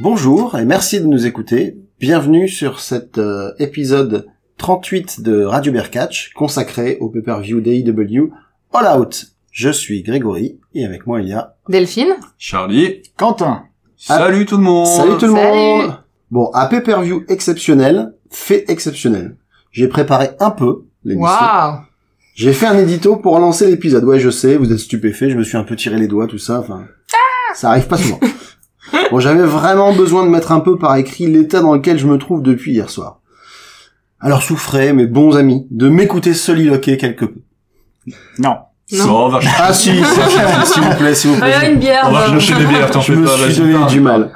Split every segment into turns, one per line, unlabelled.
Bonjour et merci de nous écouter. Bienvenue sur cet euh, épisode 38 de Radio Bercatch consacré au pay-per-view d'AEW All Out. Je suis Grégory et avec moi il y a
Delphine
Charlie,
Quentin.
salut tout le monde
Ah. Salut tout le
Salut.
monde. Bon, un pay-per-view exceptionnel, fait exceptionnel. J'ai préparé un peu l'émission.
Waouh
J'ai fait un édito pour lancer l'épisode. Ouais, je sais, vous êtes stupéfaits, je me suis un peu tiré les doigts, tout ça, enfin... ça arrive pas souvent. bon, j'avais vraiment besoin de mettre un peu par écrit l'état dans lequel je me trouve depuis hier soir. Alors souffrez, mes bons amis, de m'écouter soliloquer quelque peu.
Non.
Ça va, je-
Ah si, si, s'il vous plaît, s'il vous plaît.
une bière
on va
bah.
chercher des bières, t'en
je
fais
me
pas,
suis
vas-y.
donné du mal.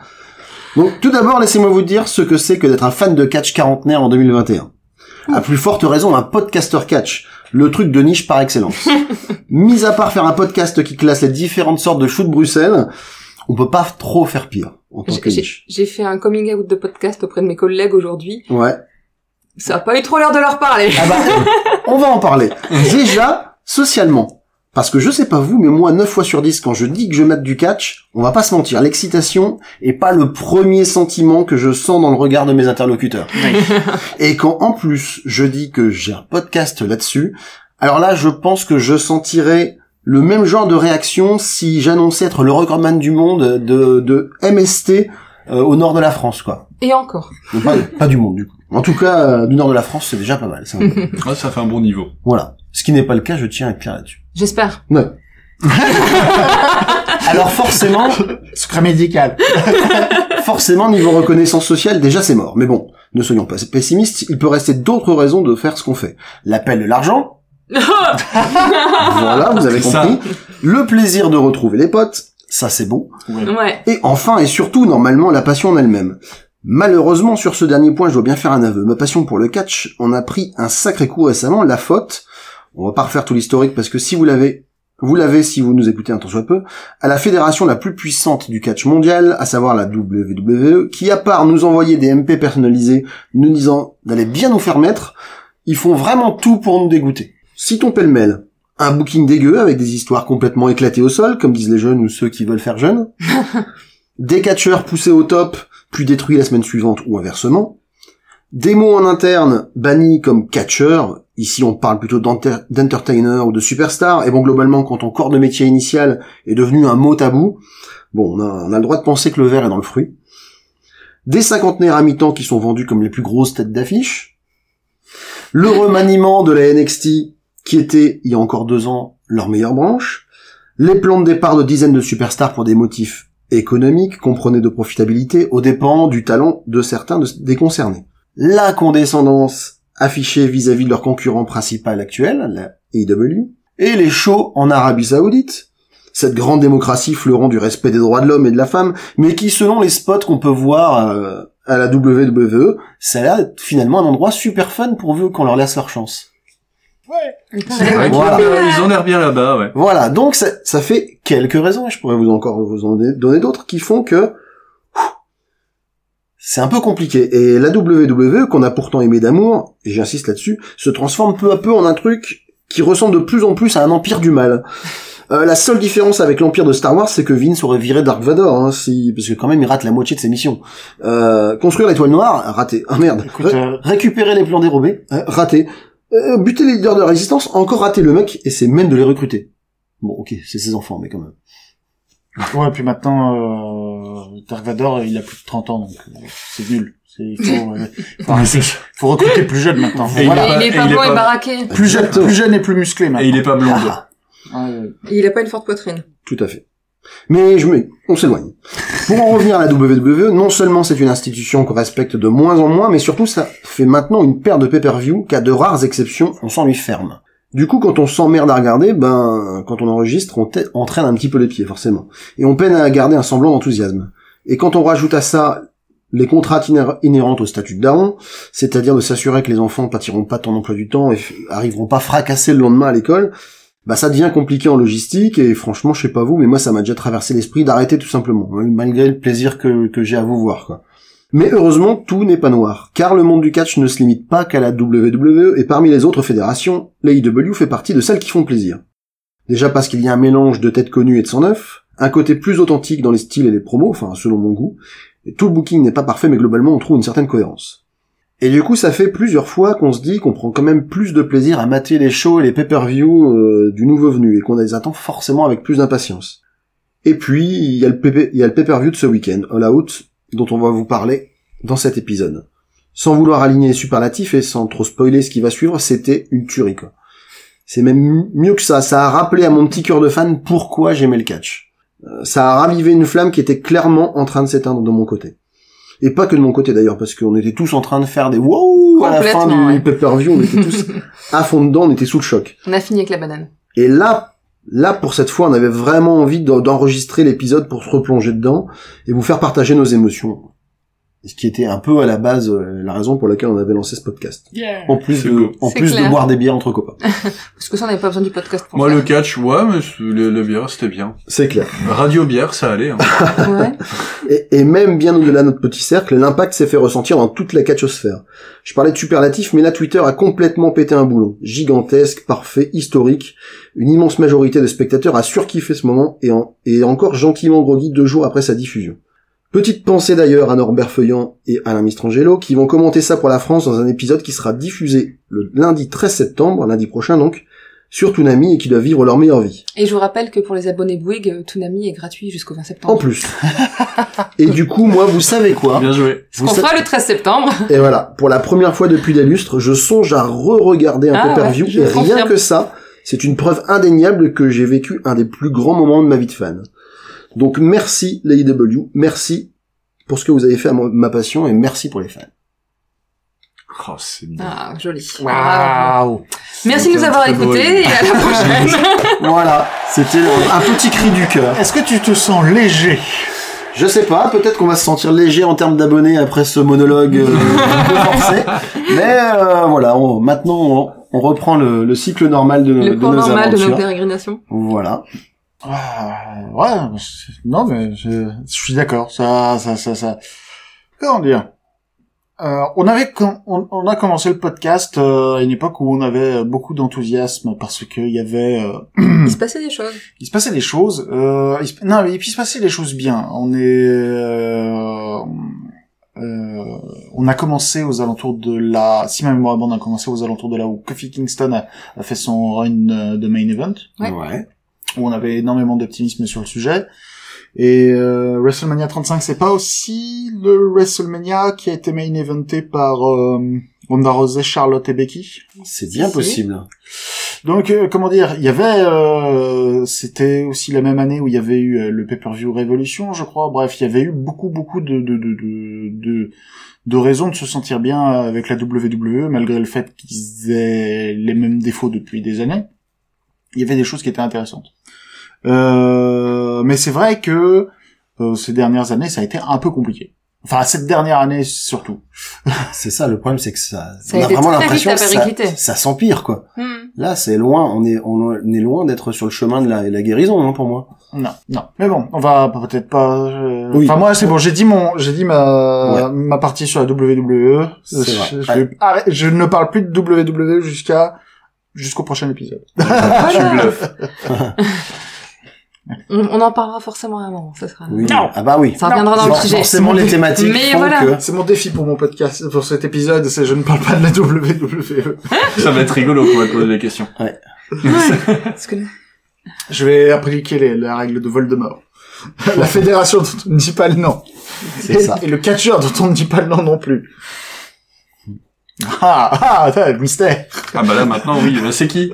Donc, tout d'abord, laissez-moi vous dire ce que c'est que d'être un fan de catch quarantenaire en 2021. À plus forte raison, un podcaster catch, le truc de niche par excellence. Mis à part faire un podcast qui classe les différentes sortes de choux de Bruxelles, on peut pas trop faire pire en tant
J'ai-
que
j'ai-
niche.
J'ai fait un coming out de podcast auprès de mes collègues aujourd'hui.
Ouais.
Ça a pas eu trop l'air de leur parler.
Ah bah, on va en parler. Déjà, socialement. Parce que je sais pas vous, mais moi, 9 fois sur 10, quand je dis que je mate du catch, on va pas se mentir, l'excitation est pas le premier sentiment que je sens dans le regard de mes interlocuteurs. Et quand, en plus, je dis que j'ai un podcast là-dessus, alors là, je pense que je sentirais le même genre de réaction si j'annonçais être le recordman du monde de, de MST euh, au nord de la France, quoi.
Et encore.
Donc, pas, pas du monde, du coup. En tout cas, euh, du nord de la France, c'est déjà pas mal. c'est un peu-
Ah, ça fait un bon niveau.
voilà. Ce qui n'est pas le cas, je tiens à être clair là-dessus.
J'espère.
Ouais. Alors forcément,
Secret médical.
forcément, niveau reconnaissance sociale, déjà c'est mort. Mais bon, ne soyons pas pessimistes, il peut rester d'autres raisons de faire ce qu'on fait. L'appel de l'argent, voilà, vous avez
C'est ça.
compris. Le plaisir de retrouver les potes, ça c'est bon.
ouais.
Et enfin et surtout, normalement, la passion en elle-même. Malheureusement, sur ce dernier point, je dois bien faire un aveu. Ma passion pour le catch, on a pris un sacré coup récemment, la faute. On va pas refaire tout l'historique parce que si vous l'avez, vous l'avez si vous nous écoutez un temps soit peu, à la fédération la plus puissante du catch mondial, à savoir la WWE, qui à part nous envoyer des MP personnalisés nous disant d'aller bien nous faire mettre, ils font vraiment tout pour nous dégoûter. Citons pêle-mêle. Un booking dégueu avec des histoires complètement éclatées au sol, comme disent les jeunes ou ceux qui veulent faire jeunes des catcheurs poussés au top, puis détruits la semaine suivante ou inversement. Des mots en interne bannis comme catcheur, ici on parle plutôt d'enter- d'entertainer ou de superstar, et bon globalement quand ton corps de métier initial est devenu un mot tabou, bon on a, on a le droit de penser que le verre est dans le fruit. Des cinquantenaires à mi-temps qui sont vendus comme les plus grosses têtes d'affiche. Le remaniement de la NXT qui était, il y a encore deux ans, leur meilleure branche. Les plans de départ de dizaines de superstars pour des motifs économique, comprenez de profitabilité, aux dépens du talent de certains de- des concernés. La condescendance affichée vis-à-vis de leur concurrent principal actuel, la AEW, et les shows en Arabie Saoudite, cette grande démocratie fleurant du respect des droits de l'homme et de la femme, mais qui, selon les spots qu'on peut voir euh, à la WWE, ça a l'air d'être finalement un endroit super fun pour eux qu'on leur laisse leur chance.
C'est vrai qu'ils
Voilà.
ont l'air- ils ont l'air bien là-bas, ouais.
Voilà, donc ça, ça fait quelques raisons, et je pourrais vous encore vous en donner- donner d'autres, qui font que pff, c'est un peu compliqué. Et la WWE, qu'on a pourtant aimé d'amour, et j'insiste là-dessus, se transforme peu à peu en un truc qui ressemble de plus en plus à un empire du mal. Euh, la seule différence avec l'empire de Star Wars, c'est que Vince aurait viré Dark Vador, hein, si... parce que quand même il rate la moitié de ses missions. Euh, construire l'étoile noire, raté. Ah merde.
Écoute,
Ré-
euh,
Récupérer les plans dérobés, hein, raté. Euh, buter les leaders de la résistance, encore raté le mec, et c'est même de les recruter. Bon, ok, c'est ses enfants, mais quand même.
euh, ouais, puis maintenant, euh, Dark Vador, il a plus de 30 ans, donc euh, c'est nul. C'est- Il faut, euh, faut arrêter. Faut recruter plus jeune maintenant.
Et
Voilà.
il est
Mais il est pas
et il est
bon
pas-
et baraqué.
Plus jeune, plus jeune et plus musclé maintenant.
Et il est pas blond.
Ah.
Ouais, ouais.
Il a pas une forte poitrine.
Tout à fait. Mais je me... on s'éloigne. Pour en revenir à la WWE, non seulement c'est une institution qu'on respecte de moins en moins, mais surtout ça fait maintenant une paire de pay-per-view qu'à de rares exceptions, on s'en lui ferme. Du coup, quand on s'emmerde à regarder, ben, quand on enregistre, on t- entraîne un petit peu les pieds, forcément. Et on peine à garder un semblant d'enthousiasme. Et quand on rajoute à ça les contraintes inhé- inhérentes au statut de daron, c'est-à-dire de s'assurer que les enfants pâtiront pas de ton emploi du temps et f- arriveront pas fracassés le lendemain à l'école, bah ça devient compliqué en logistique et franchement je sais pas vous mais moi ça m'a déjà traversé l'esprit d'arrêter tout simplement hein, malgré le plaisir que, que j'ai à vous voir quoi. Mais heureusement tout n'est pas noir car le monde du catch ne se limite pas qu'à la WWE et parmi les autres fédérations l'AIW fait partie de celles qui font plaisir. Déjà parce qu'il y a un mélange de têtes connues et de 109, un côté plus authentique dans les styles et les promos, enfin selon mon goût, Et tout le booking n'est pas parfait, mais globalement, on trouve une certaine cohérence. Et du coup, ça fait plusieurs fois qu'on se dit qu'on prend quand même plus de plaisir à mater les shows et les pay-per-view euh, du nouveau venu, et qu'on les attend forcément avec plus d'impatience. Et puis, il y a le pay- il y a le pay-per-view de ce week-end, All Out, dont on va vous parler dans cet épisode. Sans vouloir aligner les superlatifs et sans trop spoiler ce qui va suivre, c'était une tuerie, quoi. C'est même m- mieux que ça, ça a rappelé à mon petit cœur de fan pourquoi j'aimais le catch. Euh, ça a ravivé une flamme qui était clairement en train de s'éteindre de mon côté. Et pas que de mon côté d'ailleurs, parce qu'on était tous en train de faire des wow à la fin
Complètement,
du
ouais.
pay-per-view, on était tous à fond dedans, on était sous le choc.
On a fini avec la banane.
Et là, là pour cette fois, on avait vraiment envie d'en- d'enregistrer l'épisode pour se replonger dedans et vous faire partager nos émotions. Ce qui était un peu à la base euh, la raison pour laquelle on avait lancé ce podcast. En plus,
C'est
de,
beau.
en
C'est
plus de
clair.
boire des bières entre copains.
Parce que ça, on n'avait pas besoin du podcast pour
Moi,
ça.
le catch, ouais, mais c'est- le- la bière, c'était bien.
C'est clair.
Radio bière, ça allait. Hein.
Ouais.
Et, et même bien au-delà de notre petit cercle, l'impact s'est fait ressentir dans toute la catchosphère. Je parlais de superlatif, mais là Twitter a complètement pété un boulon. Gigantesque, parfait, historique. Une immense majorité de spectateurs a surkiffé ce moment et, en- et encore gentiment groggy deux jours après sa diffusion. Petite pensée d'ailleurs à Norbert Feuillant et Alain Mistrangelo qui vont commenter ça pour la France dans un épisode qui sera diffusé le lundi 13 septembre, lundi prochain donc, sur Toonami et qui doit vivre leur meilleure vie.
Et je vous rappelle que pour les abonnés Bouygues, euh, Toonami est gratuit jusqu'au 20
En
Oh,
septembre.
plus. Et du coup, moi, vous savez quoi
Bien joué.
Ce qu'on
sa-
fera le 13 septembre.
Et voilà, pour la première fois depuis des lustres, je songe à re-regarder un
Ah
pay-per-view
ouais, je
et rien
confirme.
que ça, c'est une preuve indéniable que j'ai vécu un des plus grands moments de ma vie de fan. Donc merci les IW, merci pour ce que vous avez fait à mo- ma passion et merci pour les fans.
Oh, c'est bien.
Ah, joli.
Waouh.
Merci de nous
C'était un
avoir
très beau
écoutés et
résumé.
à la prochaine.
voilà, c'était le- un petit cri du cœur.
Est-ce que tu te sens léger
Je sais pas, peut-être qu'on va se sentir léger en termes d'abonnés après ce monologue euh, un peu forcé, mais euh, voilà, on- maintenant on, on reprend le, le cycle normal de,
le
de
cours
nos
normal de
aventures.
nos pérégrinations.
Voilà.
Ah, ouais, c'est- non mais je, je suis d'accord. Ça, ça, ça, ça. Comment dire Euh, On avait, com- on, on a commencé le podcast euh, à une époque où on avait beaucoup d'enthousiasme parce qu'il y avait, euh,
Il se passait des choses.
il se passait des choses. Euh, il se- non, mais il se passait des choses bien. On est, euh, euh, on a commencé aux alentours de la, si ma mémoire est bonne, on a commencé aux alentours de là où Kofi Kingston a, a fait son run euh, de main event
Ouais.
où on avait énormément d'optimisme sur le sujet. Et euh, WrestleMania 35, c'est pas aussi le WrestleMania qui a été main eventé par euh, Ronda Rousey, Charlotte et Becky.
C'est bien
Si.
possible.
Donc euh, comment dire, il y avait, euh, c'était aussi la même année où il y avait eu euh, le pay-per-view Révolution, je crois. Bref, il y avait eu beaucoup beaucoup de de de de, de, de raisons de se sentir bien avec la WWE malgré le fait qu'ils aient les mêmes défauts depuis des années. Il y avait des choses qui étaient intéressantes. Euh, mais c'est vrai que euh, ces dernières années, ça a été un peu compliqué. Enfin, cette dernière année surtout.
C'est ça, le problème, c'est que ça,
Ça a
on a
été
vraiment
très
l'impression que
vite à
ça,
péricliter.
ça s'empire, quoi.
Hmm.
Là, c'est loin, on est, on est loin d'être sur le chemin de la, la guérison, hein, pour moi.
Non, non. Mais bon, on va peut-être pas. euh,
Oui.
Enfin moi, c'est bon. J'ai dit mon, j'ai dit ma
Ouais.
ma partie sur la WWE.
C'est
je,
vrai.
je vais- arrête, je ne parle plus de WWE jusqu'à jusqu'au prochain épisode. Ah,
Voilà.
bluffes.
on, on en parlera forcément à un moment. Ça sera.
Oui.
Non.
Ah bah oui.
Ça
Non.
reviendra dans le
For-
sujet.
Forcément, les thématiques
Mais
font
voilà.
que...
C'est mon défi pour mon podcast, pour cet épisode, c'est je ne parle pas de la E. WWE.
Ça va être rigolo qu'on va te poser des questions.
Ouais. Parce que-
Je vais appliquer les, la règle de Voldemort. la fédération dont on ne dit pas le nom.
C'est
et,
ça.
et le catcheur dont on ne dit pas le nom non plus. Ah, ah, mystère.
Ah bah là, maintenant, oui, bah, c'est qui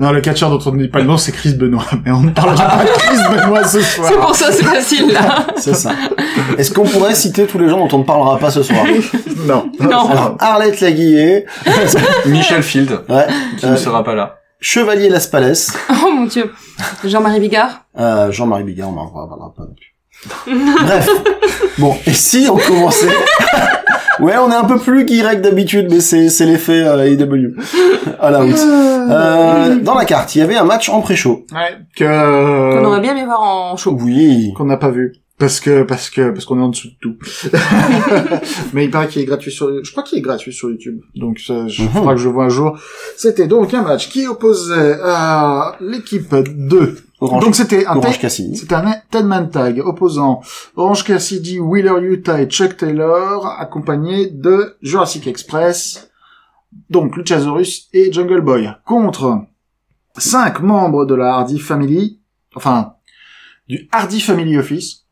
Non, le catcheur dont on ne dit pas le nom, c'est Chris Benoît. Mais on ne parlera pas de Chris Benoît ce soir.
C'est pour ça, c'est facile là.
C'est ça. Est-ce qu'on pourrait citer tous les gens dont on ne parlera pas ce soir
Non.
Non.
Alors, Arlette Laguillet,
Michel Field,
ouais,
qui
Euh,
ne sera pas là.
Chevalier Laspalès,
Oh mon dieu. Jean-Marie Bigard.
euh, Jean-Marie Bigard, on n'en parlera pas non plus. Bref. Bon, et si on commençait... Ouais, on est un peu plus guirec d'habitude, mais c'est c'est l'effet euh, IW. À la route. Euh, dans la carte, il y avait un match en pré-show.
Ouais, que... Euh,
On aurait bien aimé voir en show.
Oui.
Qu'on n'a pas vu. Parce que, parce que, parce qu'on est en dessous de tout. Mais il paraît qu'il est gratuit sur, je crois qu'il est gratuit sur YouTube. Donc, ça, je
Mhm.
faudra que je vois un jour. C'était donc un match qui opposait à l'équipe de
Orange,
Donc c'était un
Orange
tag-
Cassidy.
c'était un ten-man tag opposant Orange Cassidy, Wheeler Utah et Chuck Taylor, accompagné de Jurassic Express, donc Luchasaurus et Jungle Boy, contre cinq membres de la Hardy Family, enfin, du Hardy Family Office.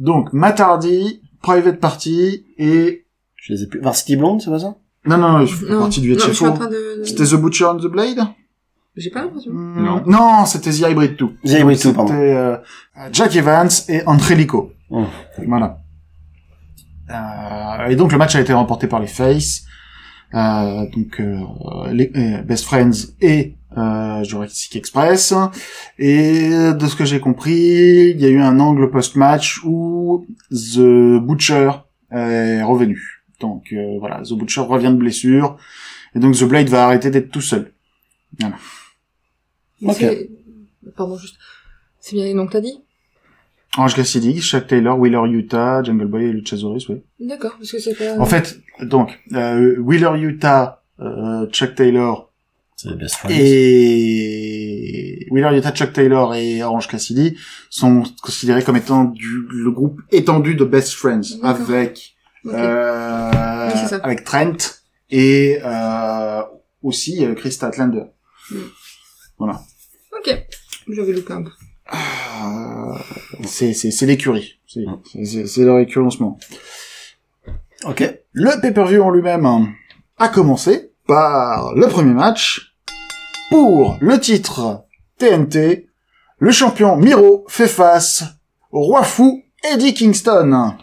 donc Matt Hardy, Private Party et...
Je les ai plus. Varsity Blonde, c'est pas ça
Non, non, non, je fais
Non.
partie du
Non, je suis
HFO.
en train de...
C'était The Butcher and the Blade
J'ai pas l'impression.
Non.
Non, c'était The Hybrid 2.
The Hybrid 2, pardon.
C'était euh, Jack Evans et Angelico.
Oh.
Voilà. Euh, et donc le match a été remporté par les Face. Euh, donc euh, les euh, Best Friends et euh, Jurassic Express. Et euh, de ce que j'ai compris, il y a eu un angle post-match où The Butcher euh, est revenu. Donc euh, voilà, The Butcher revient de blessure. Et donc The Blade va arrêter d'être tout seul.
Mais
Ok.
c'est- Pardon, juste... C'est bien les noms que t'as dit
Orange Cassidy, Chuck Taylor, Wheeler Utah, Jungle Boy et Luchasaurus, oui.
D'accord, parce que c'est pas...
En fait, donc, euh, Wheeler Utah, euh, Chuck Taylor
C'est les best
et... Wheeler Utah, Chuck Taylor et Orange Cassidy sont considérés comme étant du, le groupe étendu de Best Friends,
D'accord.
avec,
Ok.
euh,
Oui, c'est ça.
avec Trent et euh, aussi euh, Chris Statlander.
Ok. J'avais loupé un bout.
Euh, c'est c'est- c'est l'écurie. C'est- C'est c'est leur écurie en ce moment.
Ok.
Le pay-per-view en lui-même hein, a commencé par le premier match pour le titre TNT. Le champion Miro fait face au roi fou Eddie Kingston.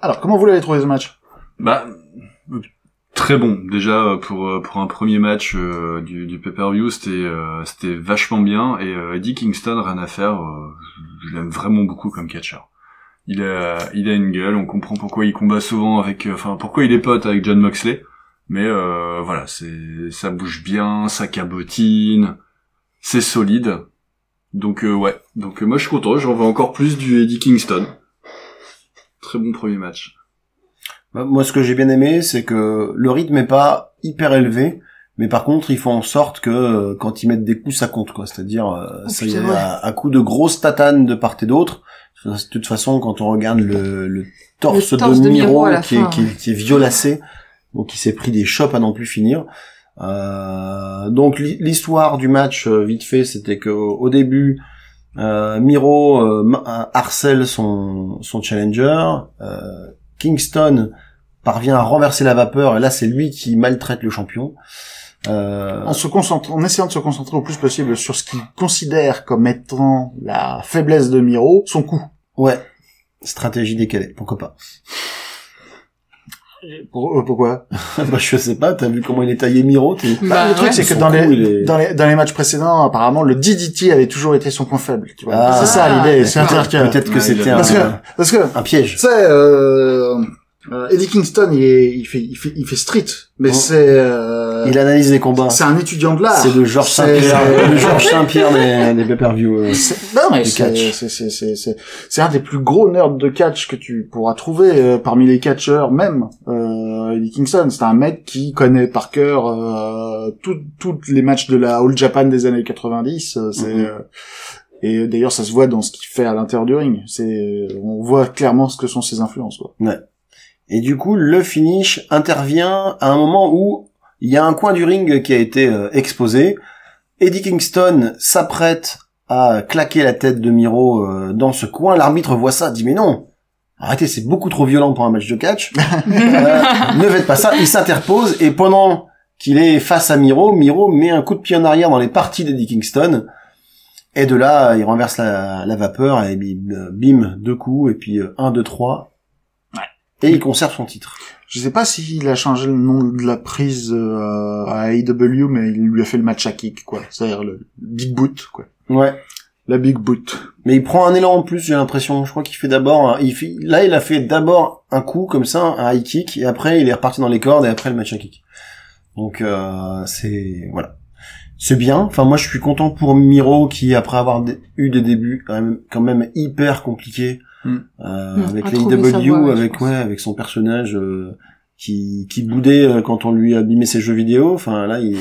Alors, comment vous l'avez trouvé ce match
Bah, euh, très bon. Déjà, euh, pour, euh, pour un premier match euh, du, du pay-per-view, c'était euh, c'était vachement bien. Et euh, Eddie Kingston, rien à faire, euh, je l'aime vraiment beaucoup comme catcheur. Il a, il a une gueule, on comprend pourquoi il combat souvent avec... euh, Enfin, pourquoi il est pote avec John Moxley. Mais euh, voilà, c'est ça bouge bien, ça cabotine, c'est solide. Donc euh, ouais, donc euh, moi je suis content, j'en veux encore plus du Eddie Kingston. Très bon premier match.
Bah, Moi, ce que j'ai bien aimé, c'est que le rythme est pas hyper élevé, mais par contre, ils font en sorte que euh, quand ils mettent des coups, ça compte, quoi. C'est-à-dire, euh,
Oh,
ça y
putain,
est,
ouais.
à, à coups de grosses tatanes de part et d'autre. De toute façon, quand on regarde le, le torse,
Le torse
de,
de
Miro,
Miro à la
qui,
fin,
est, qui, est- qui est violacé, donc il s'est pris des chopes à n'en plus finir. Euh, donc l'hi- l'histoire du match, euh, vite fait, c'était que au début, euh, Miro euh, ma- euh, harcèle son, son challenger. euh, Kingston parvient à renverser la vapeur et là c'est lui qui maltraite le champion. Euh,
en, se concentrant, en essayant de se concentrer au plus possible sur ce qu'il considère comme étant la faiblesse de Miro, son coup.
ouais, stratégie décalée, pourquoi pas.
Pour- euh, pourquoi
bah, je sais pas, t'as vu comment il est taillé Miro t'es-
Bah,
Le truc,
ouais.
c'est que
Son
dans
coup, il
les,
est-
dans, les, dans les matchs précédents, apparemment, le DDT avait toujours été son point faible. tu vois.
Ah.
c'est ça l'idée.
Ah,
C'est un
Peut-être que
Ouais,
c'était
il a-
un,
Parce que, parce que,
un
tu
piège.
sais, euh, euh, Eddie Kingston, il, est, il, fait, il, fait, il fait street, mais
Oh.
c'est, euh,
Il analyse les combats.
c'est un étudiant de l'art.
C'est le Georges
C'est-
Saint-Pierre, le Georges Saint-Pierre des, des pay-per-view. euh.
C'est- Non mais
Du
c'est
catch.
c'est- c'est- c'est- c'est- c'est un des plus gros nerds de catch que tu pourras trouver euh, parmi les catcheurs même. Euh, Eddie Kingston, c'est un mec qui connaît par cœur euh, tout- toutes les matchs de la All Japan des années 90. euh, c'est,
Mhm.
euh, et d'ailleurs ça se voit dans ce qu'il fait à l'intérieur du ring. C'est euh, on voit clairement ce que sont ses influences. Quoi.
Et du coup, le finish intervient à un moment où il y a un coin du ring qui a été euh, exposé. Eddie Kingston s'apprête à claquer la tête de Miro euh, dans ce coin. L'arbitre voit ça, dit mais non, arrêtez, c'est beaucoup trop violent pour un match de catch. Euh, ne faites pas ça. Il s'interpose et pendant qu'il est face à Miro, Miro met un coup de pied en arrière dans les parties d'Eddie Kingston. Et de là, il renverse la, la vapeur et bim, euh, bim, deux coups et puis euh, un, deux, trois. Et il conserve son titre.
Je sais pas s'il a changé le nom de la prise euh, à AEW, mais il lui a fait le match à kick quoi. C'est-à-dire le big boot quoi.
Ouais.
La big boot.
Mais il prend un élan en plus, j'ai l'impression. Je crois qu'il fait d'abord, un- il fait- là, il a fait d'abord un coup comme ça, un high kick, et après il est reparti dans les cordes, et après le match à kick. Donc euh, c'est voilà, c'est bien. Enfin moi je suis content pour Miro qui après avoir dé- eu des débuts quand même, quand même hyper compliqués
Mm.
euh,
Mm,
avec
a
les
trouvé sa voie,
IW,
ouais, je
avec
pense.
ouais, avec son personnage euh, qui, qui boudait euh, quand on lui abîmait ses jeux vidéo. Enfin là, il,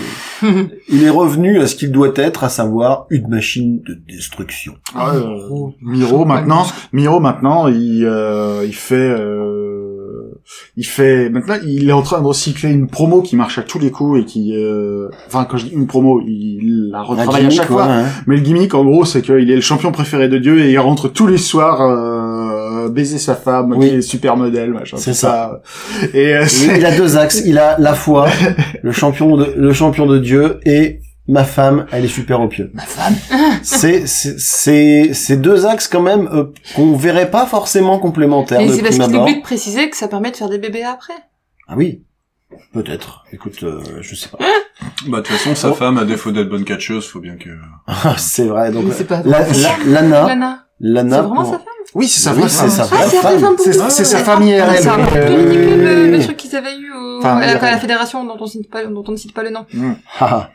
il est revenu à ce qu'il doit être, à savoir une machine de destruction.
Ah, euh, Miro maintenant, Miro maintenant, il euh, il fait euh, il fait maintenant il est en train de recycler une promo qui marche à tous les coups et qui euh, enfin quand je dis une promo, il la retravaille à
gimmick,
chaque
quoi,
fois.
hein.
Mais le gimmick en gros, c'est qu'il est le champion préféré de Dieu et il rentre tous les soirs euh, baiser sa femme
Oui.
qui est supermodèle, machin.
C'est
tout Et euh,
Il,
c'est
il a deux axes. Il a la foi, le champion de, le champion de Dieu et ma femme, elle est super au pieu. Ma femme. C'est, c'est, c'est, c'est deux axes quand même euh, qu'on verrait pas forcément complémentaires
Mais
de
c'est parce
prime
qu'il
abord.
oublie de préciser que ça permet de faire des bébés après.
Ah oui. Peut-être. Écoute, euh, je sais pas.
Bah, de toute façon, sa
Oh.
femme, à défaut d'être bonne catcheuse, faut bien que...
Ah, c'est vrai. Donc,
Mais c'est pas
la,
vrai.
la- Lana,
Lana, c'est
Lana.
vraiment
pour-
sa femme
oui, c'est sa
Oui,
vraie
c'est
femme.
sa
Ah,
vraie
c'est sa
femme.
femme
C'est- c'est
Ah,
sa femme IRL.
Ça a
Euh,
communiqué le, le truc qu'ils avaient eu au,
Enfin,
à, la,
IRL.
à la fédération dont on, cite pas, dont on ne cite pas le nom.
Mm.
Ah,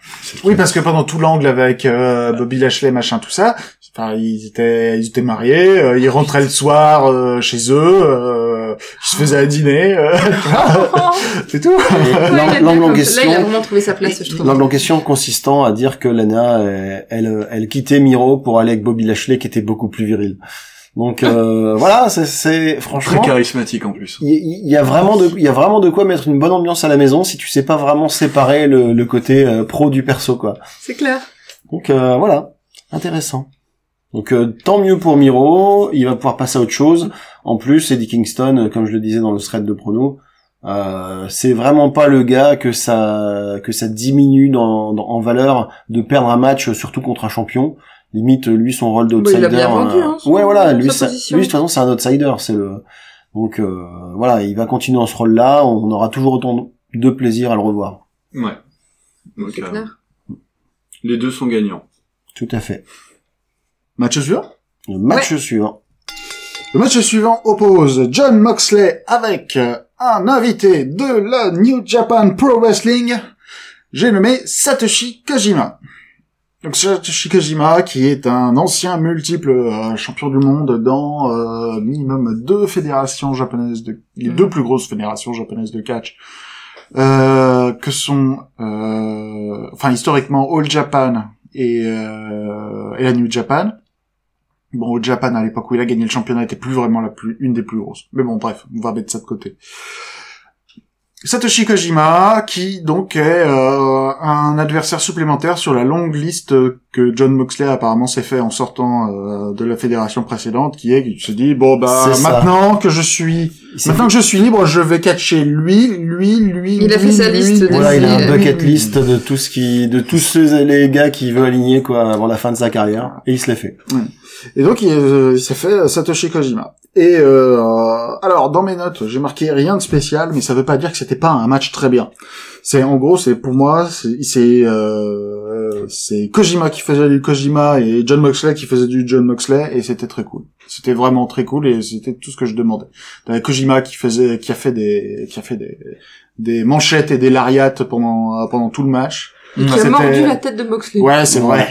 Oui, parce que pendant tout l'angle avec euh, Bobby Lashley, machin, tout ça, enfin, ils étaient, ils étaient mariés, euh, ils rentraient le soir euh, chez eux, euh, ils se faisaient à dîner, euh, c'est tout.
et
Ouais, il a
l'angle-
bien
L'angle en
compris. Là, il a
question.
vraiment trouvé sa place, je trouve.
L'angle en question consistant à dire que Lana, euh, elle, euh, elle quittait Miro pour aller avec Bobby Lashley qui était beaucoup plus viril. Donc euh, voilà, c'est- c'est
Très
franchement.
charismatique, en plus.
Il il y, a vraiment de, il y a vraiment de quoi mettre une bonne ambiance à la maison si tu sais pas vraiment séparer le, le côté euh, pro du perso quoi.
C'est clair.
Donc euh, voilà, intéressant. Donc euh, tant mieux pour Miro, il va pouvoir passer à autre chose. En plus, Eddie Kingston, euh, comme je le disais dans le thread de prono, euh, c'est vraiment pas le gars que ça que ça diminue dans, dans- en valeur de perdre un match, euh, surtout contre un champion. Limite, euh, lui, son rôle
Bah, il
d'outsider. euh,
l'a bien vendu, hein, son-
ouais, voilà, lui,
sa
ça- lui,
position.
de toute façon, c'est un outsider, c'est le. Donc euh, voilà, il va continuer dans ce rôle-là. On aura toujours autant de plaisir à le revoir.
Ouais. Donc,
C'est
euh,
clair.
les deux sont gagnants.
Tout à fait.
Match suivant.
Le match suivant.
Le match suivant oppose John Moxley avec euh, un invité de la New Japan Pro Wrestling. J'ai nommé Satoshi Kojima. Donc Satoshi Kojima, qui est un ancien multiple euh, champion du monde dans euh, minimum deux fédérations japonaises, de, les
Mhm.
deux plus grosses fédérations japonaises de catch, euh, que sont, euh, enfin historiquement All Japan et, euh, et la New Japan. Bon, au Japan, à l'époque où il a gagné le championnat, était plus vraiment la plus, une des plus grosses. Mais bon, bref, on va mettre ça de côté. Satoshi Kojima, qui donc est euh, un adversaire supplémentaire sur la longue liste que John Moxley apparemment s'est fait en sortant euh, de la fédération précédente, qui est qu'il se dit bon bah
C'est ça.
maintenant que je suis
Il s'est
maintenant que je suis libre, je vais catcher lui, lui, lui.
Il a
lui,
fait sa
lui,
liste
lui,
de-
Voilà, il a un
lui,
bucket
lui.
list de tout ce qui, de tous ceux les gars qui veut aligner quoi avant la fin de sa carrière, et il se l'est fait.
Et donc il, euh, il s'est fait euh, Satoshi Kojima. Et euh, alors dans mes notes, j'ai marqué rien de spécial, mais ça veut pas dire que c'était pas un match très bien. C'est en gros, c'est pour moi, c'est c'est euh, c'est Kojima qui faisait du Kojima et John Moxley qui faisait du John Moxley et c'était très cool. C'était vraiment très cool et c'était tout ce que je demandais. T'avais Kojima qui faisait qui a fait des qui a fait des des manchettes et des lariats pendant pendant tout le match.
Il
C'était-
a mordu la tête de Moxley.
Ouais, c'est vrai.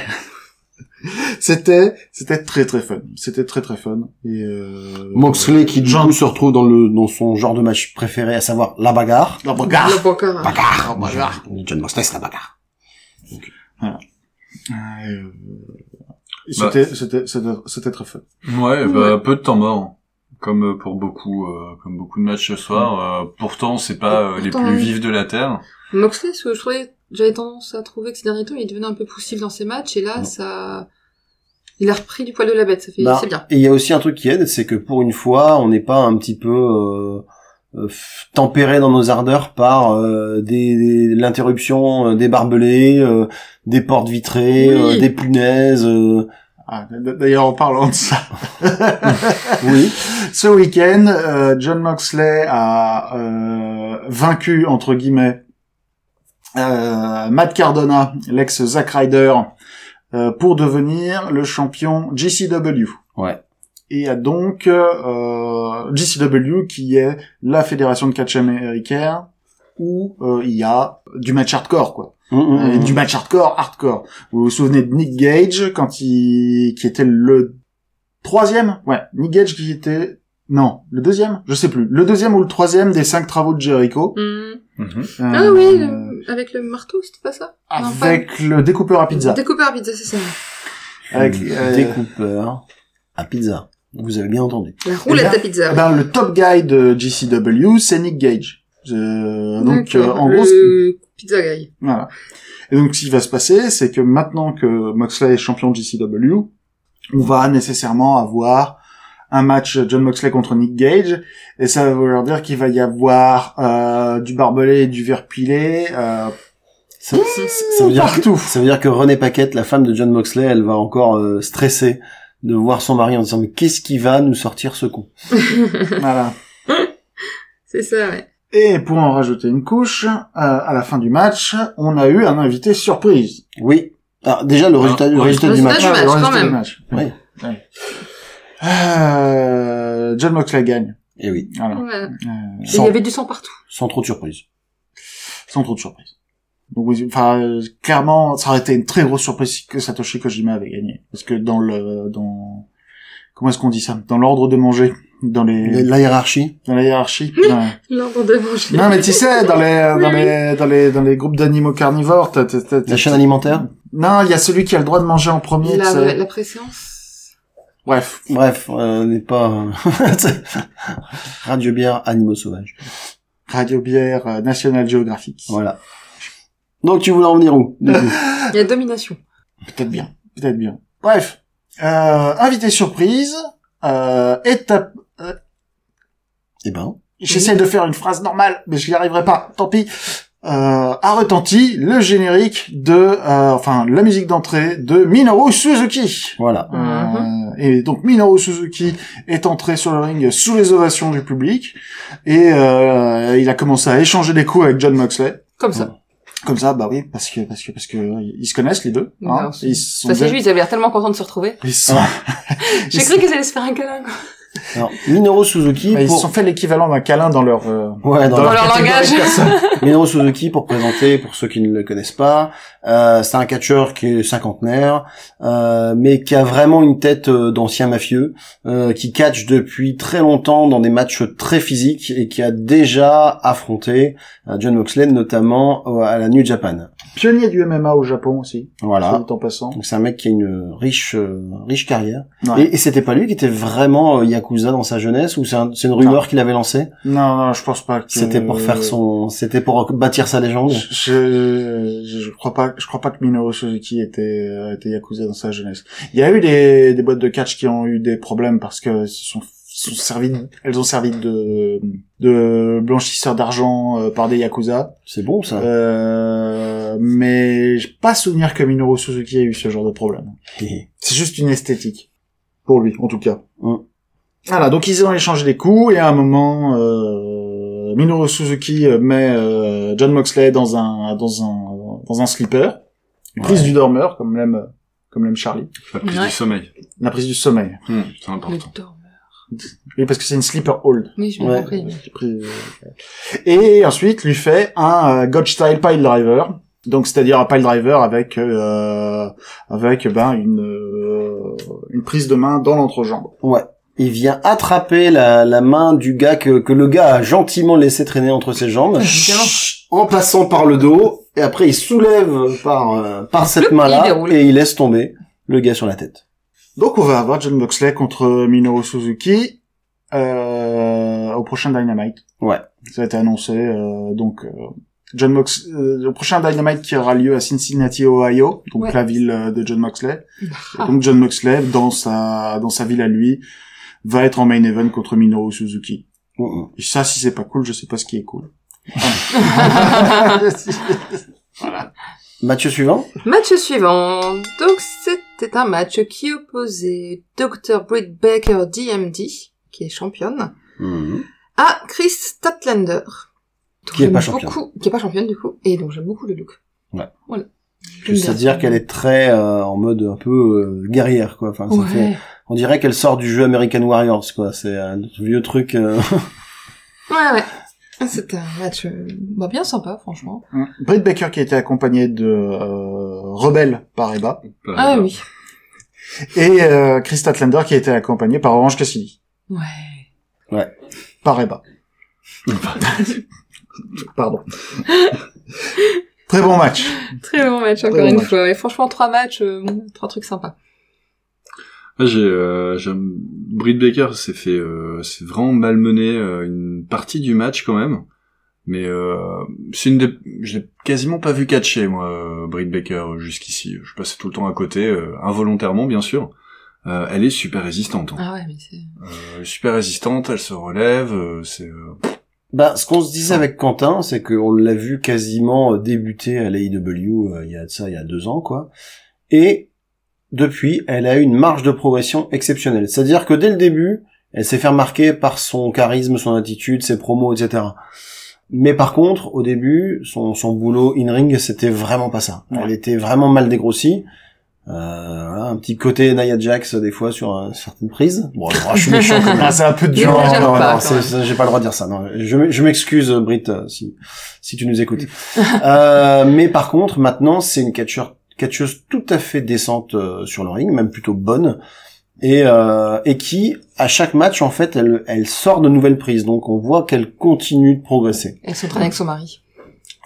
c'était, c'était très très fun. C'était très très fun. Et euh...
Moxley qui du
Jean-
coup se retrouve dans le dans son genre de match préféré, à savoir la bagarre.
La bagarre.
Le brancard.
La bagarre.
John Moxley c'est la bagarre.
Et, euh,
Bah.
C'était, c'était, c'était, c'était très fun.
Ouais, bah, peu de temps mort. Comme euh, pour beaucoup, euh, comme beaucoup de matchs ce soir. Euh, pourtant, c'est pas euh, les
Pourtant,
plus
oui.
vifs de la Terre.
Moxley, ce que je trouvais, j'avais tendance à trouver que ces derniers temps, il devenait un peu poussif dans ses matchs, et là, ça, il a repris du poil de la bête, ça fait,
Bah.
c'est bien.
Et il y a aussi un truc qui aide, c'est que pour une fois, on n'est pas un petit peu euh, euh, f- tempéré dans nos ardeurs par euh, des, des- l'interruption euh, des barbelés, euh, des portes vitrées,
Oui.
euh, des punaises. euh,
Ah, d- D'ailleurs, en parlant de ça,
oui.
ce week-end, euh, John Moxley a euh, vaincu entre guillemets euh, Matt Cardona, l'ex Zack Ryder, euh, pour devenir le champion GCW.
Ouais.
Et a donc euh, GCW qui est la fédération de catch américaine où euh, il y a du match hardcore quoi.
Mm, mm,
Euh,
mm.
du match hardcore, hardcore. Vous vous souvenez de Nick Gage quand il, qui était le troisième, ouais, Nick Gage qui était Non, le deuxième, je sais plus. Le deuxième ou le troisième des cinq travaux de Jericho.
Mhm.
Mhm.
Ah
Euh,
oui, le- avec le marteau, c'était pas ça Non, pas-
Avec le découpeur à pizza.
Découpeur à pizza, c'est ça.
Avec,
Avec
euh,
découpeur à pizza. Vous avez bien entendu.
La roulette
ben-
à pizza.
ben, le top guy de GCW, c'est Nick Gage. Euh, donc, euh,
D'accord,
en
le
gros,
Pizza guy.
Voilà. Et donc, ce qui va se passer, c'est que maintenant que Moxley est champion de GCW, on va nécessairement avoir un match John Moxley contre Nick Gage, et ça va vouloir dire qu'il va y avoir euh, du barbelé et du verre pilé euh,
Ça, ça- ça veut dire que,
partout.
ça veut dire que René Paquette, la femme de John Moxley, elle va encore euh, stresser de voir son mari en disant mais qu'est-ce qui va nous sortir ce con
Voilà.
C'est ça, ouais.
Et pour en rajouter une couche, euh, à la fin du match, on a eu un invité surprise.
Oui. Ah, déjà le résultat, le
Ah,
résultat
le
du match.
résultat match,
le
quand
reste du
même.
match.
Oui.
Ouais. Euh, John Moxley gagne.
Et Eh oui,
Voilà.
Voilà.
Euh,
Et Il
sans,
y avait du sang partout.
sans trop de surprise.
sans trop de surprise. Donc, oui, enfin, euh, clairement, ça aurait été une très grosse surprise si que Satoshi Kojima avait gagné, parce que dans le, dans, comment est-ce qu'on dit ça, dans l'ordre de manger, dans
La,
les,
la hiérarchie.
dans la hiérarchie. dans-
L'ordre de manger.
non mais tu sais, dans les,
Oui,
dans
oui.
les, dans les, dans les groupes d'animaux carnivores, t'as- t'as- t'as-
La chaîne alimentaire.
Non, il y a celui qui a le droit de manger en premier. tu
La,
euh,
sais.
la préséance.
Bref.
Bref, euh, on n'est pas radio bière animaux sauvages.
Radio Bière, euh, National Geographic.
Voilà. Donc tu voulais en venir où du coup
Il y a domination.
Peut-être bien. Peut-être bien. Bref. Euh, invité surprise. Euh, étape.
Eh ben,
J'essaie de faire une phrase normale, mais je n'y arriverai pas. Tant pis. Euh, a retenti le générique de, euh, enfin, la musique d'entrée de Minoru Suzuki.
voilà.
Euh,
Mhm.
et donc Minoru Suzuki est entré sur le ring sous les ovations du public et euh, il a commencé à échanger des coups avec John Moxley.
Comme ça.
Comme ça, bah oui, parce que parce que parce que euh, ils se connaissent les deux.
Non,
Hein,
Bah, c'est-
ils se sont
Parce que
déjà-
lui, ils avaient l'air tellement contents de se retrouver.
ils se sont,
J'ai cru qu'ils allaient se faire un câlin, quoi.
Alors, Minoru Suzuki
bah, ils se
pour...
sont fait l'équivalent d'un câlin dans leur euh,
Ouais, dans
Dans
la-
leur
catégorie
langage.
de personnes.
Minoru Suzuki pour présenter pour ceux qui ne le connaissent pas, euh, c'est un catcheur qui est cinquantenaire, euh, mais qui a vraiment une tête euh, d'ancien mafieux, euh, qui catch depuis très longtemps dans des matchs très physiques et qui a déjà affronté euh, John Moxley notamment euh, à la New Japan.
Pionnier du MMA au Japon aussi.
Voilà.
Soit dit en passant.
Donc c'est un mec qui a une riche euh, riche carrière.
Ouais.
Et, et c'était pas lui qui était vraiment euh, yakuza dans sa jeunesse ou c'est un- c'est une rumeur qu'il avait lancée
Non, non, je pense pas. que-
C'était pour faire son, c'était pour bâtir sa légende.
Je, je, je crois pas, je crois pas que Minoru Suzuki était, euh, était yakuza dans sa jeunesse. Il y a eu des, des boîtes de catch qui ont eu des problèmes parce que se sont, se sont servi, elles ont servi de, de blanchisseurs d'argent euh, par des yakuza.
C'est bon ça.
Euh, mais j'ai pas souvenir que Minoru Suzuki ait eu ce genre de problème.
Euh,
C'est juste une esthétique. Pour lui, en tout cas.
Mm.
Voilà, donc ils ont échangé des coups, et à un moment, euh, Minoru Suzuki euh, met euh, John Moxley dans un, dans un, dans un slipper. Une prise du dormeur, comme l'aime, euh, comme l'aime Charlie.
La prise
Ouais.
du sommeil.
La prise du sommeil.
Hmm, c'est
Le
important.
dormeur.
Oui, parce que c'est une slipper hold.
Oui, je l'ai
Ouais.
compris.
euh, Et ensuite, lui fait un euh, God Style Pile Driver. Donc, c'est-à-dire un pile driver avec euh, avec ben une euh, une prise de main dans l'entrejambe.
Ouais. Il vient attraper la, la main du gars que, que le gars a gentiment laissé traîner entre ses jambes, en passant par le dos, et après il soulève par euh, par cette
il
main-là
déroule.
et il laisse tomber le gars sur la tête.
Donc, on va avoir John Moxley contre Minoru Suzuki euh, au prochain Dynamite.
Ouais.
Ça a été annoncé. euh, donc, euh, John Mox, euh, le prochain Dynamite qui aura lieu à Cincinnati, Ohio, donc
Ouais.
la ville euh, de John Moxley. Et
Ah.
donc John Moxley, dans sa, dans sa ville à lui, va être en main event contre Minoru Suzuki.
Mm, mm.
Et ça, si c'est pas cool, je sais pas ce qui est cool.
Ah,
Match suivant.
Match suivant. Donc, c'était un match qui opposait Dr. Britt Baker DMD, qui est championne, à Chris Statlander. dont
Qui est pas
j'aime
championne.
beaucoup- qui est pas championne, du coup. Et donc, j'aime beaucoup le look.
Ouais.
Voilà. J'aime bien.
C'est-à-dire qu'elle est très euh, en mode un peu euh, guerrière quoi. Enfin, ça
Ouais.
fait- on dirait qu'elle sort du jeu American Warriors quoi. C'est un vieux truc. euh,
Ouais, ouais. C'était Ah, un match euh, bah, bien sympa, franchement.
Hum. Britt Baker qui a été accompagné de euh, Rebel par Eba
Ah oui.
et euh, Chris Statlander qui a été accompagné par Orange Cassidy.
Ouais.
Ouais.
Par Eba. Pardon. Très bon match.
Très bon match, encore
bon
une
match.
fois. Et franchement, trois matchs, euh, bon, trois trucs sympas.
Moi, j'ai, euh, j'aime, Britt Baker s'est fait, euh, s'est vraiment malmené euh, une partie du match quand même. Mais euh, c'est une des, je l'ai quasiment pas vu catcher moi, euh, Britt Baker euh, jusqu'ici. Je passais tout le temps à côté, euh, involontairement bien sûr. Euh, elle est super résistante. hein.
Ah ouais, mais c'est...
Euh, super résistante, elle se relève. euh, c'est, euh,
Bah, ce qu'on se disait avec Quentin, c'est qu'on l'a vu quasiment euh, débuter à l'AIW euh, il y a de ça, il y a deux ans, quoi. Et depuis, elle a eu une marge de progression exceptionnelle. C'est-à-dire que dès le début, elle s'est fait remarquer par son charisme, son attitude, ses promos, etc. Mais par contre, au début, son, son boulot in-ring, c'était vraiment pas ça.
Ouais.
Elle était vraiment mal dégrossie. Euh, voilà, un petit côté Nia Jax des fois sur euh, certaines prises. Bon, alors, je suis méchant quand même.
Ah, c'est un peu
Il
dur.
exagère
Oh Non, non,
pas,
non,
quand
c'est-
même.
c'est- j'ai pas le droit de dire ça. Non, je, je m'excuse, euh, Britt, euh, si, si tu nous écoutes. Euh, mais par contre, maintenant, c'est une catcheur, catcheuse tout à fait décente euh, sur le ring, même plutôt bonne, et, euh, et qui, à chaque match, en fait, elle, elle sort de nouvelles prises. Donc, on voit qu'elle continue de progresser.
Elle s'entraîne avec son mari.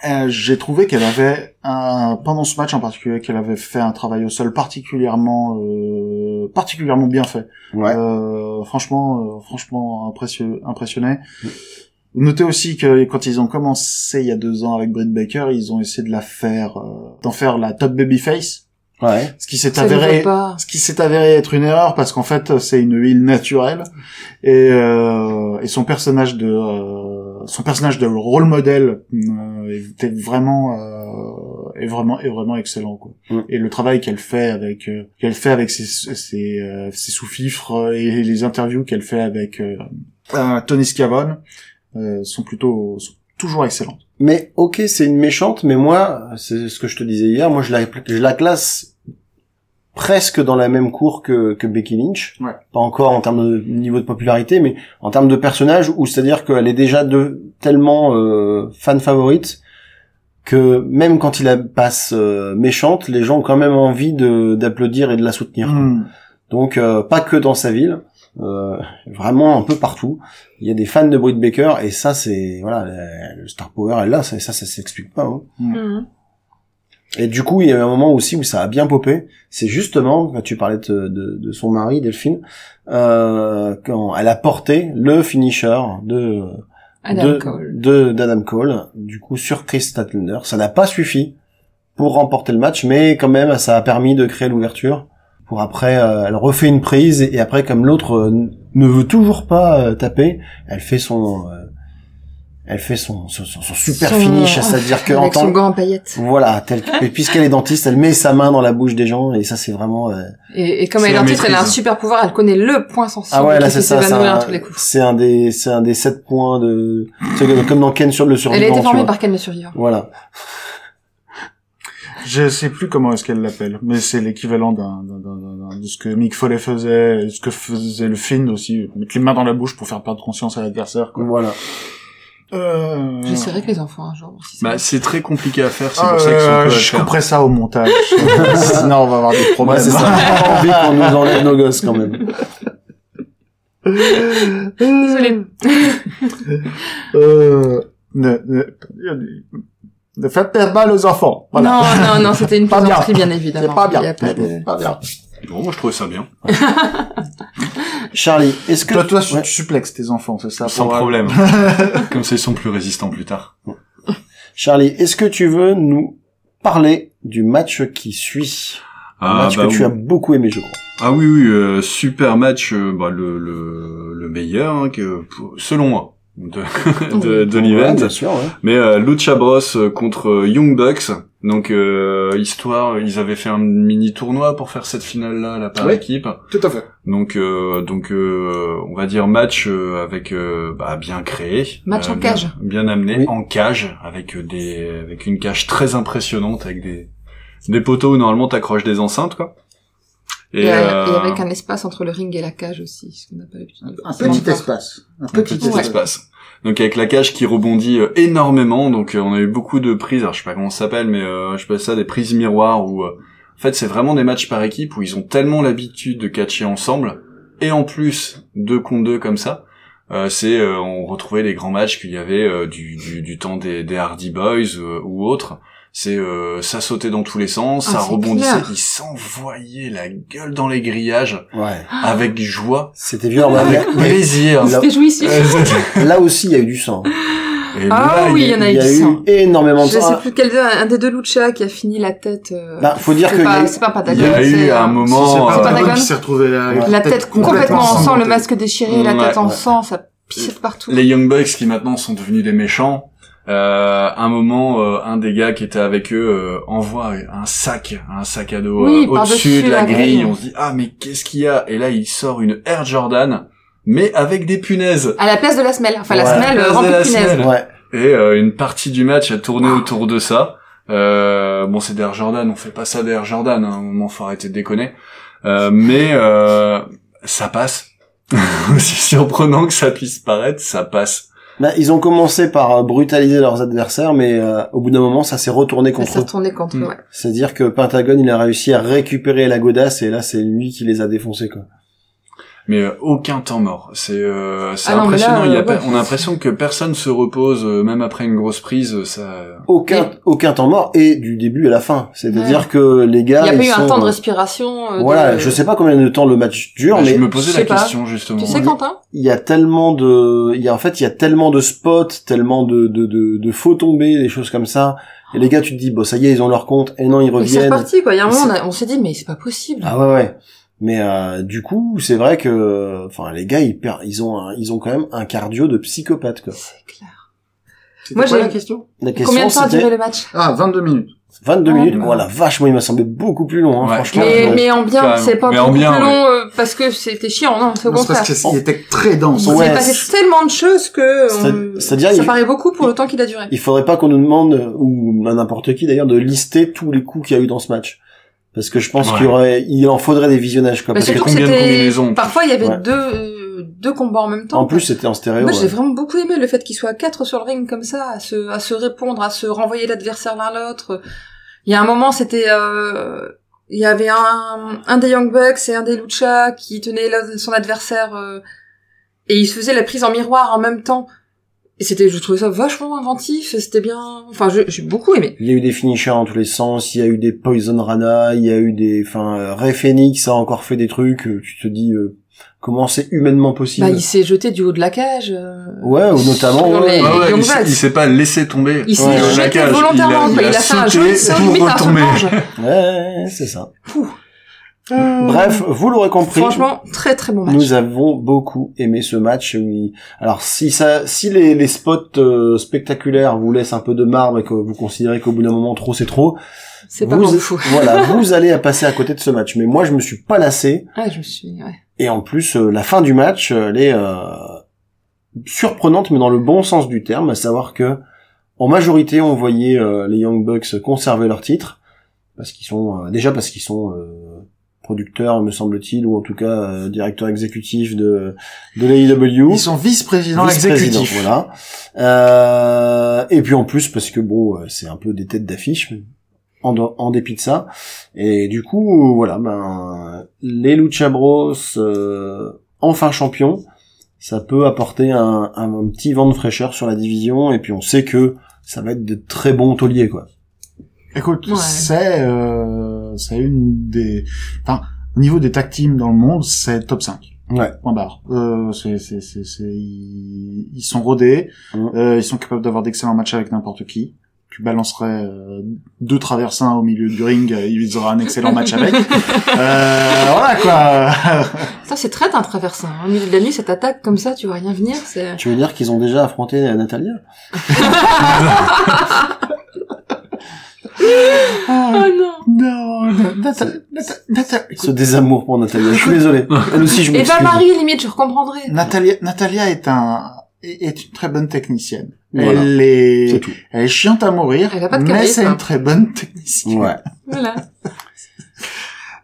Euh, J'ai trouvé qu'elle avait un, pendant ce match en particulier, qu'elle avait fait un travail au sol particulièrement, euh, particulièrement bien fait.
Ouais.
Euh, franchement, euh, franchement impressio- impressionné. Notez aussi que quand ils ont commencé il y a deux ans avec Britt Baker, ils ont essayé de la faire, euh, d'en faire la top babyface,
Ouais.
ce qui s'est
Ça ne veut
avéré,
pas.
ce qui s'est avéré être une erreur parce qu'en fait c'est une huile naturelle et, euh, et son personnage de euh, son personnage de rôle modèle euh, était vraiment euh, est vraiment est vraiment excellent quoi.
Mm.
Et le travail qu'elle fait avec euh, qu'elle fait avec ses ses, euh, ses sous-fifres euh, et les interviews qu'elle fait avec euh, euh, Tony Schiavone euh, sont plutôt sont toujours excellentes.
Mais ok, c'est une méchante, mais moi, c'est ce que je te disais hier, moi, je la, je la classe presque dans la même cour que, que Becky Lynch.
Ouais.
Pas encore en termes de niveau de popularité, mais en termes de personnage, où c'est-à-dire qu'elle est déjà de, tellement euh, fan favorite que même quand il la passe euh, méchante, les gens ont quand même envie de- d'applaudir et de la soutenir.
Mm.
Donc euh, pas que dans sa ville, euh, vraiment un peu partout. Il y a des fans de Britt Baker et ça c'est voilà le- le star power elle là ça ça, ça s'explique pas. hein.
Mhm.
Et du coup il y a eu un moment aussi où ça a bien popé. C'est justement quand tu parlais de, de, de son mari Delphine euh, quand elle a porté le finisher de
Adam
de-
Cole.
de- d'Adam Cole du coup sur Chris Statlander. Ça n'a pas suffi pour remporter le match mais quand même ça a permis de créer l'ouverture pour après euh, elle refait une prise et, et après comme l'autre euh, n- ne veut toujours pas euh, taper, elle fait son euh, elle fait son, son, son- son super
Son-
finish, c'est-à-dire que en
Avec
tant
son gant en paillettes.
voilà, tel que- et puisqu'elle est dentiste, elle met sa main dans la bouche des gens et ça c'est vraiment euh,
Et, et comme
C'est
elle est
la
dentiste, elle a un
maîtrise.
super pouvoir, elle connaît le point sensible
ah ouais là
qui
c'est
fait
ça, c'est
s'évanouir
un,
entre les coups.
c'est un des c'est un des sept points de c'est comme dans Ken sur le survivant.
Elle a été
tu
formée
vois.
par Ken le survivant.
Voilà.
Je sais plus comment est-ce qu'elle l'appelle, mais c'est l'équivalent d'un, d'un- d'un- d'un- d'un- de ce que Mick Foley faisait, ce que faisait le Finn aussi, euh, mettre les mains dans la bouche pour faire perdre conscience à l'adversaire. Quoi.
Voilà.
Euh...
J'essaierai que les enfants un jour. si ça
bah,
va.
c'est très compliqué à faire. C'est
Ah,
pour ça qu'ils sont
euh,
peu à
je
faire.
couperai ça au montage. Sinon, on va avoir des
Moi,
problèmes.
c'est ça. J'ai pas envie qu'on nous enlève nos gosses quand même.
Désolée.
Euh, ne, ne, ne faites perdre mal aux enfants. Voilà.
Non, non, non, c'était une
Pas bien.
plaisanterie, bien évidemment.
c'est pas bien.
Il y a pas de...
C'est pas bien.
Bon, moi je trouve ça bien.
Charlie, est-ce que
Toi, toi,
Ouais.
tu supplexes tes enfants, c'est ça
Sans
pour- euh,
problème. Comme ça, ils sont plus résistants plus tard.
Charlie, est-ce que tu veux nous parler du match qui suit
Ah,
Un match que
bah,
tu
oui.
as beaucoup aimé, je crois.
Ah oui, oui, euh, super match, euh, bah, le, le, le meilleur, hein, que, pour- selon moi, de, de, de
Ouais,
l'event.
bien sûr. ouais.
Mais euh, Lucha Bros euh, contre euh, Young Bucks, donc euh, histoire, ils avaient fait un mini tournoi pour faire cette finale-là, la par
Oui.
équipe.
Tout à fait.
Donc, euh, donc, euh, on va dire match euh, avec euh, bah, bien créé,
Match en
bien-
cage.
bien, amené
Oui.
en cage avec euh, des, avec une cage très impressionnante avec des, des poteaux où normalement t'accroches des enceintes quoi.
Et, euh, et
euh,
avec un espace entre le ring et la cage aussi, ce qu'on n'a pas l'habitude de
Ah, Un
faire.
petit
Encore.
espace. Un
Un
petit,
petit
espace.
espace. Donc avec la cage qui rebondit euh, énormément, donc euh, on a eu beaucoup de prises, alors je sais pas comment ça s'appelle, mais euh, je passe ça des prises miroirs où euh, en fait c'est vraiment des matchs par équipe où ils ont tellement l'habitude de catcher ensemble et en plus deux contre deux comme ça euh, c'est euh, on retrouvait les grands matchs qu'il y avait euh, du, du, du temps des, des Hardy Boys euh, ou autres. C'est euh, ça sautait dans tous les sens,
Ah,
ça
c'est
rebondissait,
clair.
ils s'envoyaient la gueule dans les grillages
Ouais.
avec joie,
C'était violent.
Ah,
mais-
avec plaisir.
Là-
C'était jouissif.
Euh, c'était-
Là aussi, il y a eu du sang.
Et
Ah
là,
oui, il
il-
y en a
Il y
eu
a
du sang.
eu énormément de
Je sais
sang.
plus quel, un des deux Lucha qui a fini la tête. euh,
Ah. Bah, faut dire
c'est
que
pas-
il y a-
c'est pas un
il
patagon,
y a eu
c'est,
un
euh,
moment.
c'est
euh,
pas Pentagon
qui s'est retrouvé la,
Ouais.
La tête complètement en sang, le
ensanglantée.
masque déchiré, la
Ouais,
tête en
ouais.
sang, ça pisse de partout.
les Young Bucks qui maintenant sont devenus des méchants. Euh, un moment, euh, un des gars qui était avec eux euh, envoie un sac, un sac à dos
Oui,
euh, au-dessus
par-dessus
de la
la
grille.
grille.
On se dit ah mais qu'est-ce qu'il y a Et là il sort une Air Jordan, mais avec des punaises.
À la place de la semelle. Enfin, la
Ouais.
semelle
À la
euh,
place de
remplie
la
de punaises.
semelle.
Ouais.
Et euh, une partie du match a tourné
Ah.
autour de ça. Euh, bon c'est des Air Jordan, on fait pas ça des Air Jordan. Hein, à un moment faut arrêter de déconner. Euh, mais euh, ça passe. Aussi surprenant que ça puisse paraître, ça passe.
Bah, ils ont commencé par euh, brutaliser leurs adversaires, mais euh, au bout d'un moment, ça s'est retourné
Ça
contre
s'est
eux.
retourné contre
Mm.
ouais.
C'est-à-dire que Pentagon, il a réussi à récupérer la godasse, et là, c'est lui qui les a défoncés, quoi.
mais euh, aucun temps mort. C'est euh, c'est
Ah non, mais là,
impressionnant. Il y a
euh,
pas-
ouais.
On a l'impression que personne se repose, euh, même après une grosse prise. euh, Ça.
Aucun,
Oui.
aucun temps mort, et du début à la fin. C'est-à-dire
Ouais.
que les
Il
gars,
y a pas
ils
eu
sont,
un temps de
euh,
respiration. euh,
Voilà,
de-
je sais pas combien de temps le match dure,
Bah,
mais
je me posais
je
la
sais pas.
question justement.
Tu sais, Quentin?
il y a tellement de, il y a en fait, il y a tellement de spots, tellement de de de, de faux tombés, des choses comme ça. Et les gars, tu te dis, bon, ça y est, ils ont leur compte, et non, ils
Et C'est
reviennent.
reparti, quoi. Il y a un
C'est-
moment, on a- on s'est dit, mais c'est pas possible.
Ah ouais, ouais. Mais euh, du coup, c'est vrai que, enfin, les gars, ils per- ils ont, un- ils ont quand même un cardio de psychopathe quoi.
C'est clair.
C'était
Moi,
quoi
j'ai-
la question
La
Combien
question,
de temps a
c'était
duré le match?
Ah, 22 minutes.
22 minutes.
Ouais.
Voilà, vachement, il m'a semblé beaucoup plus long, hein,
Ouais.
franchement.
Mais,
je-
mais en bien,
Carrément.
c'est pas
Mais en
beaucoup
bien,
plus
ouais.
long, euh, parce que c'était chiant, non, c'est au
Non, C'est
contraire.
parce qu'il était très dense.
Il
Ouais,
s'est passé tellement de choses que
C'est-
on-
c'est-à-dire,
ça
il-
paraît beaucoup pour le temps qu'il a duré.
Il faudrait pas qu'on nous demande, ou à n'importe qui d'ailleurs, de lister tous les coups qu'il y a eu dans ce match. Parce que je pense
Ouais.
qu'il y aurait, il en faudrait des visionnages, quoi.
Mais
Parce que,
Bah, surtout que
combien de
c'était
combinaisons, en plus
parfois il y avait
Ouais.
deux euh, deux combats en même temps.
en plus, c'était en stéréo.
Moi, j'ai
ouais.
vraiment beaucoup aimé le fait qu'ils soient quatre sur le ring comme ça, à se, à se répondre, à se renvoyer l'adversaire l'un l'autre. Il y a un moment, c'était, euh, il y avait un, un des Young Bucks et un des Lucha qui tenaient la- son adversaire euh, et ils se faisaient la prise en miroir en même temps. Et c'était, je trouvais ça vachement inventif. C'était bien. Enfin, je- j'ai beaucoup aimé.
Il y a eu des finishers en tous les sens, il y a eu des Poison Rana, il y a eu des, enfin, euh, Ray Phoenix a encore fait des trucs, euh, tu te dis, euh, comment c'est humainement possible?
Bah, il s'est jeté du haut de la cage. euh,
Ouais, ou notamment,
sur
ouais.
les
Ah ouais,
Young
il s'est-
Bucks.
il s'est pas laissé tomber.
Il s'est
Ouais,
la
jeté
cage,
volontairement. quoi. Il, a, fait un
sauté
joli saut,
pour
limite un
retomber.
sautage.
Ouais, ouais, ouais, c'est ça.
Pouh.
Euh, Bref, vous l'aurez compris.
Franchement, très très bon match.
Nous avons beaucoup aimé ce match. Oui. Alors si ça, si les, les spots euh, spectaculaires vous laissent un peu de marbre et que vous considérez qu'au bout d'un moment trop c'est trop,
C'est pas
vous,
mon fou.
voilà, vous allez à passer à côté de ce match. Mais moi je me suis pas lassé
Ah, je me suis, ouais.
et en plus euh, la fin du match euh, elle est euh, surprenante mais dans le bon sens du terme, à savoir que en majorité on voyait euh, les Young Bucks conserver leur titre parce qu'ils sont euh, déjà parce qu'ils sont euh, producteurs me semble-t-il ou en tout cas euh, directeurs exécutifs de de E l'AEW
Ils sont vice-présidents
vice-président,
exécutifs.
Voilà. Euh, et puis en plus parce que bon, euh, c'est un peu des têtes d'affiche mais en, do- en dépit de ça. Et du coup, voilà, ben les Lucha Bros euh, enfin champions, ça peut apporter un, un, un petit vent de fraîcheur sur la division. Et puis on sait que ça va être de très bons tauliers quoi.
Écoute,
Ouais.
c'est euh, c'est une des, enfin, au niveau des tag teams dans le monde, c'est top 5.
Ouais.
Point barre. Euh, c'est c'est c'est c'est ils ils sont rodés,
Mhm.
euh, ils sont capables d'avoir d'excellents matchs avec n'importe qui. Tu balancerais euh, deux traversins au milieu du ring, euh, ils auront un excellent match avec. Euh, voilà quoi.
Ça, c'est très intraversant. Au milieu de la nuit, cette attaque comme ça, tu vois rien venir, c'est...
Tu veux dire qu'ils ont déjà affronté euh, Natalia
Oh non
non, Nathalie, Nathalie,
Ce désamour pour Natalia. Je suis désolé. Elle aussi, je
Et
m'excuse.
Val-Marie, Eh ben, limite, je comprendrais.
Natalia, Natalia est un est est une très bonne technicienne.
Voilà.
Elle
C'est
est
tout.
elle est chiante à mourir,
Elle a pas de
mais
charisme,
c'est
hein.
une très bonne technicienne.
Ouais.
Voilà.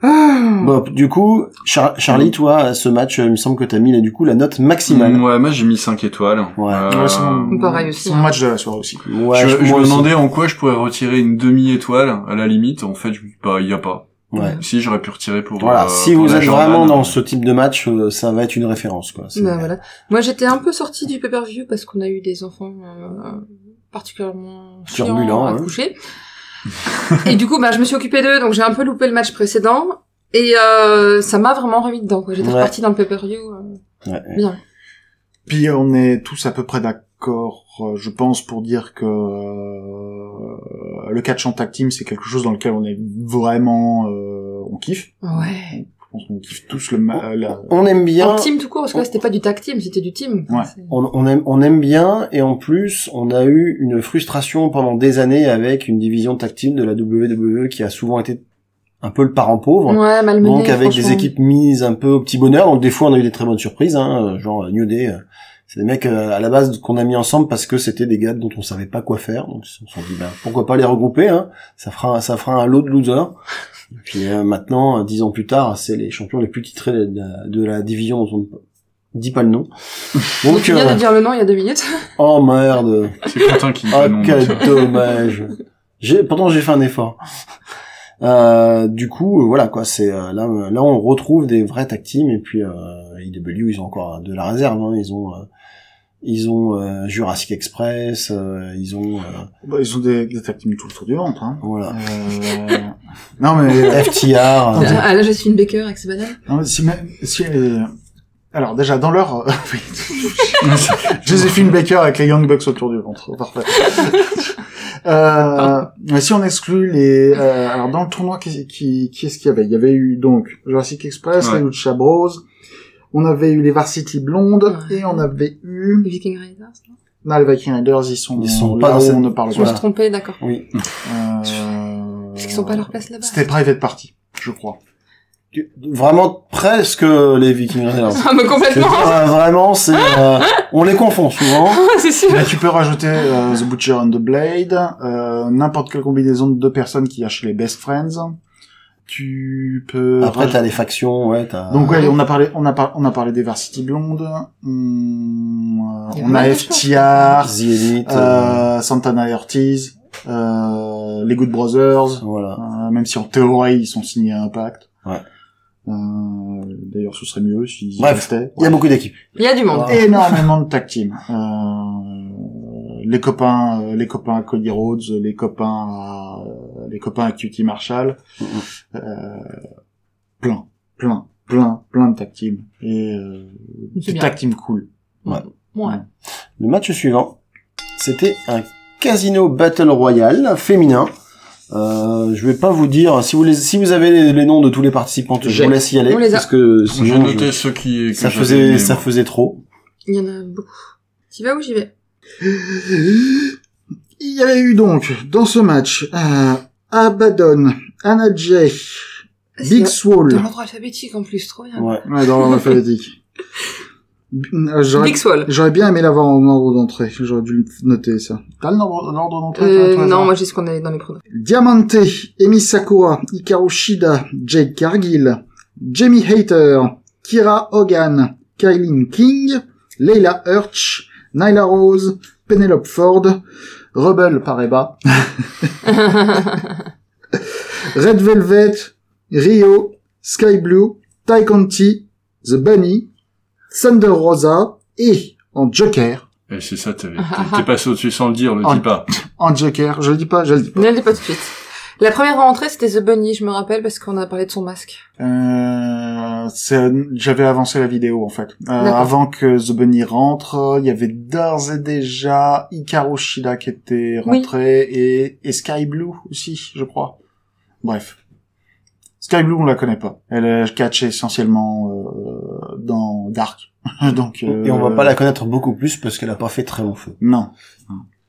Bon, du coup, Char- Charlie, toi, à ce match, euh, il me semble que t'as mis là, du coup la note maximale.
Ouais, moi j'ai mis 5 étoiles.
Ouais.
Euh,
Ouais, c'est mon-
Pareil aussi,
c'est mon
hein.
match de la soirée aussi.
Ouais,
Mm, je, je
moi
me
aussi.
demandais en quoi je pourrais retirer une demi-étoile à la limite. En fait, je- bah il y a pas.
Ouais.
Si j'aurais pu retirer pour.
Voilà,
euh,
si
pour
vous
la
êtes
Jordan.
vraiment dans ce type de match, euh, ça va être une référence, quoi. C'est-
Bah, voilà. Moi, j'étais un peu sortie du pay-per-view parce qu'on a eu des enfants euh, particulièrement chiants
Turbulents,
à
hein.
coucher. et du coup, bah, je me suis occupée d'eux, donc j'ai un peu loupé le match précédent. Et euh, ça m'a vraiment remis dedans. quoi. J'étais
Ouais.
repartie dans le pay-per-view. euh,
Ouais.
bien.
Puis on est tous à peu près d'accord, euh, je pense, pour dire que euh, le catch en tag team, c'est quelque chose dans lequel on est vraiment... euh, on kiffe.
Ouais.
Je pense qu'on kiffe tous le... ma- euh, la-
On aime bien.
En team tout court, parce que là, c'était pas du tag team, c'était du team.
Ouais.
C'est-
On, on aime, on aime bien et en plus on a eu une frustration pendant des années avec une division tactile de la WWE qui a souvent été un peu le parent pauvre.
Ouais, malmené.
donc avec des
franchement.
équipes mises un peu au petit bonheur. Donc des fois on a eu des très bonnes surprises, hein, euh, genre euh, New Day. euh, C'est des mecs euh, à la base qu'on a mis ensemble parce que c'était des gars dont on savait pas quoi faire. Donc on s'est dit ben, pourquoi pas les regrouper. Hein, ça fera un- ça fera un lot de losers. Et puis euh, maintenant euh, dix ans plus tard, c'est les champions les plus titrés de la, de la division dont on ne dit pas le nom.
Donc,
Donc
tu viens
euh,
de dire le nom il y a deux minutes.
oh merde,
C'est Quentin qui me
oh
fait non,
quel
donc,
dommage. J'ai pourtant j'ai fait un effort. Euh, du coup, euh, voilà quoi, c'est euh, là, euh, là on retrouve des vrais tag teams et puis euh, IW ils ont encore de la réserve, hein, ils ont euh, ils ont euh, Jurassic Express, euh, ils ont euh,
Bah, ils ont des, des tag teams tout le tour du ventre. Hein.
voilà
Euh, non mais...
FTR. euh,
Ah, là, je suis une Baker avec ses bananes.
Non, mais si, même- si, euh, alors déjà dans l'heure, Josephine Baker avec les Young Bucks autour du ventre, parfait. Euh, mais si on exclut les, euh, alors dans le tournoi qui, qui, qui est-ce qu'il y avait Il y avait eu donc Jurassic Express,
Ouais.
les Lucha Bros, on avait eu les Varsity Blondes
Ouais.
et on avait eu,
Viking Raiders. non
non les Viking Riders ils sont,
Ils sont
là
pas
où
dans
on
cette-
ne parle
Je me suis
Voilà.
pas.
trompée, d'accord.
Oui.
Euh,
Parce qu'ils sont pas à leur place là-bas.
C'était Private Party, je crois.
Tu- Vraiment presque les Vikings Raiders.
Ah,
Je veux
mais
dire,
complètement.
euh, vraiment, c'est euh, on les confond souvent.
c'est sûr.
Là, tu peux rajouter euh, The Butcher and the Blade, euh, n'importe quelle combinaison de deux personnes qui a chez les Best Friends. Tu peux.
Après
raj-
t'as les factions, ouais t'as.
Donc ouais, on a parlé, on a par- on a parlé des Varsity Blondes. On, euh,
Il y a
on
pas
a
mal de
FTR,
The Elite. euh,
euh, Santana et Ortiz, euh, les Good Brothers.
voilà.
euh, même si en théorie ils sont signés à Impact.
Ouais.
Euh, D'ailleurs, ce serait mieux s'ils y
Bref,
restaient.
Il y a beaucoup d'équipes.
Il y a du monde.
énormément de tag team. Euh, les copains, euh, les copains à Cody Rhodes, les copains, à, euh, les copains à Cutie Marshall,
Mhm.
Mm-hmm.
euh, plein, plein, plein, plein de tag team et euh,
C'est
des
bien.
tag team cool.
Ouais.
Le match suivant, c'était un casino battle royal féminin. Euh, je vais pas vous dire si vous les, si vous avez les, les noms de tous les participants, je
J'ai.
vous laisse y aller
On les a.
parce que
J'ai
sinon
noté
je-
ceux qui. que
ça
j'avais aimés,
faisait ça
moi.
faisait trop.
Il y en a beaucoup. Tu vas où j'y vais
Il y avait eu donc dans ce match euh, Abaddon, Anna Jay, Big
Dans
Swole,
l'ordre alphabétique en plus, trop bien.
Ouais.
ouais, dans l'ordre alphabétique. B- euh, j'aurais-
Big Swall.
J'aurais bien aimé l'avoir en ordre d'entrée. J'aurais dû le noter ça. T'as le nombre- l'ordre d'entrée toi, à tout
Euh,
hasard
non, moi j'ai ce qu'on a dans mes pronoms.
Diamante, Emi Sakura, Hikaru Shida, Jade Cargill, Jamie Hater, Kira Hogan, Kylie King, Leila Hirsch, Nyla Rose, Penelope Ford, Rebel Pareba, Red Velvet, Rio, Sky Blue, Ty Conti, The Bunny, Thunder Rosa et en Joker.
Et c'est ça, t'avais- t'es t'es passé au-dessus sans le dire, le
Oh.
dis pas.
En Joker, je le dis pas, je le dis pas.
ne le dis pas tout de suite. La première rentrée, c'était The Bunny, je me rappelle, parce qu'on a parlé de son masque.
Euh, c'est- j'avais avancé la vidéo en fait. Euh,
D'accord.
avant que The Bunny rentre, euh, il y avait d'ores et déjà Hikaru Shida qui était rentré et, et Sky Blue aussi, je crois. Bref. Sky Blue, on la connaît pas. Elle est catch essentiellement euh, dans Dark. Donc euh,
Et on va pas la connaître beaucoup plus parce qu'elle a pas fait très long feu.
Non.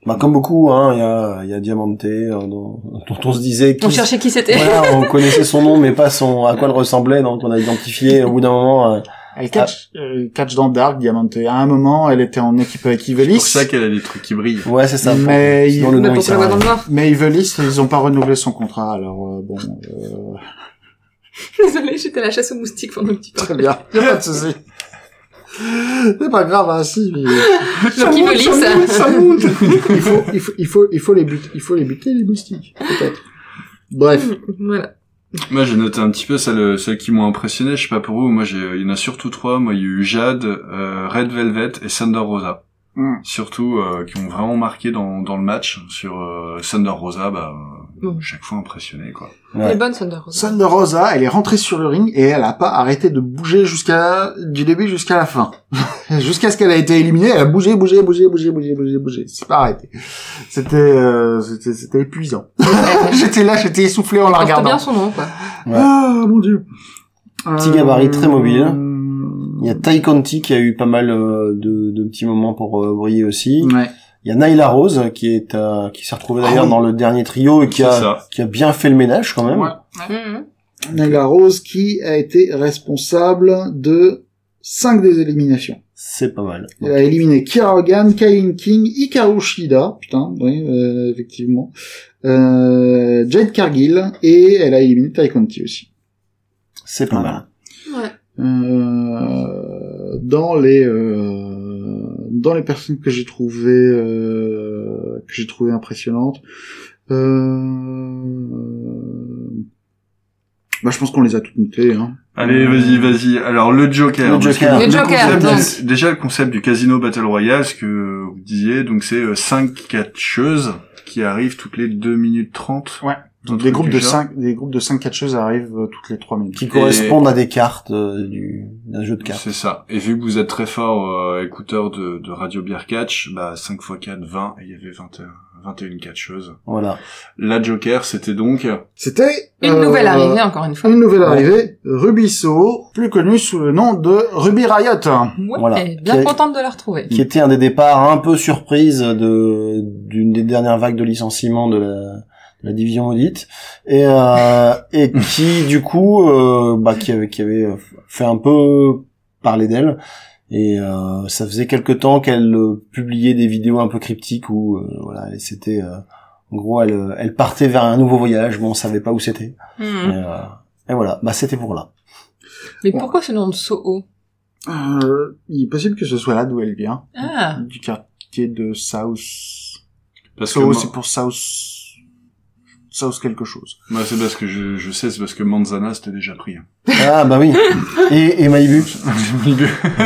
Bah comme beaucoup, hein, il y a il y a Diamante euh, dont, dont on se disait qui
On cherchait qui c'était.
voilà, on connaissait son nom mais pas son à quoi elle ressemblait donc on a identifié au bout d'un moment. euh,
Elle catch, euh, catch dans Dark, Diamante. À un moment, elle était en équipe avec
C'est
Ivelis.
pour ça qu'elle a des trucs qui brillent.
ouais c'est ça.
Mais
Sinon,
il-
le
Mais
nom il
pour
sert
la
à
voir dans
rien.
le noir.
Mais Ivelis, ils ont pas renouvelé son contrat, alors euh, bon. euh,
Désolée, j'étais à la chasse aux moustiques pendant un petit peu.
Très bien. Y a pas de souci. C'est pas grave, hein, si. mais-
Donc il me lit ça.
Il faut, il faut, il faut, il faut les buter, il faut les buter, les moustiques, peut-être. Bref.
Voilà.
Moi, j'ai noté un petit peu celles, celles qui m'ont impressionné. Je sais pas pour vous, moi, j'ai, il y en a surtout trois. Moi, il y a eu Jade, euh, Red Velvet et Thunder Rosa.
Mm.
Surtout, euh, qui ont vraiment marqué dans, dans le match. Sur euh, Thunder Rosa, bah, euh,
Mm.
chaque fois impressionné, quoi.
Ouais.
Elle est bonne, Thunder Rosa.
Thunder Rosa, elle est rentrée sur le ring et elle a pas arrêté de bouger jusqu'à du début jusqu'à la fin. jusqu'à ce qu'elle a été éliminée, elle a bougé, bougé, bougé, bougé, bougé, bougé, bougé. C'est pas arrêté. C'était euh, c'était c'était épuisant. j'étais là, j'étais essoufflé en la
Elle porte
regardant.
bien son nom, quoi.
Ouais.
Ah mon dieu. Euh,
Petit gabarit, très mobile. Il y a Ty Conti qui a eu pas mal euh, de, de petits moments pour euh, briller aussi.
Ouais.
Il y a Naila Rose euh, qui est euh, qui s'est retrouvée
Ah
d'ailleurs
oui.
dans le dernier trio et qui
C'est
a
ça.
qui a bien fait le ménage quand même.
Ouais.
Mhm.
Naila Rose qui a été responsable de 5 des éliminations.
C'est pas mal.
Elle a éliminé Kira Hogan, Kailin King, Hikaru Shida, putain, oui, euh, effectivement, euh, Jade Cargill, et elle a éliminé Ty Conti aussi.
C'est pas
Voilà.
mal.
Ouais.
Euh, dans les euh, dans les personnes que j'ai trouvées euh, que j'ai trouvé impressionnantes, euh, bah, je pense qu'on les a toutes notées. Hein.
Allez, vas-y, vas-y. Alors, le Joker.
Le
Parce que
Joker.
Le Joker,
concept
donc.
du- déjà, le concept du Casino Battle Royale, ce que vous disiez, donc c'est euh, cinq catcheuses qui arrivent toutes les 2 minutes 30.
Ouais.
Un
Des
truc
groupes
du
de
genre.
cinq des groupes de cinq catcheuses arrivent euh, toutes les trois minutes.
Qui correspondent à des cartes euh, du d'un jeu de cartes.
C'est ça. Et vu que vous êtes très fort euh, écouteur de, de Radio Beer Catch, bah 5 x 4, 20, et il y avait 21, 21 catcheuses.
Voilà.
La Joker, c'était donc...
C'était
Une
euh,
nouvelle arrivée, encore une fois.
Une nouvelle arrivée, Ruby Soho, plus connue sous le nom de Ruby Riot.
Ouais,
Voilà.
elle est bien
Qui-
contente de la retrouver.
Qui était un des départs un peu surprise de d'une des dernières vagues de licenciements de la de la division maudite et euh, et qui du coup euh, bah qui avait qui avait fait un peu parler d'elle et euh, ça faisait quelque temps qu'elle euh, publiait des vidéos un peu cryptiques où euh, voilà et c'était euh, en gros elle euh, elle partait vers un nouveau voyage bon on savait pas où c'était
Mhm.
et, euh, et voilà bah c'était pour là
Mais pourquoi ce nom de Soho
Euh, il est possible que ce soit là d'où elle vient,
Ah,
du quartier de South.
Parce que
Soho,
moi-
c'est pour South. South quelque chose.
moi, Bah, c'est parce que je, je sais, c'est parce que Manzana, c'était déjà pris. hein.
ah bah oui et et Malibu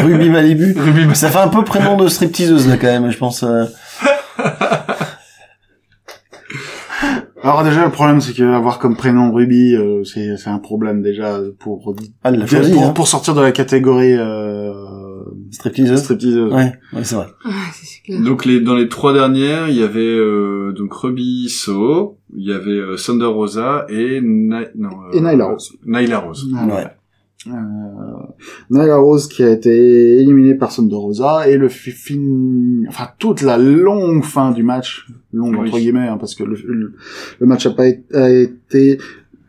Ruby Malibu
Ruby, bah,
Ça fait un peu prénom de stripteaseuse là quand même, je pense. euh.
Alors déjà, le problème, c'est qu'avoir comme prénom Ruby, euh, c'est c'est un problème déjà pour
Ah, elle l'a
pour,
choisi, hein.
pour sortir de la catégorie euh,
stripteaseuse.
stripteaseuse.
Ouais, ouais c'est vrai.
Ah, c'est- c'est clair.
Donc les dans les trois dernières, il y avait euh, donc Ruby Soho, il y avait euh, Thunder Rosa et Na- non, euh,
Et Nyla Rose.
Nyla Rose.
Mmh.
Ouais.
Euh, Nyla Rose qui a été éliminée par Thunder Rosa et le fi- fin, enfin toute la longue fin du match, longue
Oui.
entre guillemets, hein, parce que le, le- le match a pas é- a été,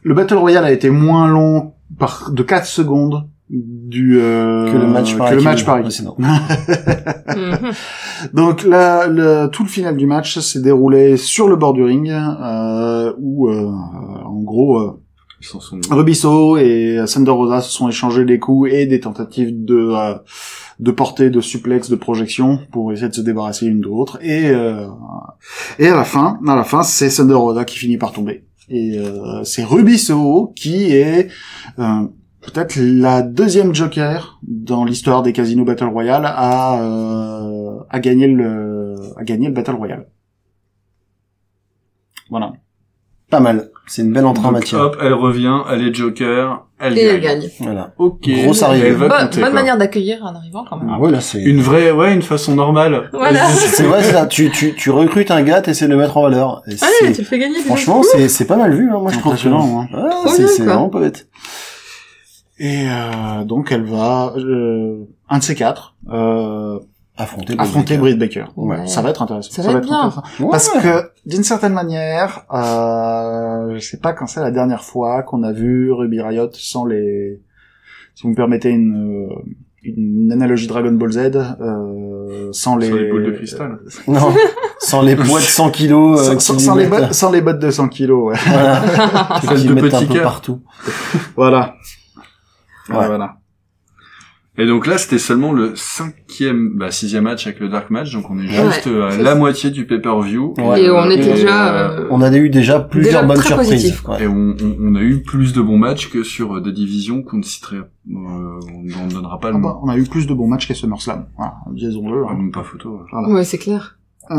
le Battle Royale a été moins long par de 4 secondes du euh,
Que le match par
que le
équipe
match par équipe.
précédent.
Mhm.
Donc là, le, tout le final du match s'est déroulé sur le bord du ring euh, où euh, en gros euh,
Ils s'en sont
Rubisso et Thunder Rosa se sont échangés des coups et des tentatives de euh, de portée, de suplex, de projection pour essayer de se débarrasser l'une de l'autre. Et euh, et à la fin, à la fin, c'est Thunder Rosa qui finit par tomber. Et euh, c'est Ruby Soho qui est euh, peut-être la deuxième Joker dans l'histoire des casinos Battle Royale à euh, à gagner le à gagner le Battle Royale. Voilà.
Pas mal. C'est une belle entrée en
Donc,
euh,
matière.
Hop, elle revient, elle est Joker, elle
Et elle gagne.
Voilà.
Ok.
Grosse arrivée.
Elle va
Bonne,
compter,
bonne
quoi.
manière d'accueillir un arrivant, quand même.
Ah ouais là c'est.
Une vraie, ouais, une façon normale.
Voilà.
C'est vrai c'est ça. Tu tu tu recrutes un gars, t'essaies de le mettre en valeur. Et
Allez,
c'est-
Ah tu le fais gagner. dis donc.
Franchement c'est c'est pas mal vu. Hein. Moi je trouve que.
Impressionnant, hein.
Ah,
Trop
c'est
bien,
c'est
quoi.
vraiment pas bête.
Et euh, donc elle va, euh, un de ces quatre, euh,
Affronter. Bob
affronter
Baker.
Britt Baker.
Ouais.
Ça va être intéressant.
Ça va être bien.
intéressant.
Ouais.
Parce que d'une certaine manière, euh, je sais pas quand c'est la dernière fois qu'on a vu Ruby Riot sans les, si vous me permettez une, euh, une analogie Dragon Ball Z, euh, sans les,
Sur les boules de cristal.
Non. Sans les poids de 100 kilos. euh,
Sans,
qui
sans-
lui
sans les
mettent-
bottes, sans les bottes de 100 kilos, ouais.
Voilà.
Celles
Qui
de
mettent un
petit
peu
cœur.
partout.
voilà.
Ouais.
Voilà.
Et donc là, c'était seulement le cinquième, bah, sixième match avec le Dark Match, donc on est
Ouais,
juste euh, à
c'est
la
ça.
moitié du pay-per-view.
Ouais.
et on était
Et,
déjà...
euh,
euh,
On a eu déjà plusieurs
Déjà
bonnes
très
surprises.
positif.
ouais.
Et on, on- on a eu plus de bons matchs que sur euh, des divisions qu'on ne citerait, euh, on on ne donnera pas le
Ah bah,
nom.
on a eu plus de bons matchs qu'à SummerSlam. Voilà, disons-le.
Ah,
hein.
même pas photo. ouais.
Voilà.
Ouais, c'est clair.
Euh,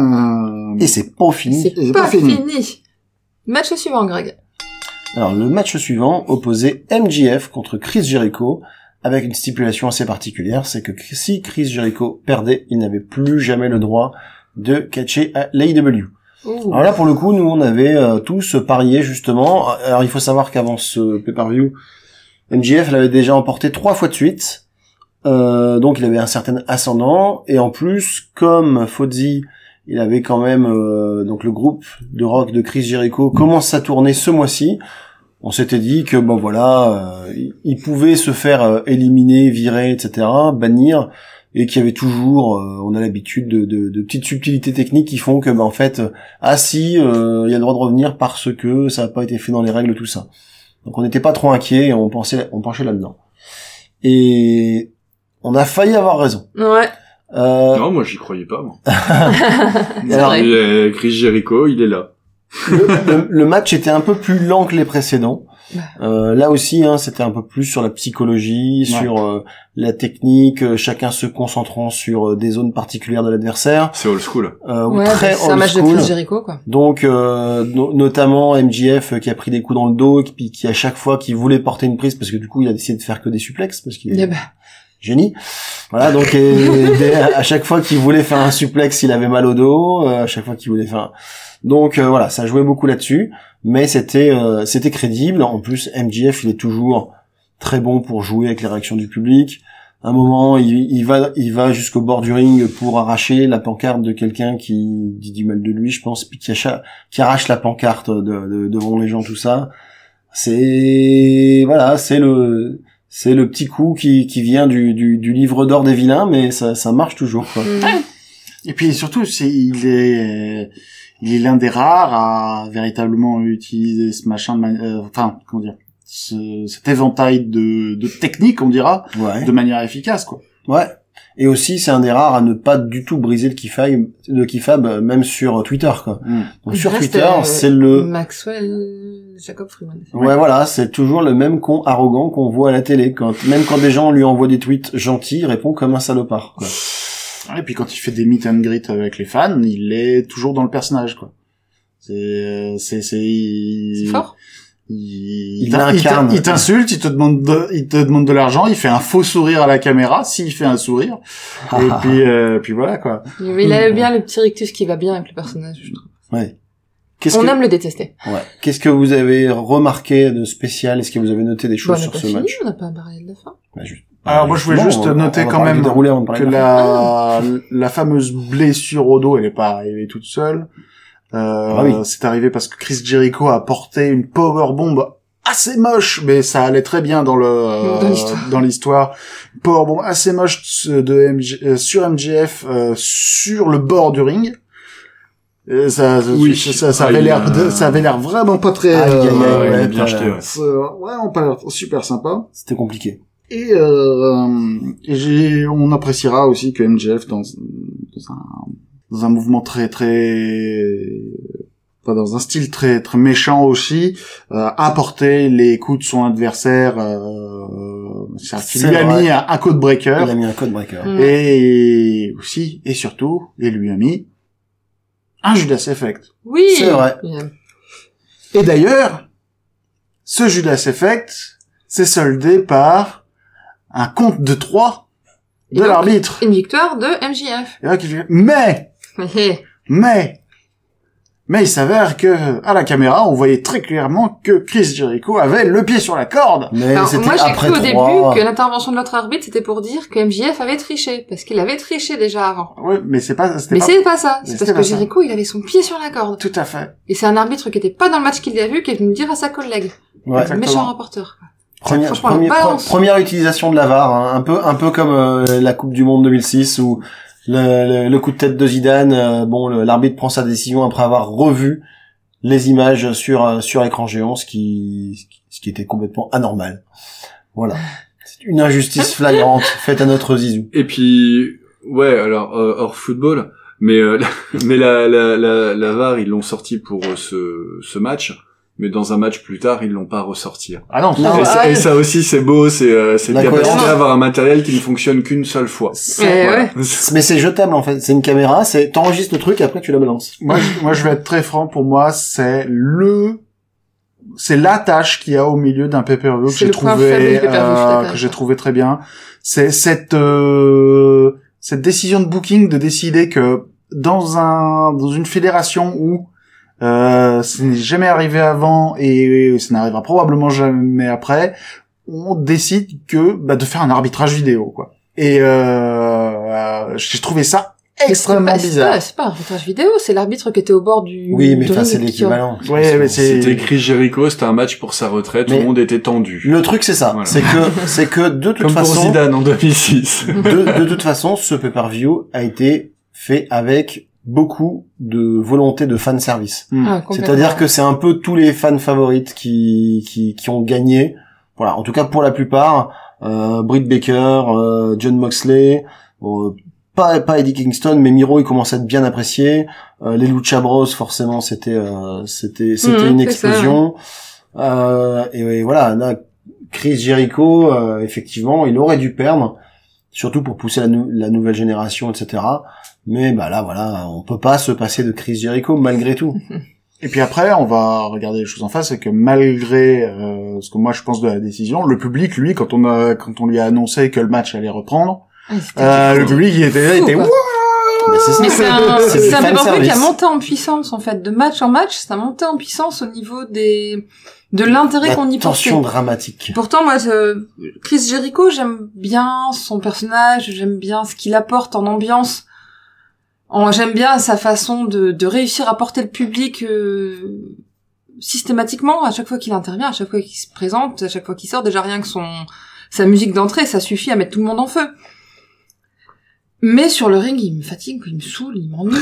Et c'est pas fini.
C'est pas, fini. Match suivant, Greg.
Alors le match suivant opposait MJF contre Chris Jericho avec une stipulation assez particulière, c'est que si Chris Jericho perdait, il n'avait plus jamais le droit de catcher à E l'AEW.
Ouh.
Alors là pour le coup, nous on avait euh, tous parié justement. Alors il faut savoir qu'avant ce pay-per-view, MJF l'avait déjà emporté trois fois de suite. Euh, donc il avait un certain ascendant et en plus comme Fozzy il avait quand même euh, donc le groupe de rock de Chris Jericho commence sa tournée ce mois-ci. On s'était dit que bon voilà, euh, il- il pouvait se faire euh, éliminer, virer, etc., bannir, et qu'il y avait toujours, euh, on a l'habitude de, de- de petites subtilités techniques qui font que ben en fait, euh, ah si, euh, il y a le droit de revenir parce que ça n'a pas été fait dans les règles, tout ça. Donc on n'était pas trop inquiet et on pensait, on penchait là-dedans. Et on a failli avoir raison.
Ouais.
Euh,
Non, moi j'y croyais pas. Moi.
C'est
Alors,
vrai.
Il est- Chris Jericho, il est là.
le, le match était un peu plus lent que les précédents. Euh, là aussi, hein, c'était un peu plus sur la psychologie,
Ouais.
sur euh, la technique, euh, chacun se concentrant sur euh, des zones particulières de l'adversaire.
C'est old school.
Euh,
Ouais, bah,
très
c'est un
old
match
school.
de Chris Jericho, quoi.
Donc, euh, no- notamment MJF euh, qui a pris des coups dans le dos, et qui, qui à chaque fois qu'il voulait porter une prise, parce que du coup, il a décidé de faire que des suplexes, parce qu'il est
Eh ben,
génie. Voilà, donc et, dès- à chaque fois qu'il voulait faire un suplex, il avait mal au dos. euh, à chaque fois qu'il voulait faire, un- donc euh, voilà, ça jouait beaucoup là-dessus. Mais c'était euh, c'était crédible. En plus, MJF, il est toujours très bon pour jouer avec les réactions du public. À un moment, il, il va il va jusqu'au bord du ring pour arracher la pancarte de quelqu'un qui dit du mal de lui, je pense, puis qui, acha- qui arrache la pancarte de, de- devant les gens, tout ça. C'est voilà, c'est le c'est le petit coup qui, qui vient du, du, du livre d'or des vilains, mais ça, ça marche toujours. Quoi.
Mm.
Et puis surtout, c'est il est il est l'un des rares à véritablement utiliser ce machin, de mani- euh, enfin comment dire, ce- cet éventail de, de techniques, on dira,
Ouais.
de manière efficace quoi.
ouais. Et aussi, c'est un des rares à ne pas du tout briser le kifab, le kifab euh, même sur Twitter. Quoi.
Mm.
Donc,
Il
sur
reste,
Twitter,
euh,
c'est le...
Maxwell Jacob Freeman.
Ouais, voilà, c'est toujours le même con arrogant qu'on voit à la télé. Quand, même quand des gens lui envoient des tweets gentils, il répond comme un salopard. Quoi.
Ouais, Et puis quand il fait des meet and greet avec les fans, il est toujours dans le personnage quoi. C'est euh, c'est c'est
C'est
il-
fort.
il,
Il
t'in- il
l'incarne.
t'in- il t'insulte, il te demande, de, il te demande de l'argent, il fait un faux sourire à la caméra, s'il fait un sourire, et puis, euh, puis voilà quoi.
Mais il a bien le petit rictus qui va bien avec le personnage, je trouve.
Qu'est-ce
On
que,
aime le détester.
ouais. Qu'est-ce que vous avez remarqué de spécial Est-ce que vous avez noté des choses
Bon, Bah, on n'a
sur
pas
ce
fini,
match
on n'a pas parlé de la fin.
Bah, juste-
Alors, Ah, moi, je voulais
Justement,
juste
on-
noter
on va
quand
parler du
même
déroulé avant de parler
que
de la-
la, la fameuse blessure au dos, elle est pas arrivée toute seule. Euh,
Ah oui.
C'est arrivé parce que Chris Jericho a porté une power bomb assez moche, mais ça allait très bien dans le euh,
Dans l'histoire.
dans l'histoire. Power bomb assez moche de MJ euh, sur MJF euh, sur le bord du ring. Euh, ça,
Oui.
ça, ça, ça avait
Ah, il
l'air, de-
a-
ça avait l'air vraiment pas très.
Aïe, aïe, aïe,
euh,
ouais, il
ouais,
est bien
euh,
jeté, ouais.
euh, vraiment pas l'air super sympa.
C'était compliqué.
Et, euh, et j'ai- on appréciera aussi que MJF dans, dans un, dans un mouvement très très enfin, dans un style très très méchant aussi euh, a porté les coups de son adversaire euh, ça- qui
C'est
lui a
vrai.
mis un, un code breaker
Il a mis un code breaker.
Mm.
et aussi et surtout il lui a mis un Judas Effect.
Oui.
C'est vrai.
Bien.
Et d'ailleurs, ce Judas Effect s'est soldé par un compte de 3
Et
de
donc-
l'arbitre.
Une victoire de MJF.
Et là, qui fait, mais, mais, mais il s'avère que, à la caméra, on voyait très clairement que Chris Jericho avait le pied sur la corde.
Mais
Alors,
c'était
moi, j'ai
après
cru au début
trois.
que l'intervention de l'autre arbitre, c'était pour dire que MJF avait triché, parce qu'il avait triché déjà avant.
Ouais, mais c'est pas, c'était
Mais
pas-
c'est pas ça.
Mais
C'est
c'était
parce
pas
que
ça.
Jericho, il avait son pied sur la corde.
tout à fait.
Et c'est un arbitre qui était pas dans le match qu'il a vu, qui est venu dire à sa collègue.
Ouais.
Exactement.
Méchant rapporteur.
Première,
Franchement,
première-
la balance.
pre- première utilisation de la VAR, hein. un peu, un peu comme euh, la Coupe du Monde 2006 où le, le- le coup de tête de Zidane, euh, bon, le- l'arbitre prend sa décision après avoir revu les images sur euh, sur écran géant, ce qui ce qui était complètement anormal. Voilà. C'est une injustice flagrante faite à notre Zizou.
Et puis, ouais, alors euh, hors football, mais euh, mais la, la la la VAR ils l'ont sorti pour euh, ce ce match, mais dans un match plus tard ils l'ont pas ressorti.
Ah non,
Non,
mais
et,
ouais.
ça-
ça, et ça aussi c'est beau, c'est euh, c'est
La
la capacité
cohérence.
d'avoir un matériel qui ne fonctionne qu'une seule fois.
Eh ouais.
Mais c'est jetable en fait. C'est une caméra, c'est t'enregistres le truc et après tu la balances.
moi, je, moi, je vais être très franc. Pour moi, c'est le, c'est la tâche qu'il y a au milieu d'un pay-per-view que
C'est
j'ai
le point faible du
trouvé,
pay-per-view, je suis
euh,
d'accord.
que j'ai trouvé très bien. C'est cette, euh, cette décision de booking de décider que dans un, dans une fédération où euh, ce n'est jamais arrivé avant et ça n'arrivera probablement jamais après, on décide que bah, de faire un arbitrage vidéo quoi. Et euh, euh, j'ai trouvé ça extrêmement
C'est pas- c'est
bizarre.
pas- C'est pas un reportage vidéo, c'est l'arbitre qui était au bord du.
Oui, mais
du
enfin
ring
c'est
et qui-
l'équivalent.
Ouais, mais c'est
C'était écrit Jericho, c'était un match pour sa retraite, tout
Mais-
le monde était tendu.
Le truc c'est ça,
Voilà.
c'est que c'est que de toute
Comme pour
façon,
Zidane en 2006.
de, de toute façon, ce pay-per-view a été fait avec beaucoup de volonté de fan service.
Ah, complètement.
C'est-à-dire que c'est un peu tous les fans favorites qui qui, qui ont gagné. Voilà, en tout cas pour la plupart, euh, Britt Baker, euh, John Moxley, bon, euh, pas pas Eddie Kingston, mais Miro il commence à être bien apprécié. Euh, les Lucha Bros forcément c'était euh, c'était c'était une
Mhm, c'est ça,
explosion. Euh, et, et voilà, là, Chris Jericho euh, effectivement il aurait dû perdre, surtout pour pousser la, nou- la nouvelle génération etc. Mais bah là voilà, on peut pas se passer de Chris Jericho malgré tout.
Et puis après, on va regarder les choses en face, c'est que malgré euh, ce que moi je pense de la décision, le public, lui, quand on a, quand on lui a annoncé que le match allait reprendre,
Ah, c'était-
euh, le public il était là, il
Fou,
était
quoi.
Ouah
Mais c'est ça.
Mais c'est un,
C'est du
c'est un
fan
pay-per-view qui a
service.
monté en puissance en fait, de match en match, ça a monté en puissance au niveau des de l'intérêt
La
qu'on y portait.
tension dramatique.
Pourtant moi, je- Chris Jericho, j'aime bien son personnage, j'aime bien ce qu'il apporte en ambiance, En- j'aime bien sa façon de, de réussir à porter le public euh, systématiquement à chaque fois qu'il intervient, à chaque fois qu'il se présente, à chaque fois qu'il sort. Déjà rien que son sa musique d'entrée, ça suffit à mettre tout le monde en feu. Mais sur le ring, il me fatigue, il me saoule, il m'ennuie.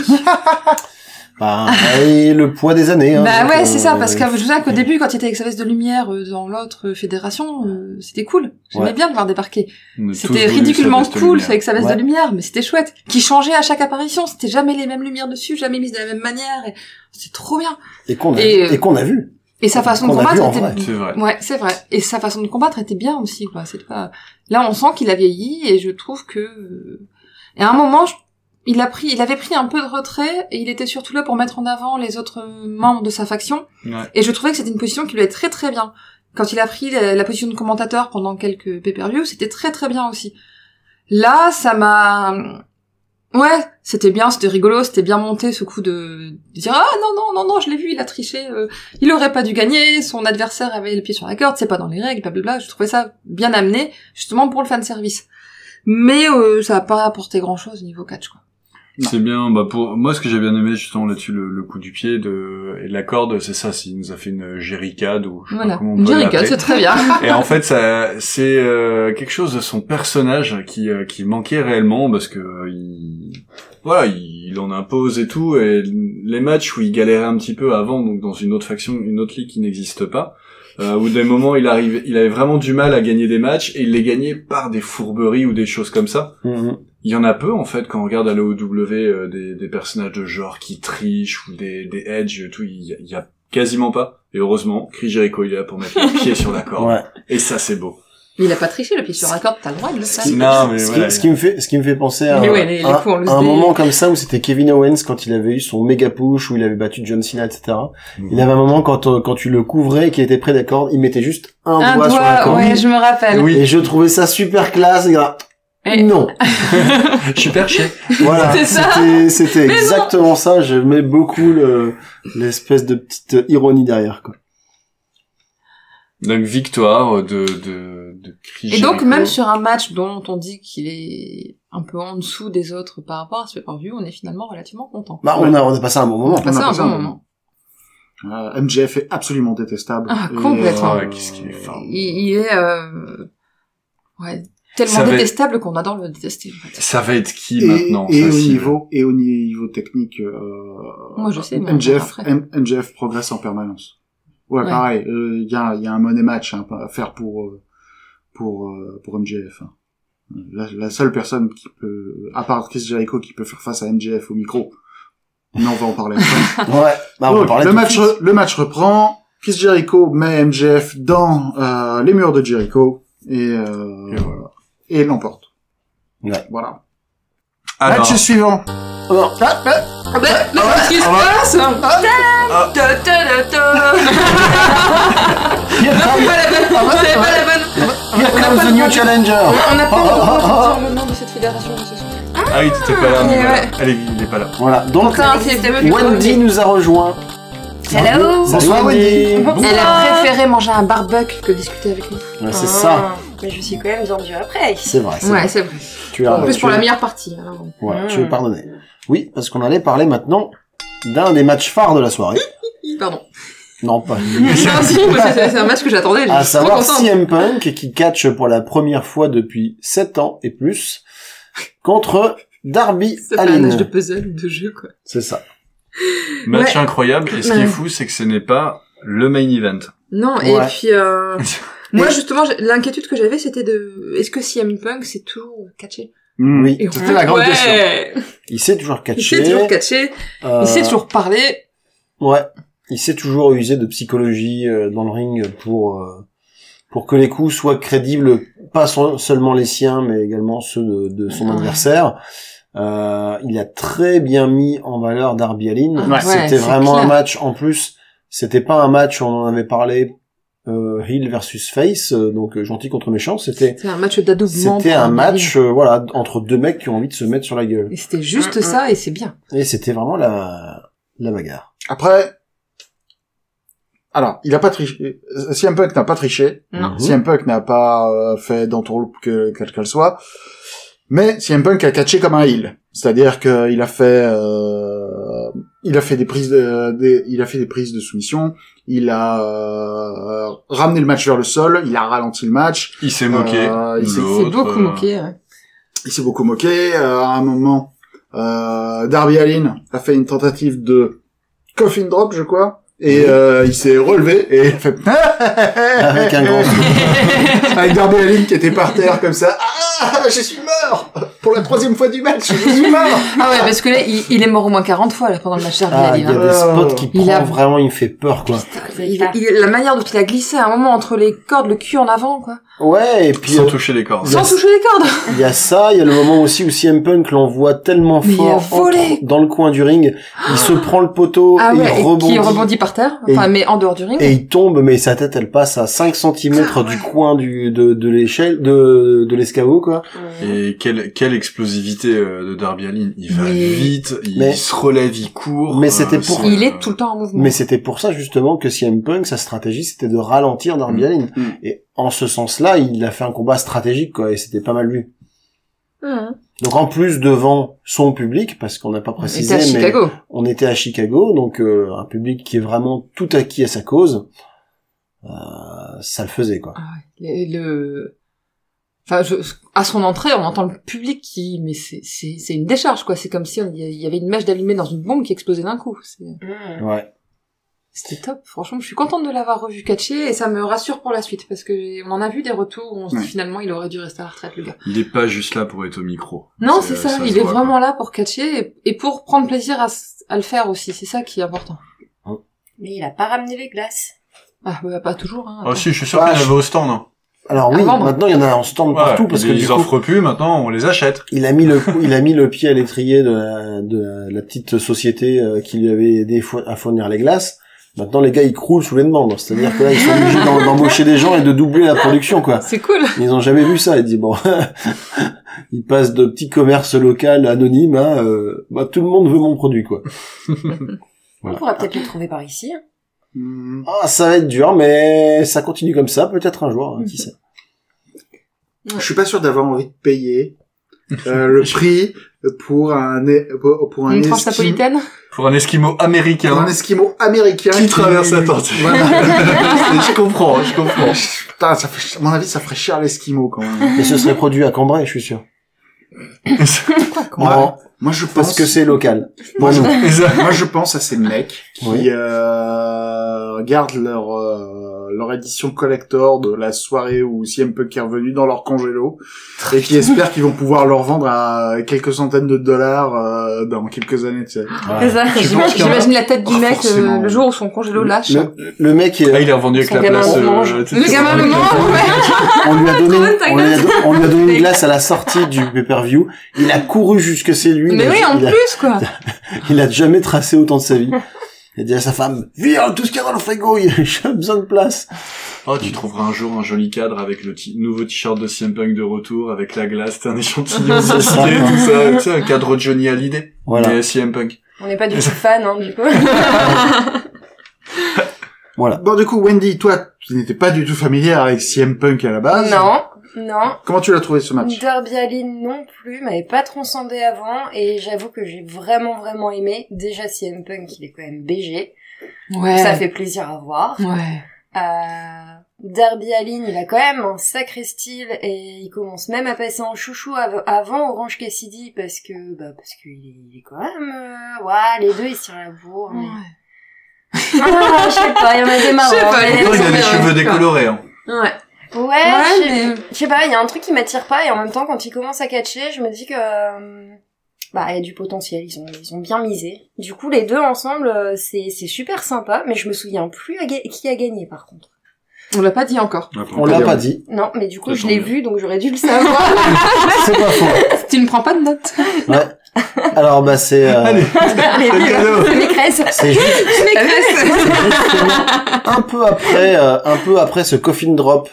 Bah, et le poids des années. hein.
Bah
Donc,
ouais,
euh,
c'est ça, parce que je me souviens qu'au
ouais.
début, quand il était avec sa veste de lumière euh, dans l'autre euh, fédération, euh, c'était cool. J'aimais
Ouais.
bien le voir débarquer.
On a tous voulu
C'était
sa
ridiculement
veste
cool,
lumière.
c'est avec sa veste
Ouais.
de lumière, mais c'était chouette. Qui changeait à chaque apparition, c'était jamais les mêmes lumières dessus, jamais mises de la même manière. Et... C'est trop bien.
Et qu'on a,
Et, euh,
et qu'on a vu.
Et sa façon de
Qu'on a vu
combattre
en
était...
vrai,
C'est vrai.
Ouais, c'est vrai. Et sa façon de combattre était bien aussi, quoi. C'est pas... Là, on sent qu'il a vieilli, et je trouve que... euh, Et à un moment, je- il a pris, il avait pris un peu de retrait, et il était surtout là pour mettre en avant les autres euh, membres de sa faction.
Ouais.
Et je trouvais que c'était une position qui lui allait très très bien. Quand il a pris la, la position de commentateur pendant quelques pay-per-view, c'était très très bien aussi. Là, ça m'a... Ouais, c'était bien, c'était rigolo, c'était bien monté ce coup de, de dire ah non non non non je l'ai vu il a triché, euh, il aurait pas dû gagner, son adversaire avait le pied sur la corde, c'est pas dans les règles, blablabla. Je trouvais ça bien amené justement pour le fan service, mais euh, ça a pas apporté grand chose au niveau catch quoi.
C'est bien, bah pour moi ce que j'ai bien aimé justement là-dessus le, le coup du pied de et de la corde, c'est ça, c'est- il nous a fait une géricade ou je sais pas
Voilà,
comment on
une
peut
jerrycan, c'est
l'appeler.
très bien.
Et en fait ça c'est euh, quelque chose de son personnage qui euh, qui manquait réellement parce que euh, il voilà, il, il en impose et tout et les matchs où il galérait un petit peu avant donc dans une autre faction, une autre ligue qui n'existe pas. Euh, où des moments il arrive, il avait vraiment du mal à gagner des matchs et il les gagnait par des fourberies ou des choses comme ça.
Mm,
Il y en a peu en fait quand on regarde à l'OW euh, des, des personnages de genre qui trichent ou des, des edge et tout, il y, a- il y a quasiment pas. Et heureusement, Chris Jericho il est là pour mettre le pied sur la corde.
Ouais.
Et ça c'est beau.
Mais il a pas triché le pied sur la corde, t'as le droit de le faire.
Non mais
Ce,
voilà.
qui, ce qui me fait, ce qui me fait penser à,
Mais ouais, les- les
à-
coups, on le
à un
sait.
moment comme ça où c'était Kevin Owens quand il avait eu son méga push où il avait battu John Cena, etc. Il avait un moment quand, euh, quand tu le couvrais et qu'il était près de la corde, il mettait juste un,
Un
doigt, sur la
doigt,
corde.
ouais, je me rappelle.
Oui.
Et je trouvais ça super classe, les gars.
Et-
Non.
Super chier.
Voilà,
C'était ça.
c'était c'était
Mais non.
exactement ça. J'aimais beaucoup le l'espèce de petite ironie derrière quoi.
Donc victoire de de, de Chris
Et donc,
Jericho.
même sur un match dont on dit qu'il est un peu en dessous des autres par rapport à ce pay-per-view, on est finalement relativement content.
Bah on a on a passé un bon moment.
On a passé
on a
un
passé
bon
un
moment.
Euh, MJF est absolument détestable. Euh,
Ah,
Et,
complètement.
Ah ouais, qu'est-ce qu'il est fort.
Il, il est euh, ouais, tellement
Ça va être-
détestable qu'on adore le détester. en fait.
ça va être qui
Et,
maintenant
et
ça,
au
c'est-
niveau et au niveau technique, euh,
Moi,
Ah,
je sais, mais on
MJF,
verra après.
M- MJF progresse en permanence. Ouais,
Ouais.
pareil. Il y, a, y a un money match hein, à faire pour euh, pour euh, pour MJF. hein. La, la seule personne qui peut, à part Chris Jericho, qui peut faire face à MJF au micro. Mais on va en parler. après.
Ouais. Bah, on
Donc,
va parler
le
tout de
match,
suite.
re- le match reprend. Chris Jericho met MJF dans euh, les murs de Jericho et, euh,
Et voilà.
et l'emporte.
Ouais.
Voilà.
Alors,
Match suivant.
Alors,
Ah, ah,
Ah ben, mais qu'est-ce qui se
ah,
passe Ta, ta, ta, ta.
Il y a
Non,
quand
c'est
même-
pas la bonne
Ah ouais,
c'est
ah
pas
ouais.
la bonne
il y a quand
on a
même The
pas le droit
New
de-
Challenger.
On n'a pas
Ah,
le droit
ah, ah,
de dire le nom de cette fédération ce soir.
ah oui, t'étais pas là, mais
Ouais.
voilà. Allez, il est pas là.
Voilà. Donc,
Enfin, c'est devenu
Wendy nous a rejoint.
Hello
Bonsoir Wendy.
Bonsoir.
Ouais,
Elle a préféré manger un barbuck que discuter avec nous.
c'est
Ah.
ça.
Mais je suis quand même vendue après.
C'est vrai. c'est vrai.
Ouais, c'est vrai.
Tu as.
En plus
Ah, tu
pour
as-
la Hmm. meilleure partie. alors.
Voilà,
Mm.
tu es pardonné. Oui, parce qu'on allait parler maintenant d'un des matchs phares de la soirée.
Pardon.
Non, pas.
Non, si, parce
Ah,
que c'est c'est un match que j'attendais.
à
Je suis trop
savoir
contente.
CM Punk qui catch pour la première fois depuis 7 ans et plus contre Darby
C'est pas un match de
Allin.
puzzle ou de jeu, quoi.
C'est ça.
Match
Ouais.
incroyable, et ce qui
Ouais.
est fou, c'est que ce n'est pas le main event.
Non,
Ouais.
et puis... euh, Moi, justement, j'ai- l'inquiétude que j'avais, c'était de... Est-ce que CM Punk c'est toujours catché
Oui.
Et
C'était la grande question.
question.
Il s'est toujours
Il
catché.
s'est toujours catché,
euh,
il s'est toujours parlé.
Ouais. Il s'est toujours usé de psychologie euh, dans le ring pour euh, pour que les coups soient crédibles, pas so- seulement les siens, mais également ceux de, de son
Ouais.
adversaire. Euh, il a très bien mis en valeur Darby Allin.
Ah, ouais,
c'était
c'est
vraiment un
clair.
match. En plus, c'était pas un match. On en avait parlé. Euh, heel versus face, euh, donc euh, gentil contre méchant. C'était
C'était un match d'adoubement.
c'était
pour
un
Darby.
match, euh, voilà, entre deux mecs qui ont envie de se mettre sur la gueule.
Et c'était juste
Mm,
ça, et c'est bien.
Et c'était vraiment la la bagarre.
Après, alors, il a pas triché. Euh, CM Punk n'a pas triché.
Mhm.
Non.
CM Punk n'a pas euh, fait d'entourloupe que quelle qu'elle soit. Mais CM Punk a catché comme un heel. C'est-à-dire qu'il a fait, euh, il a fait des prises de, des- il a fait des prises de soumission. Il a euh, ramené le match vers le sol. Il a ralenti le match.
Il s'est moqué.
Euh, il
de
s'est-
Il s'est
l'autre,
beaucoup
euh,
moqué. ouais.
il s'est beaucoup moqué. euh, à un moment, euh, Darby Allin a fait une tentative de coffin drop, je crois, et euh, il s'est relevé et il a fait
Avec
avec
un grand sourire.
avec Darby Allin qui était par terre comme ça. Ah, je suis mort pour la troisième fois du match. Je suis mort.
Ah ouais, parce que là, il, il est mort au moins 40 fois là, pendant le match Darby
Ah, il
Allin,
y a
hein.
des spots qui
Il
prend
a-
vraiment, il me fait peur, quoi.
Il- il- la manière dont il a glissé à un moment entre les cordes, le cul en avant, quoi.
Ouais, et puis
Sans
euh,
toucher les cordes.
Il y a-
Sans toucher les cordes.
il y a ça, il y a le moment aussi où CM Punk l'envoie tellement
Mais il a
fort
volé.
entre- dans le coin du ring, il se prend le poteau
Ah
et Oh,
ouais,
il
et
rebondit.
qui rebondit par terre,
Et
enfin,
il-
mais en dehors du ring.
Et il tombe, mais sa tête, elle passe à 5 cm
Ah
du coin du, de, de l'échelle, de, de l'escabeau, quoi.
Et quelle, quelle explosivité euh, de Darby Allin. Il va
Mais-
vite, il
Mais-
se relève, il court. Euh,
Mais c'était pour-
c'est-
Il est tout le temps en mouvement.
Mais c'était pour ça, justement, que CM Punk, sa stratégie, c'était de ralentir Darby
Mm.
Allin.
Mm.
Et en ce sens-là, il a fait un combat stratégique, quoi, et c'était pas mal vu.
Mhm.
Donc, en plus, devant son public, parce qu'on n'a pas
On
précisé,
était à
mais...
Chicago.
On était à Chicago, donc euh, un public qui est vraiment tout acquis à sa cause. Euh, ça le faisait quoi.
Ah. Et le enfin je... à son entrée on entend le public qui mais c'est c'est c'est une décharge quoi c'est comme si on- il y avait une mèche d'allumée dans une bombe qui explosait d'un coup C'est-
Mmh.
Ouais.
c'était top franchement je suis contente de l'avoir revu catcher et ça me rassure pour la suite parce que j'ai- on en a vu des retours où on se dit
Ouais.
finalement il aurait dû rester à la retraite le gars
euh, Il est pas juste là pour être au micro. euh,
non c'est ça,
se
il est
voit,
vraiment là pour catcher et, et pour prendre plaisir à, s- à le faire aussi c'est ça qui est important
Mais il a pas ramené les glaces.
ah bah pas toujours hein
quoi. Ah
attends.
si, je suis sûr
Ah,
qu'il y en
je-
avait au stand. Hein.
Alors oui,
À vendre.
maintenant il y en a en stand partout
Ouais,
parce
ils
que
les
du coup,
offrent plus, maintenant on les achète.
il a mis le il a mis le pied à l'étrier de la, de la- la petite société euh, qui lui avait aidé fo- à fournir les glaces. Maintenant les gars ils croulent sous les demandes, c'est-à-dire que là ils sont obligés d'en- d'embaucher des gens et de doubler la production quoi.
c'est cool
Ils ont jamais vu ça. Ils disent bon, ils passent de petits commerces locaux anonymes à euh, bah, tout le monde veut mon produit quoi.
On pourra peut-être le trouver par ici. hein.
Hmm.
Ah, ça va être dur, mais ça continue comme ça, peut-être un jour, hein, qui sait.
Je suis pas sûr d'avoir envie de payer euh, le prix pour un é- pour, pour un
une tranche
esquim-
napolitaine
Pour un esquimau
pour un
américain
esquimau américain
qui traverse Atlantique.
Voilà.
je comprends, je comprends.
Putain, ça fait, à mon avis, ça ferait cher l'esquimau quand même.
Et ce serait produit à Cambrai, je suis sûr.
Pourquoi
En,
Moi, je pense
Parce que c'est local.
Moi,
Pour
je...
nous.
moi, je pense à ces mecs qui
Oui.
euh, regardent leur euh, leur édition collector de la soirée où CM Punk est revenu dans leur congélo et qui espèrent qu'ils vont pouvoir leur vendre à quelques centaines de dollars euh, dans quelques années. Tu sais.
Ouais.
C'est ça.
Tu
J'ima-
penses qu'il y en a
J'imagine la tête du
Oh,
mec
forcément.
euh, le jour où son congélo lâche.
Le, le mec, euh,
Ah, il est revendu avec
Son
la
gamin
place.
le mange.
tu sais,
Le
sur-
gamin le
avec la-
mange, ouais.
on lui a donné,
Trouve ta
on lui a, do- on lui a donné une glace à la sortie du pay-per-view. Il a couru jusque chez lui.
Mais
il, a-
oui, en
il a,
plus, quoi.
il a jamais tracé autant de sa vie. Il a dit à sa femme, vire tout ce qu'il y a dans le frigo, il y a- j'ai besoin de place.
Oh, tu trouveras un jour un joli cadre avec le ti- nouveau t-shirt de CM Punk de retour, avec la glace, t'as un échantillon scié, tout ça. Tu sais, un cadre Johnny Hallyday.
Voilà.
Mais CM Punk.
On n'est pas du tout fan, hein, du coup.
Voilà.
Bon, du coup, Wendy, toi, tu n'étais pas du tout familière avec CM Punk à la base.
non, non.
Comment Ah, tu l'as trouvé ce match
Derby Allin non plus, m'avait pas transcendé avant, et j'avoue que j'ai vraiment vraiment aimé. Déjà CM Punk, il est quand même BG,
Ouais.
ça fait plaisir à voir.
Ouais.
Euh, Darby Allin, il a quand même un sacré style et il commence même à passer en chouchou av- avant Orange Cassidy parce que bah parce qu'il est, il est quand même euh, ouais les deux ils se tirent la bourre mais Ah, je sais pas il y en a des marrants hein,
Je sais pas,
mais- euh,
les
Non,
deux,
il a des
Ouais.
cheveux décolorés. Hein.
Ouais.
ouais,
Ouais,
je sais-
mais-
je sais pas il y a un truc qui m'attire pas et en même temps quand il commence à catcher je me dis que euh, bah il y a du potentiel ils ont ils ont bien misé du coup les deux ensemble euh, c'est c'est super sympa mais je me souviens plus à ga- qui a gagné par contre
On l'a pas dit encore.
On l'a pas dit.
Non, mais du coup,
Ça
je
tombe
l'ai
bien.
vu, donc j'aurais dû le
Ah,
savoir.
C'est pas faux.
tu ne prends pas de notes.
Ouais. Alors, bah, c'est, euh,
Allez,
Les
le cadeau.
deux, maîtresse.
c'est juste
Ah, Maîtresse.
un peu après, euh, un peu après ce coffin drop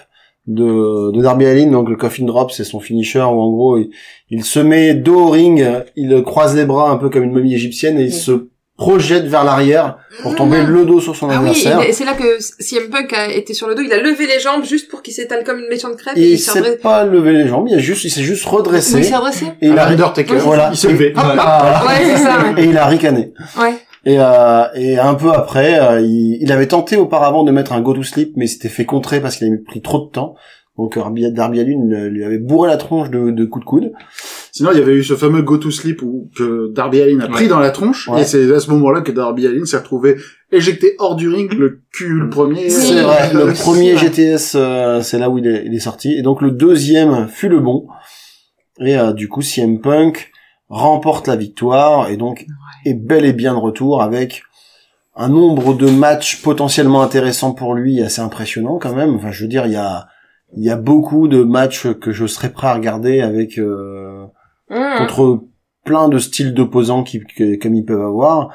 de, de Darby Allin. Donc le coffin drop, c'est son finisher où en gros il, il se met dos au ring, euh, il croise les bras un peu comme une momie égyptienne et il
Mm.
Oui.
se projette vers l'arrière pour tomber
Mhm.
le dos sur son
Ah oui,
adversaire.
il est- c'est là que CM Punk a été sur le dos. Il a levé les jambes juste pour qu'il s'étale comme une méchante crêpe.
Et
et
il
s'est
s'est
redressé.
pas levé les jambes, il a juste, il s'est juste redressé.
Oui, Ah, il s'est redressé.
et il a,
Undertaker,
voilà.
il s'est levé.
Ah, voilà.
Ouais, c'est ça. ouais.
Et il a ricané.
Ouais.
Et, euh, et un peu après, euh, il, il avait tenté auparavant de mettre un go to sleep, mais il s'était fait contrer parce qu'il avait pris trop de temps. Donc Darby Darby Allin euh, lui avait bourré la tronche de, de coups de coude.
Sinon, il y avait eu ce fameux go to sleep où que Darby Allin a
Ouais.
pris dans la tronche,
Ouais.
et c'est à ce moment-là que Darby Allin s'est retrouvé éjecté hors du ring, le cul le premier.
C'est
Oui.
vrai,
Euh,
le premier
c'est vrai.
GTS, euh, c'est là où il est, il est sorti. Et donc le deuxième fut le bon. Et euh, du coup, CM Punk remporte la victoire et donc est bel et bien de retour avec un nombre de matchs potentiellement intéressants pour lui assez impressionnant quand même. Enfin, je veux dire, il y a, il y a beaucoup de matchs que je serais prêt à regarder avec euh,
Mmh.
contre plein de styles d'opposants qui, que- comme ils peuvent avoir.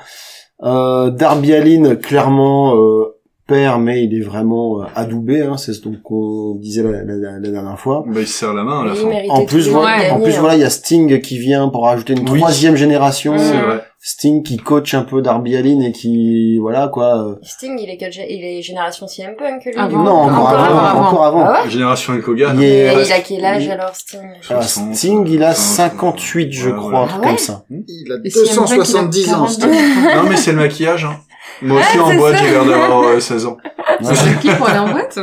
Euh, Darby Allin, clairement, euh, perd, mais il est vraiment euh, adoubé, hein, c'est ce dont on disait la, la- la- la dernière fois.
Bah, il se serre la main à la
Il
fin.
méritait
En plus,
tout le
voilà,
monde de
en
gagner,
plus
hein.
voilà, il y a Sting qui vient pour ajouter une
Oui.
troisième génération.
C'est
Mm.
vrai.
Sting qui coach un peu Darby Allin et qui, voilà quoi. euh,
hein. Sting, il est, quel... gé- il est génération CM Punk, lui.
Ah
du
bon
coup.
Non, encore, avant, encore avant.
Ah ouais
Génération avec Hogan.
Il est-
Mais
euh,
il a quel âge
il-
alors, Sting
Ah,
60,
Sting, il a
60,
58, je
ouais,
crois, un
ouais.
truc
Ah ouais
comme ça.
Il a
Et CM Punk, il a
270 ans.
42.
Sting.
Non, mais c'est le maquillage, hein. Moi aussi,
Ah,
en
c'est
boîte,
ça.
j'ai l'air d'avoir euh, 16 ans.
Voilà,
C'est qui pour aller en boîte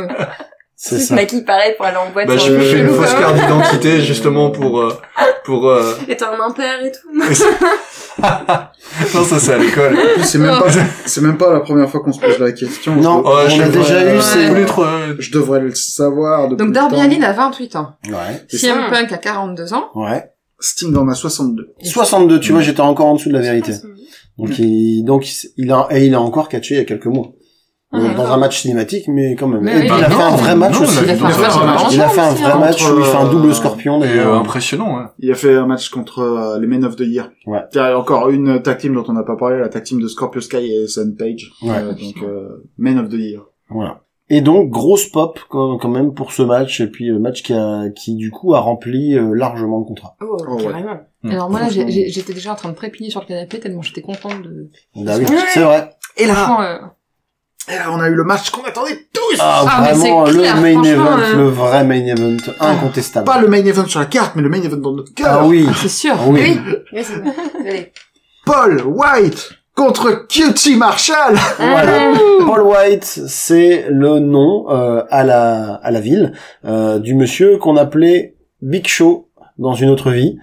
c'est
Tout ce
ça.
maquille pareil pour aller en boîte.
Bah,
sur
je me
le
fais une
vélo,
fausse
quoi.
carte d'identité, justement, pour, euh, pour, euh...
Et t'as un impair et tout.
non, ça, c'est à l'école.
En plus, C'est même pas, c'est même pas la première fois qu'on se pose la question.
Non,
Je,
on
je
a
devrais-
déjà eu
je
ces-
voulais trop, euh,
je devrais le savoir. depuis
Donc
le
Darby
temps.
Allin a 28 ans.
Ouais.
C'est
CM
ça.
Punk a 42 ans.
Ouais.
Sting en a 62.
62, tu vois, j'étais encore en dessous de la vérité. Donc il, donc il a, et il a encore catché il y a quelques mois. Euh,
Ouais.
dans un match cinématique, mais quand même.
Ah, Mais
Et
oui, Ah,
puis,
hein, bah
il a
non,
fait un vrai match
non,
aussi.
il a fait un vrai match.
Il a fait un vrai
Contre,
match où il fait un double
euh,
scorpion
Et, euh,
d'ailleurs.
impressionnant, ouais.
Il a fait un match contre euh, les Men of the Year.
Ouais.
Il y a encore une tag team dont on n'a pas parlé, la tag team de Scorpio Sky et Sun Page.
Ouais.
Euh, donc euh, Men of the Year.
Voilà. Et donc grosse pop quand quand même pour ce match et puis euh, match qui a qui du coup a rempli euh, largement le contrat.
Oh,
Oh, ouais.
carrément.
Mm.
Alors moi là, j'ai-
Franchement.
j'ai- j'étais déjà en train de prépiner sur le canapé tellement j'étais contente de.
Bah oui,
Ouais.
c'est vrai.
Et là,
Franchement, euh,
et là, Eh, on a eu le match qu'on attendait tous.
Ah,
Ah, mais
vraiment
c'est
le
clair,
main
franchement,
event,
euh,
le vrai main event incontestable.
Pas le main event sur la carte, mais le main event dans notre cœur.
Ah oui.
ah, c'est sûr.
Ah oui.
Oui, oui, c'est bon. Allez.
Paul White contre Cutie Marshall.
Voilà.
Ah,
Paul White, c'est le nom euh, à la à la ville euh, du monsieur qu'on appelait Big Show dans une autre vie.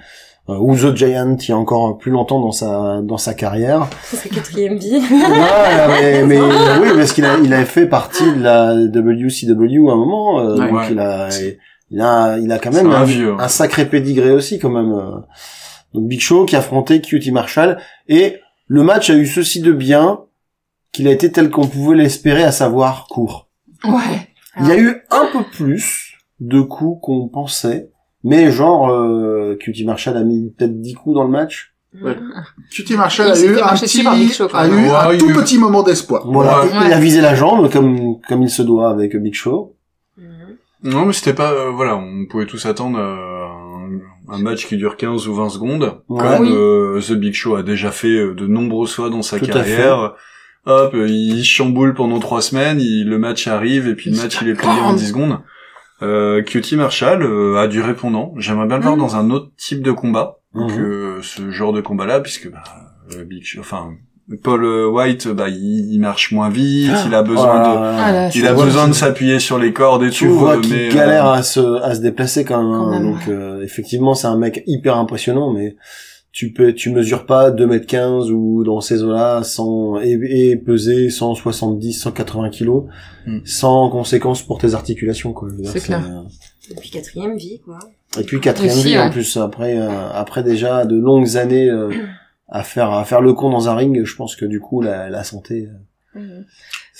euh, ou The Giant, il y a encore plus longtemps dans sa dans sa carrière.
C'est sa quatrième vie.
Ouais, mais, mais oui, parce qu'il a, il a fait partie de la WCW à un moment, euh,
Ouais.
donc il a, il a, il a quand même
C'est un
un,
vieux. hein.
un sacré pédigré aussi quand même. euh. Donc Big Show qui affrontait Cutie Marshall et le match a eu ceci de bien qu'il a été tel qu'on pouvait l'espérer, à savoir court.
Ouais.
Il y a eu un peu plus de coups qu'on pensait, mais genre euh, Cutie Marshall a mis peut-être 10 coups dans le match.
Cutie Marshall
Il
a
s'est
eu
fait
un
marcher dessus
petit,
par Big Show, quand
a
même.
eu un
Ouais,
tout
il-
petit moment d'espoir.
Voilà,
Ouais.
et- et il a visé la jambe comme comme il se doit avec Big Show.
Mmh.
Non, mais c'était pas... euh, voilà, on pouvait tous attendre euh, un, un match qui dure 15 ou 20 secondes,
Ouais.
comme
Oui.
euh, The Big Show a déjà fait euh, de nombreuses fois dans sa
Tout à
carrière. Hop, euh, il chamboule pendant trois semaines, il- le match arrive, et puis le match, il est plié en 10 secondes. Euh, Cutie Marshall euh, a du répondant. J'aimerais bien le voir
Mm.
Mhm.
dans un autre type de combat
Mhm.
que ce genre de combat-là, puisque bah, euh, Big Show- enfin, Paul euh, White, bah, il, il marche moins vite, il a besoin de...
Ah là,
Il a
vois
besoin
qu'il-
de s'appuyer sur les cordes et
Tu
tout,
vois
euh,
qu'il
mais, euh,
galère à se à se déplacer quand même.
Quand
hein.
même,
Donc euh, effectivement, c'est un mec hyper impressionnant, mais tu peux tu mesures pas 2 m 15 ou dans ces eaux-là sans et, et peser 170 180 kilos
Mm.
sans conséquence pour tes articulations quoi. Je veux dire,
C'est clair.
euh,
Depuis quatrième vie, quoi.
Et puis quatrième
Aussi,
vie en
ouais.
plus après euh, après déjà de longues années euh, à faire à faire le con dans un ring, je pense que du coup la la santé euh, c'est-
Mm.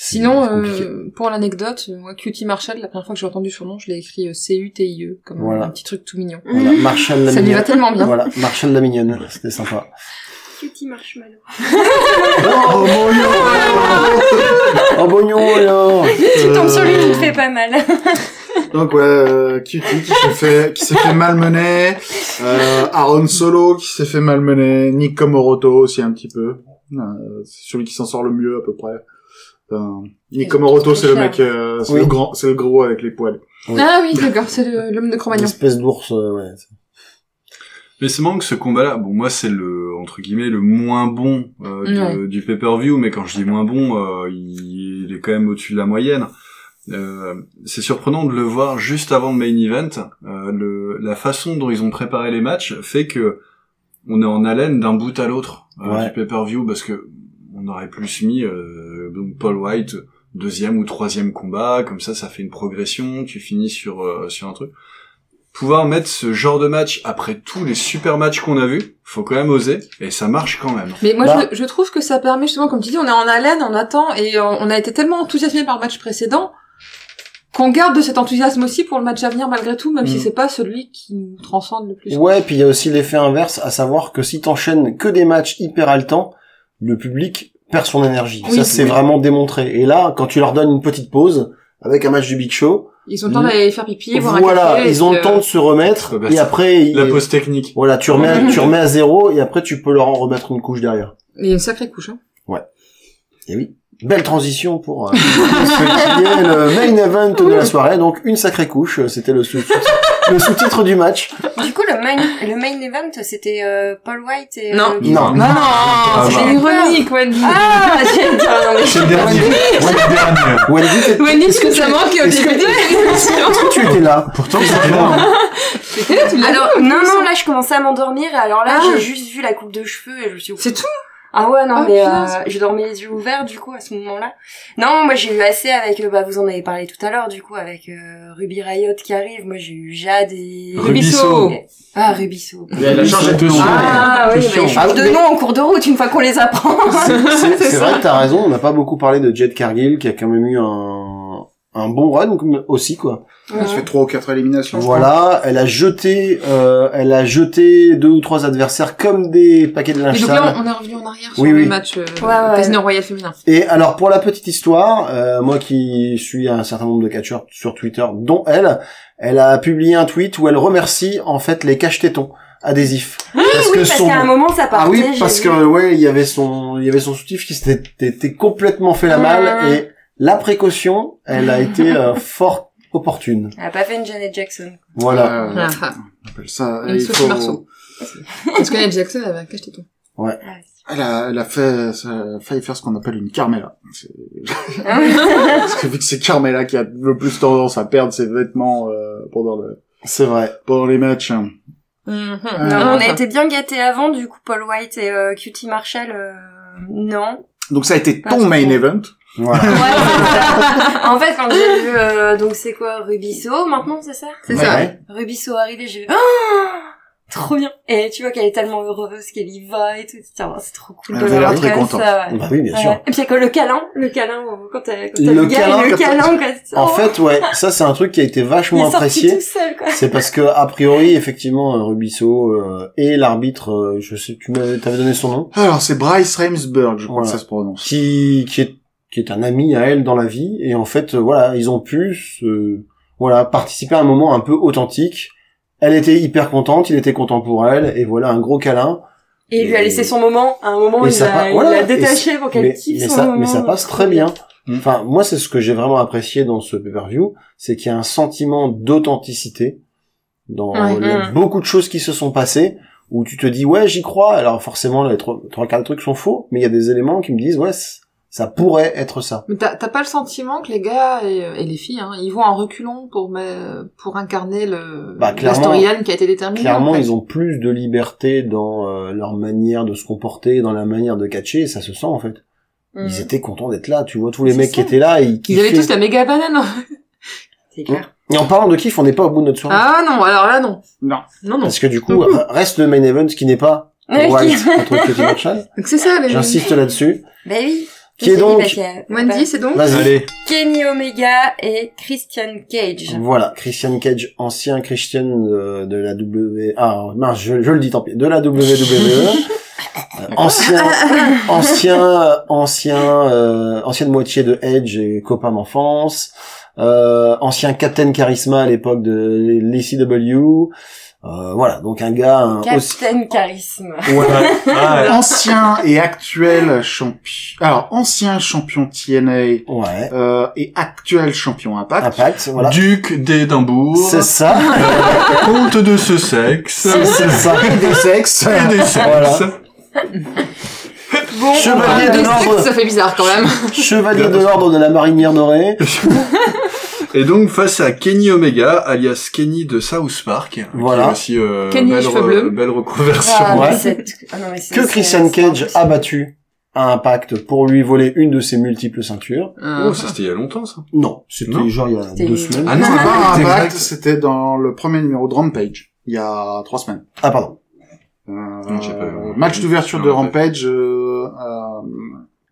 Sinon,
c'est compliqué.
euh, pour l'anecdote, moi, Cutie Marshall, la première fois que j'ai entendu son nom, je l'ai écrit euh, C-U-T-I-E, comme
Voilà.
un petit truc tout mignon.
Voilà, Marshall la
Ça lui va
mignonne.
tellement bien.
Voilà, Marshall la mignonne, c'était sympa.
Cutie Marshmallow.
Oh, Bognon Oh, Bognon, alors
tu tombes sur lui, tu te fais pas mal.
Donc ouais, euh, Cutie qui s'est fait, qui s'est fait malmener, euh, Aaron Solo qui s'est fait malmener, Nick Comoroto aussi un petit peu, euh, c'est celui qui s'en sort le mieux à peu près. Enfin, Nick Comoroto c'est le mec, euh, c'est
Oui.
le grand, c'est le gros avec les poils.
Oui.
Ah oui, d'accord, c'est le- l'homme de
Une
Cro-Magnon.
espèce d'ours, euh, ouais.
Mais c'est marrant que ce combat-là, bon, moi, c'est le, entre guillemets, le moins bon euh, de- du pay-per-view, mais quand je dis moins bon, euh, il, il est quand même au-dessus de la moyenne. Euh, c'est surprenant de le voir juste avant le main event. Euh, le, la façon dont ils ont préparé les matchs fait que on est en haleine d'un bout à l'autre euh,
Ouais.
du pay-per-view parce que on aurait plus mis euh, donc Paul White deuxième ou troisième combat, comme ça, ça fait une progression. Tu finis sur euh, sur un truc. Pouvoir mettre ce genre de match après tous les super matchs qu'on a vus, faut quand même oser et ça marche quand même.
Mais moi,
Bah.
je, je trouve que ça permet justement, comme tu dis, on est en haleine, on attend, et on, on a été tellement enthousiasmé par le match précédent qu'on garde de cet enthousiasme aussi pour le match à venir malgré tout, même si
Mm.
c'est pas celui qui nous transcende le plus.
Ouais, puis il y a aussi l'effet inverse, à savoir que si t'enchaînes que des matchs hyper haletants, le public perd son énergie.
Oui.
ça, c'est
Oui.
vraiment démontré. Et là, quand tu leur donnes une petite pause, avec un match du Big Show,
Ils ont le temps
Mm.
d'aller faire pipi, voir un
voilà,
café, et
ils ont
puis,
le temps
euh,
de se remettre,
Bah,
et
ça-
après,
La
ils-
pause technique.
voilà, tu remets, tu remets à zéro, et après, tu peux leur en remettre une couche derrière.
Il y a une sacrée couche. Hein.
Et oui. Belle transition pour euh, ce qui est le main event de la soirée. Donc une sacrée couche, euh, c'était le sous- le sous-titre du match.
Du coup, le main, le main event, c'était euh, Paul White et...
Non.
euh,
Non.
Non, non,
Ah,
c'est
bah.
ironique, Wendy.
Ah, j'ai dit, non, mais
C'est le dernier. Ouais, le dernier.
Wendy, t'es-
Wendy, est-ce que ça manque au
est-ce que-
début de
tu étais là.
Pourtant, c'était là.
Tu l'as
Alors,
vu,
non,
ça
non, là, je commençais à m'endormir, et alors là,
Ah.
j'ai juste vu la coupe de cheveux, et je me suis dit,
C'est tout
ah ouais, non,
Ah,
mais
punaise.
euh, je dormais les yeux ouverts, du coup, à ce moment-là. Non, moi, j'ai eu assez avec, euh, bah, vous en avez parlé tout à l'heure, du coup, avec euh, Ruby Riot qui arrive, moi, j'ai eu Jade et...
Rubisso.
Ah, Rubisso.
Elle a changé de
Attention.
nom.
Ah oui,
Attention.
mais je change
Ah,
de
mais-
nom en cours de route une fois qu'on les apprend.
C'est c'est vrai que t'as raison. On n'a pas beaucoup parlé de Jed Cargill qui a quand même eu un un bon run comme- aussi quoi.
Elle se fait trois ou quatre éliminations. je
Voilà, elle a jeté, euh, elle a jeté deux ou trois adversaires comme des paquets de linge
Mais donc
sale.
là, on est revenu en arrière sur
Oui,
le
oui.
match euh,
ouais.
Casino Royal féminin.
Et alors pour la petite histoire, euh, moi qui suis un certain nombre de catcheurs sur Twitter, dont elle, elle a publié un tweet où elle remercie en fait les caches tétons adhésifs. parce
oui, parce qu'à un moment, ça partait.
ah oui,
j'ai
parce
vu.
que ouais, il y avait son, il y avait son soutif qui s'était était complètement fait la malle
Mmh.
et la précaution, elle a été euh, fort opportune.
Elle a pas fait une Janet Jackson.
Voilà.
Euh,
Voilà.
on appelle ça.
Ah. Une
il
sauce
faut-
marceau. Parce que Janet Jackson avait un cache-téton.
Elle a, elle a fait, ça a failli faire ce qu'on appelle une Carmela. C'est- Parce que vu que c'est Carmela qui a le plus tendance à perdre ses vêtements euh, pendant le,
C'est vrai.
pendant les matchs. hein.
Mhm.
Ah,
Non, on
ça-
Euh.
a été bien gâtés avant, du coup, Paul White et euh, Cutie Marshall, euh, non.
Donc ça a été
Pas
ton
trop.
main event.
Ouais,
Voilà.
c'est ça. en fait, quand j'ai vu, euh, donc c'est quoi, Rubisso, maintenant, c'est ça
C'est ça.
Ouais.
Rubisso arrivé, j'ai fait, Ah trop bien. Et tu vois qu'elle est tellement heureuse qu'elle y va et tout, etc. C'est trop cool.
Elle
de
avait
la
l'air
voir
très
comme
contente.
ça, ouais.
Bah oui, bien
Ouais.
sûr.
Et puis quand le câlin, le câlin euh, quand t'as quand t'as
Le
le gars,
câlin
et le
quand t'as-
câlin quoi. c'est-
En
oh,
fait, ouais, ça c'est un truc qui a été
il
vachement
est sorti
apprécié.
tout seul quoi.
C'est parce que a priori, effectivement, euh, Rubisso euh, et l'arbitre, euh, je sais, tu m'avais t'avais donné son nom,
Alors c'est Bryce Ramsberg, je crois
Voilà.
que ça se prononce.
qui qui est qui est un ami à elle dans la vie, et en fait, euh, voilà, ils ont pu se- voilà participer à un moment un peu authentique. Elle était hyper contente, il était content pour elle, et voilà un gros câlin.
Et il lui a laissé son moment, à un moment
Et
il
ça pa-
l'a
voilà,
il l'a
et
détaché pour
mais,
qu'elle kiffe
mais
son
ça,
moment.
mais ça passe très bien.
Mm.
Enfin, moi, c'est ce que j'ai vraiment apprécié dans ce pay-per-view, c'est qu'il y a un sentiment d'authenticité dans
Ouais.
il y a
Mm.
beaucoup de choses qui se sont passées où tu te dis ouais, j'y crois. Alors forcément, les trois, trois quarts des trucs sont faux, mais il y a des éléments qui me disent ouais, c- ça pourrait être ça.
Mais t'as t'as pas le sentiment que les gars et, et les filles, hein, ils vont en reculons pour mais, pour incarner le
Bah,
la
clairement-
storyline qui a été déterminée.
Clairement,
en fait.
ils ont plus de liberté dans euh, leur manière de se comporter, dans la manière de catcher, et ça se sent en fait.
Mm.
Ils étaient contents d'être là. Tu vois tous les
C'est
mecs qui
ça.
étaient là, ils
Ils avaient
kiffaient.
tous la méga banane. hein.
C'est clair.
Et en parlant de kiff, on n'est pas au bout de notre soirée.
Ah non, alors là non.
Non.
Non non.
Parce que du coup, euh, reste le main event ce qui n'est pas
Ouais,
White
qui-
contre Cutie Marshall.
Donc c'est ça les
J'insiste là-dessus.
Bah oui.
Qui est donc-
Wendy, c'est donc
Vas-y.
Allez,
Kenny Omega et Christian Cage.
Voilà, Christian Cage, ancien Christian euh, de la W... Ah, mince, je, je le dis tant pis. De la WWE. Euh, ancien, ancien, ancien, euh, ancienne moitié de Edge et copain d'enfance, euh, ancien Captain Charisma à l'époque de l'ECW, euh, voilà, donc un gars un- Hein, aussi,
Captain Charisme.
ouais,
Ah,
Ancien et actuel champion. Alors ancien champion TNA
ouais,
euh, et actuel champion Impact.
Impact, voilà,
duc d'Édimbourg,
c'est ça.
comte de ce sexe,
C'est ça.
Des sexes.
et des sexes.
Voilà.
Bon,
Chevalier
Ah,
de
deux sexes,
l'ordre,
ça fait bizarre quand même.
chevalier de l'ordre de la marinière dorée.
Et donc face à Kenny Omega, alias Kenny de South Park,
Voilà.
qui est aussi euh,
Kenny
belle,
cheveux
re-
bleus.
belle reconversion.
ah,
Ouais.
mais c'est- ah, non, mais c'est-
Que
c'est-
Christian
c'est-
Cage a battu à Impact pour lui voler une de ses multiples ceintures.
Ah.
Oh, ça c'était il y a longtemps ça.
Non, c'était
Non.
genre il y a
C'était-
deux semaines.
Ah non,
C'était pas un
c'est vrai.
Impact, c'était dans le premier numéro de Rampage, il y a trois semaines.
Ah pardon.
Euh,
Non, j'ai pas vu.
match d'ouverture
Non,
de
pas.
Rampage, euh, euh,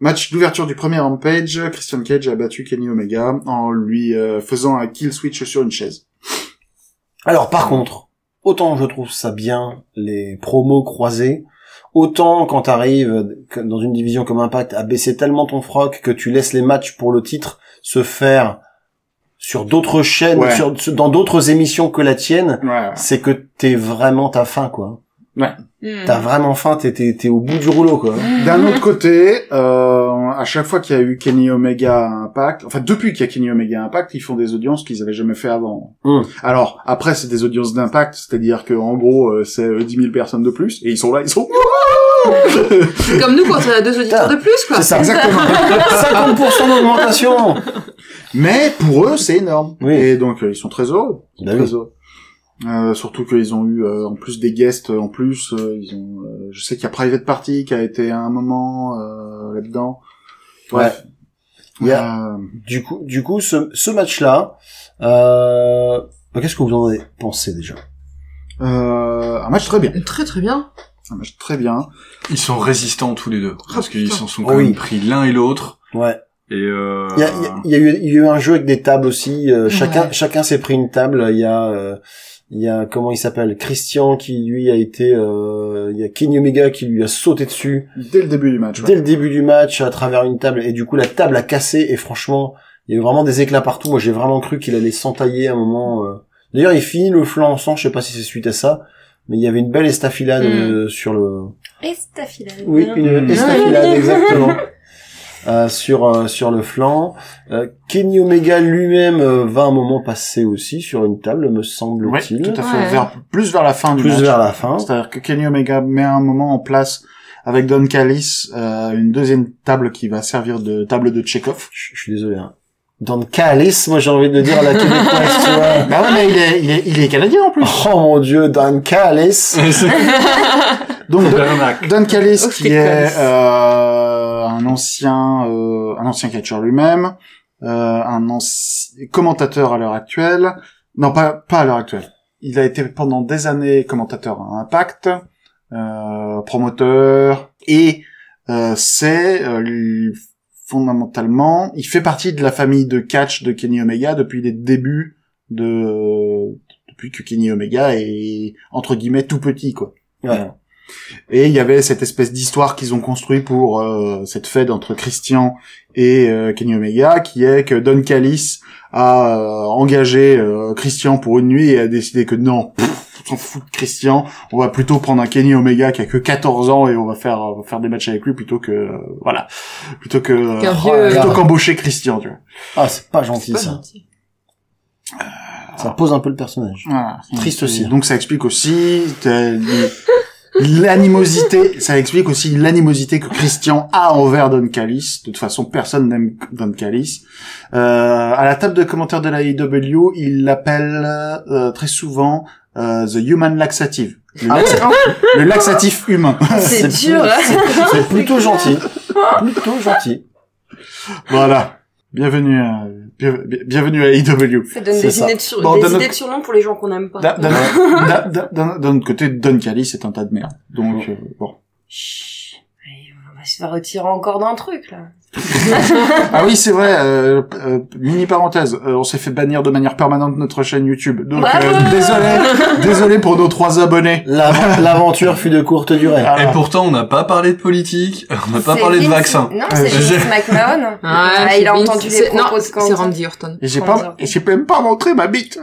match d'ouverture du premier Rampage, Christian Cage a battu Kenny Omega en lui euh, faisant un kill switch sur une chaise.
Alors par contre, autant je trouve ça bien les promos croisés, autant quand t'arrives que- dans une division comme Impact à baisser tellement ton froc que tu laisses les matchs pour le titre se faire sur d'autres chaînes,
Ouais.
sur- sur- dans d'autres émissions que la tienne,
Ouais.
c'est que t'es vraiment ta faim quoi.
Hmm.
Mm.
T'as vraiment faim, t'es t'es t'es au bout du rouleau quoi.
D'un autre côté, euh, à chaque fois qu'il y a eu Kenny Omega à Impact, enfin depuis qu'il y a Kenny Omega à Impact, ils font des audiences qu'ils avaient jamais fait avant.
Hmm.
Mm.
Alors après, c'est des audiences d'impact, c'est-à-dire que en gros, euh, c'est euh, 10 000 personnes de plus, et ils sont là, ils sont.
C'est comme nous quand on a deux auditeurs de plus quoi.
C'est ça.
Exactement.
50% d'augmentation.
Mais pour eux, c'est énorme.
Oui.
Et donc euh, ils sont très heureux.
Bah
Très
oui.
heureux. Euh, surtout qu'ils ont eu euh, en plus des guests euh, en plus euh, ils ont euh, je sais qu'il y a Private Party qui a été à un moment euh, là-dedans bref
Il y a-
Euh,
Du coup, du coup, ce, ce match-là, euh, bah, qu'est-ce que vous en avez pensé déjà
euh, un match très bien
Très très bien.
un match très bien
Ils sont résistants tous les deux parce qu'ils
Ah, putain.
s'en sont
Oh
quand
oui.
même pris l'un et l'autre.
Ouais.
Et euh,
Il y a, il y a- il y a eu, il y a eu un jeu avec des tables aussi. euh, Chacun,
Ouais.
chacun s'est pris une table. Il y a, euh, il y a comment il s'appelle Christian qui lui a été, euh, il y a Kenny Omega qui lui a sauté dessus
dès le début du match ouais.
dès le début du match à travers une table et du coup la table a cassé et franchement il y a eu vraiment des éclats partout. Moi j'ai vraiment cru qu'il allait s'entailler à un moment. euh. D'ailleurs il finit le flanc en sang. Je sais pas si c'est suite à ça, mais il y avait une belle estafilade
Mm.
euh, sur le.
Estafilade.
Oui, une
Hmm.
Mmh.
estafilade, exactement. Euh, sur euh, sur le flanc. Euh, Kenny Omega lui-même euh, va un moment passer aussi sur une table, me
Ouais,
semble-t-il.
tout à fait
Ouais.
vers, plus vers la fin du
Plus
match
vers la fin.
c'est-à-dire que Kenny Omega met un moment en place avec Don Callis euh, une deuxième table qui va servir de table de check-off
Je je suis désolé. Hein. Dans le Calis, moi j'ai envie de dire à la québécoise, tu vois.
Bah ouais, mais il est, il est, il est canadien en plus.
Oh mon dieu, Dan Calis.
Donc Don- Don Callis,
Oh,
qui
c'est
est
classe.
euh, un ancien, euh, un ancien catcheur lui-même, euh, un anci- commentateur à l'heure actuelle. Non, pas pas à l'heure actuelle. Il a été pendant des années commentateur à Impact, euh, promoteur, et euh, c'est euh, lui- fondamentalement, il fait partie de la famille de catch de Kenny Omega depuis les débuts de depuis que Kenny Omega est entre guillemets tout petit quoi.
Ouais.
Et il y avait cette espèce d'histoire qu'ils ont construit pour euh, cette fête entre Christian et euh, Kenny Omega, qui est que Don Callis a euh, engagé euh, Christian pour une nuit et a décidé que non, pff, on s'en fout de Christian, on va plutôt prendre un Kenny Omega qui a que 14 ans et on va faire euh, faire des matchs avec lui plutôt que euh, voilà, plutôt que
Qu'un
Oh
vieux-
là là.
euh,
plutôt qu'embaucher Christian, tu vois.
Ah, c'est pas
C'est
gentil
pas
ça.
gentil.
Ça pose un peu le personnage.
Voilà.
Triste aussi.
Donc ça explique aussi euh, l'animosité, ça explique aussi l'animosité que Christian a envers Don Callis. De toute façon, personne n'aime Don Callis. Euh, à la table de commentaires de la IW, il l'appelle euh, très souvent euh, the human laxative. Le,
Ah
laxa- le laxatif humain.
C'est
plus-
dur, hein.
c'est- C'est plutôt gentil. Plutôt gentil.
voilà. Bienvenue à, bien- bien- bienvenue à E la IW.
Ça donne
C'est
des,
ça.
idées de, sur...
Bon,
des
d'un
idées
autre-
de surnoms pour les gens qu'on aime pas.
D'un- D'un d'un- d'un- d'un- d'un autre côté, Don Callis est un tas de merde. Donc, euh, bon.
Chut. Ouais, On va se faire retirer encore d'un truc, là.
Ah oui, c'est vrai. euh, euh, mini parenthèse, euh, on s'est fait bannir de manière permanente notre chaîne YouTube.
Bah
Donc euh, désolé, désolé pour nos trois abonnés.
L'av- L'aventure fut de courte durée.
Voilà.
Et pourtant, on n'a pas parlé de politique, on n'a pas
C'est
parlé de
Vince-
vaccin.
Non,
Euh,
c'est
je-
Vince McMahon.
Ah,
Ah, il a
c'est-
entendu les
c'est-
propos
non,
de Quentin.
C'est Randy Orton.
Et j'ai
Prends-en.
pas, et j'ai même pas montré ma bite.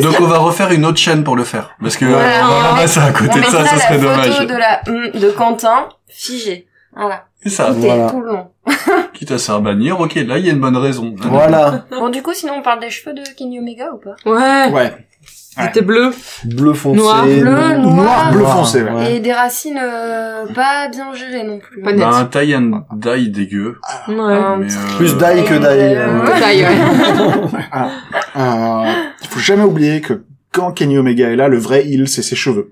Donc, on va refaire une autre chaîne pour le faire. Parce que,
Voilà,
euh, on va
on met-
passer à
On
côté de
met
ça, ça
la
serait
photo
dommage.
de la hum de Quentin figée. Voilà.
C'est ça.
Tout est-
Voilà.
tout le long.
Quitte à se faire bannir, ok, là, il y a une bonne raison.
Voilà.
Bon, du coup, sinon, on parle des cheveux de Kenny Omega ou pas
Ouais,
Ouais.
il était bleu.
Bleu foncé.
Noir,
bleu,
non-
noir.
bleu foncé, ouais.
ouais.
Et des racines euh, pas bien gelées non plus.
Pas
Bah,
net.
un tie and die dégueu.
Ouais.
mais, euh,
Plus d'ail que d'ail.
Euh,
euh,
Taille, ouais.
Euh, faut jamais oublier que quand Kenny Omega est là, le vrai il, c'est ses cheveux.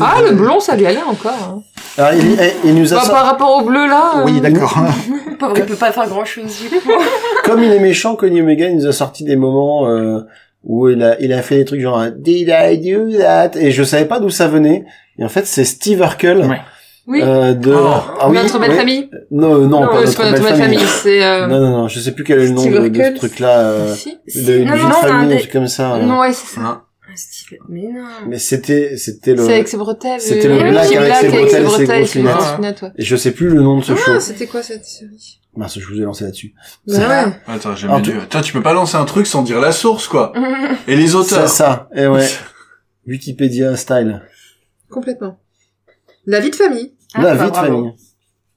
Ah, le blond, ça lui allait encore. hein.
Alors, il, eh, il nous a
Bah,
sorti-
par rapport au bleu, là. euh,
Oui, d'accord.
Pauvre, il peut pas faire grand chose du coup.
comme il est méchant, Kenny Omega il nous a sorti des moments euh, où il a, il a fait des trucs genre Did I do that Et je savais pas d'où ça venait. Et en fait, c'est Steve Urkel
Ouais.
Oui.
euh, de
Oh.
Ah oui,
notre belle
oui.
famille.
Non, euh, non,
Non,
pas
c'est
notre,
pas notre
belle famille.
c'est... euh,
Non, non, non, je sais plus quel est le nom
Steve
de, de ce
Urkel.
truc-là. Euh,
Si.
de-
Ah, Non,
d'une
non, c'est un
famille,
des-
un truc comme ça. là.
Non, ouais, c'est ça.
hein.
Un style- Mais non.
Mais c'était, c'était le.
C'est avec ses bretelles.
C'était
euh,
le
oui,
black
oui,
avec
black
ses bretelles et ses
bretelles,
grosses
ses grosses
lunettes.
lunettes, ouais.
Et je sais plus le nom de ce show.
Ah, c'était quoi cette série
Mince, je vous ai lancé là-dessus.
Bah ouais.
Attends, j'ai
En
jamais
tout-
dû. Attends, tu peux pas lancer un truc sans dire la source, quoi.
Ah,
Et les
C'est
auteurs.
ça. Et ouais. Wikipédia style.
Complètement. La vie de famille.
Ah,
La
bah,
vie de
bravo.
famille.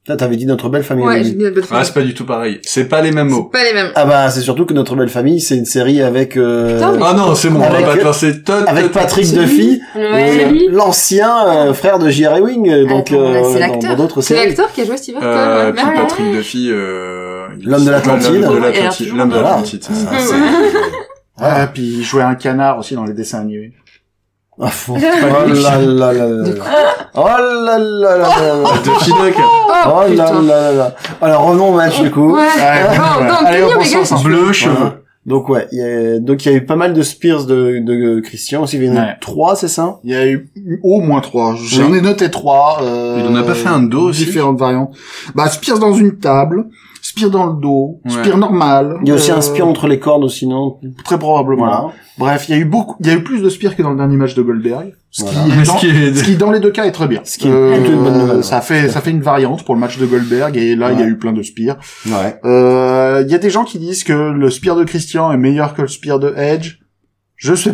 Là, t'avais dit notre belle famille. au
Ouais,
début.
j'ai dit la belle
Ah,
famille.
c'est pas du tout pareil. C'est pas les mêmes
C'est
mots.
pas les mêmes.
Ah bah c'est surtout que notre belle famille c'est une série avec euh,
Putain, mais-
Ah non, c'est bon, on va
Avec-
pas te lancer. Tot,
avec
tot, tot.
Patrick
C'est
Duffy,
Ouais.
euh, l'ancien euh, frère de J.R. Ewing euh, donc
Attends, là, c'est
euh, dans-
l'acteur.
dans d'autres
C'est
séries.
l'acteur qui a joué Steve Urkel.
Euh,
ouais.
puis
Ah ouais.
Patrick Duffy, euh... il-
L'homme de l'Atlantide.
L'homme de
Ouais, elle a
l'Atlantide,
toujours-
l'homme de
Voilà.
l'Atlantide, c'est euh, ça.
Ouais.
c'est-
Ah, puis il jouait un canard aussi dans les dessins animés.
Ah, fou. Oh là là là là là. Oh là là là là là.
Duffy Duck.
Oh
Oh,
là là
putain.
là là. Alors revenons au match du coup.
Ouais.
Ah,
Ouais,
Bon,
voilà.
donc,
Allez, on
Ah, Kenny
pense
Omega,
ensemble.
Bleu,
Voilà.
cheveux.
Donc ouais, il y a, donc il y a eu pas mal de Spears de, de Christian aussi, il y en a
Ouais.
trois c'est ça
Il y a eu au moins trois. J'en ai noté trois. Euh,
Il en a pas fait un dos aussi
Différentes variantes. Bah, Spire dans une table, Spire dans le dos,
Ouais.
Spire normal.
Il y a aussi
euh,
un Spear entre les cordes aussi non
Très probablement. Bref, il y a eu beaucoup, il y a eu plus de Spire que dans le dernier match de Goldberg. Ce qui,
Voilà.
est
Ce
dans,
qui est-
ce qui, dans les deux cas est très bien. Euh,
Ce qui est plutôt une bonne nouvelle,
ça
ouais.
fait, ça fait une variante pour le match de Goldberg et là, il y a
Ouais.
eu plein de Spire.
Ouais.
Euh, Il y a des gens qui disent que le Spire de Christian est meilleur que le Spire de Edge. Je sais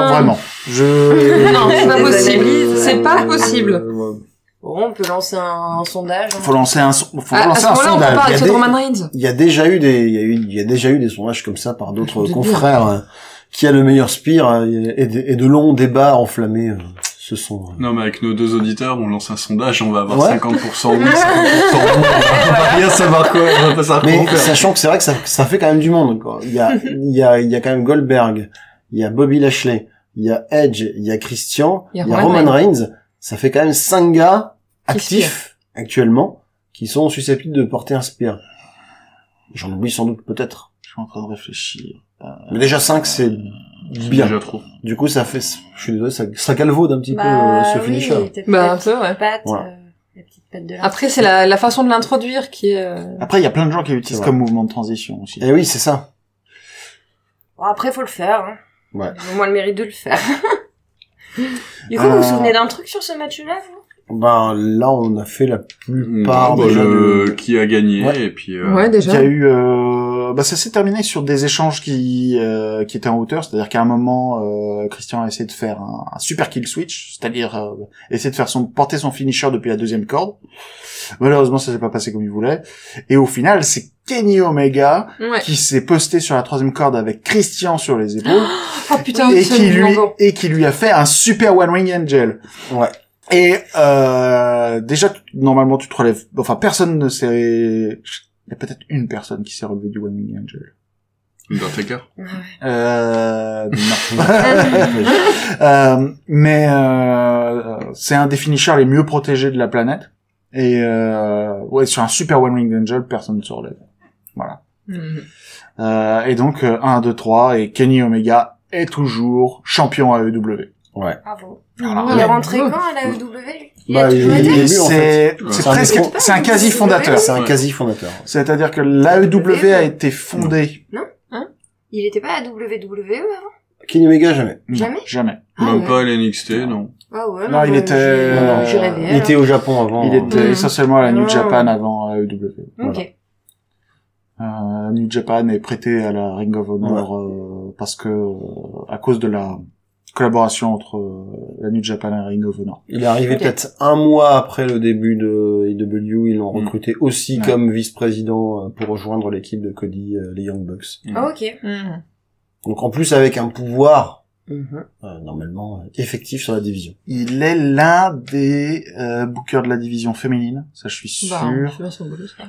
Non.
vraiment. Je
Non, c'est pas
je-
possible. C'est
Euh,
pas possible.
Bon, on peut lancer un, un sondage. hein.
Faut lancer un, son- faut
À, à
Oh,
lancer
ce
un
moment-là, on
sondage.
compare
Il y a
avec ceux
des-
de Roman Reigns.
Il y a déjà eu des, il y a eu, il y a déjà eu des sondages comme ça par d'autres
Je me doute
confrères hein, qui a le meilleur spire hein, et, de, et de longs débats enflammés. euh. Ce sont...
Non, mais avec nos deux auditeurs, on lance un sondage, on va avoir
Ouais.
50% oui, 50% non. On va bien savoir quoi, on va pas savoir quoi
Mais
en faire.
sachant que c'est vrai que ça, ça fait quand même du monde. Quoi. Il, y a, il, y a, il y a quand même Goldberg, il y a Bobby Lashley, il y a Edge, il y a Christian, il y a, Roman Reigns. Ça fait quand même cinq gars actifs actuellement qui sont susceptibles de porter un spear. J'en oublie sans doute peut-être.
Je suis en train de réfléchir.
Mais déjà cinq, c'est
C'est
bien.
Euh, déjà trop.
Du coup, ça fait... Je suis désolé, ça, ça galvaude un petit
Bah,
peu euh, ce
oui,
finisher.
t'as
Bah,
peut-être
c'est vrai.
la patte,
Voilà.
euh, la petite patte de la.
Après, c'est la, la façon de l'introduire qui est... euh,
Après, il y a plein de gens qui
C'est
l'utilisent
vrai.
comme mouvement de transition aussi.
Eh oui, c'est ça.
Bon, après, faut le faire. Hein.
Ouais.
Ils ont Au moins le mérite de le faire. du coup,
Euh,
vous vous souvenez d'un truc sur ce match-là, vous
Ben là, on a fait la plupart
Bah,
déjà
le-
de-
Qui a gagné,
Ouais.
et puis... euh,
Ouais,
Il
déjà.
y a eu, euh, bah ça s'est terminé sur des échanges qui euh, qui étaient en hauteur, c'est-à-dire qu'à un moment, euh, Christian a essayé de faire un, un super kill switch, c'est-à-dire euh, essayer de faire son porter son finisher depuis la deuxième corde. Malheureusement, ça s'est pas passé comme il voulait. Et au final, c'est Kenny Omega
Ouais.
qui s'est posté sur la troisième corde avec Christian sur les épaules
Oh putain,
et
ce
qui lui
moment.
et qui lui a fait un super One Ring Angel.
Ouais.
Et euh, déjà tu- normalement tu te relèves. Enfin personne ne s'est. Il y a peut-être une personne qui s'est relevée du One Ring Angel.
Undertaker.
Euh, non. Euh, mais euh, c'est un des finishers les mieux protégés de la planète. Et euh, ouais sur un super One Ring Angel personne ne se relève. Voilà.
Mhm.
Euh, et donc, 1, 2, 3, et Kenny Omega est toujours champion E AEW.
Bravo.
Voilà.
Ouais.
Ah, Il est rentré
Ouais.
quand à la EW
Ah, Bah,
a toujours
il-
été
il- lui, en
C'est
fait.
c'est
C'est un
presque...
micro-
C'est un quasi-fondateur.
C'est un
Ouais.
quasi-fondateur.
C'est-à-dire que l'AEW a été fondée...
Il était pas à WWE avant
Kenny Omega, jamais.
Jamais
Jamais.
Ah
Même
ouais.
pas à l'NXT, non.
Ah ouais.
Non, il
j'ai-
était-
Euh,
J'ai rêvé.
il
alors.
était au Japon avant.
Il était
Mhm.
essentiellement à la New
Ah.
Japan avant AEW. Voilà.
Ok.
Euh, New Japan est prêté à la Ring of Honor euh, parce que... euh, à cause de la collaboration entre euh, la New Japan et la Ring of Honor.
Il est arrivé
Ok.
peut-être un mois après le début de IW. Ils l'ont
Mm.
recruté aussi
Ouais.
comme vice-président euh, pour rejoindre l'équipe de Cody, euh, les Young Bucks.
Mm.
Ah, ok.
Mhm.
Donc en plus avec un pouvoir euh, normalement euh, effectif sur la division.
Il est l'un des euh, bookers de la division féminine, ça je suis sûr.
Bah, on fait bien son boulot, ça.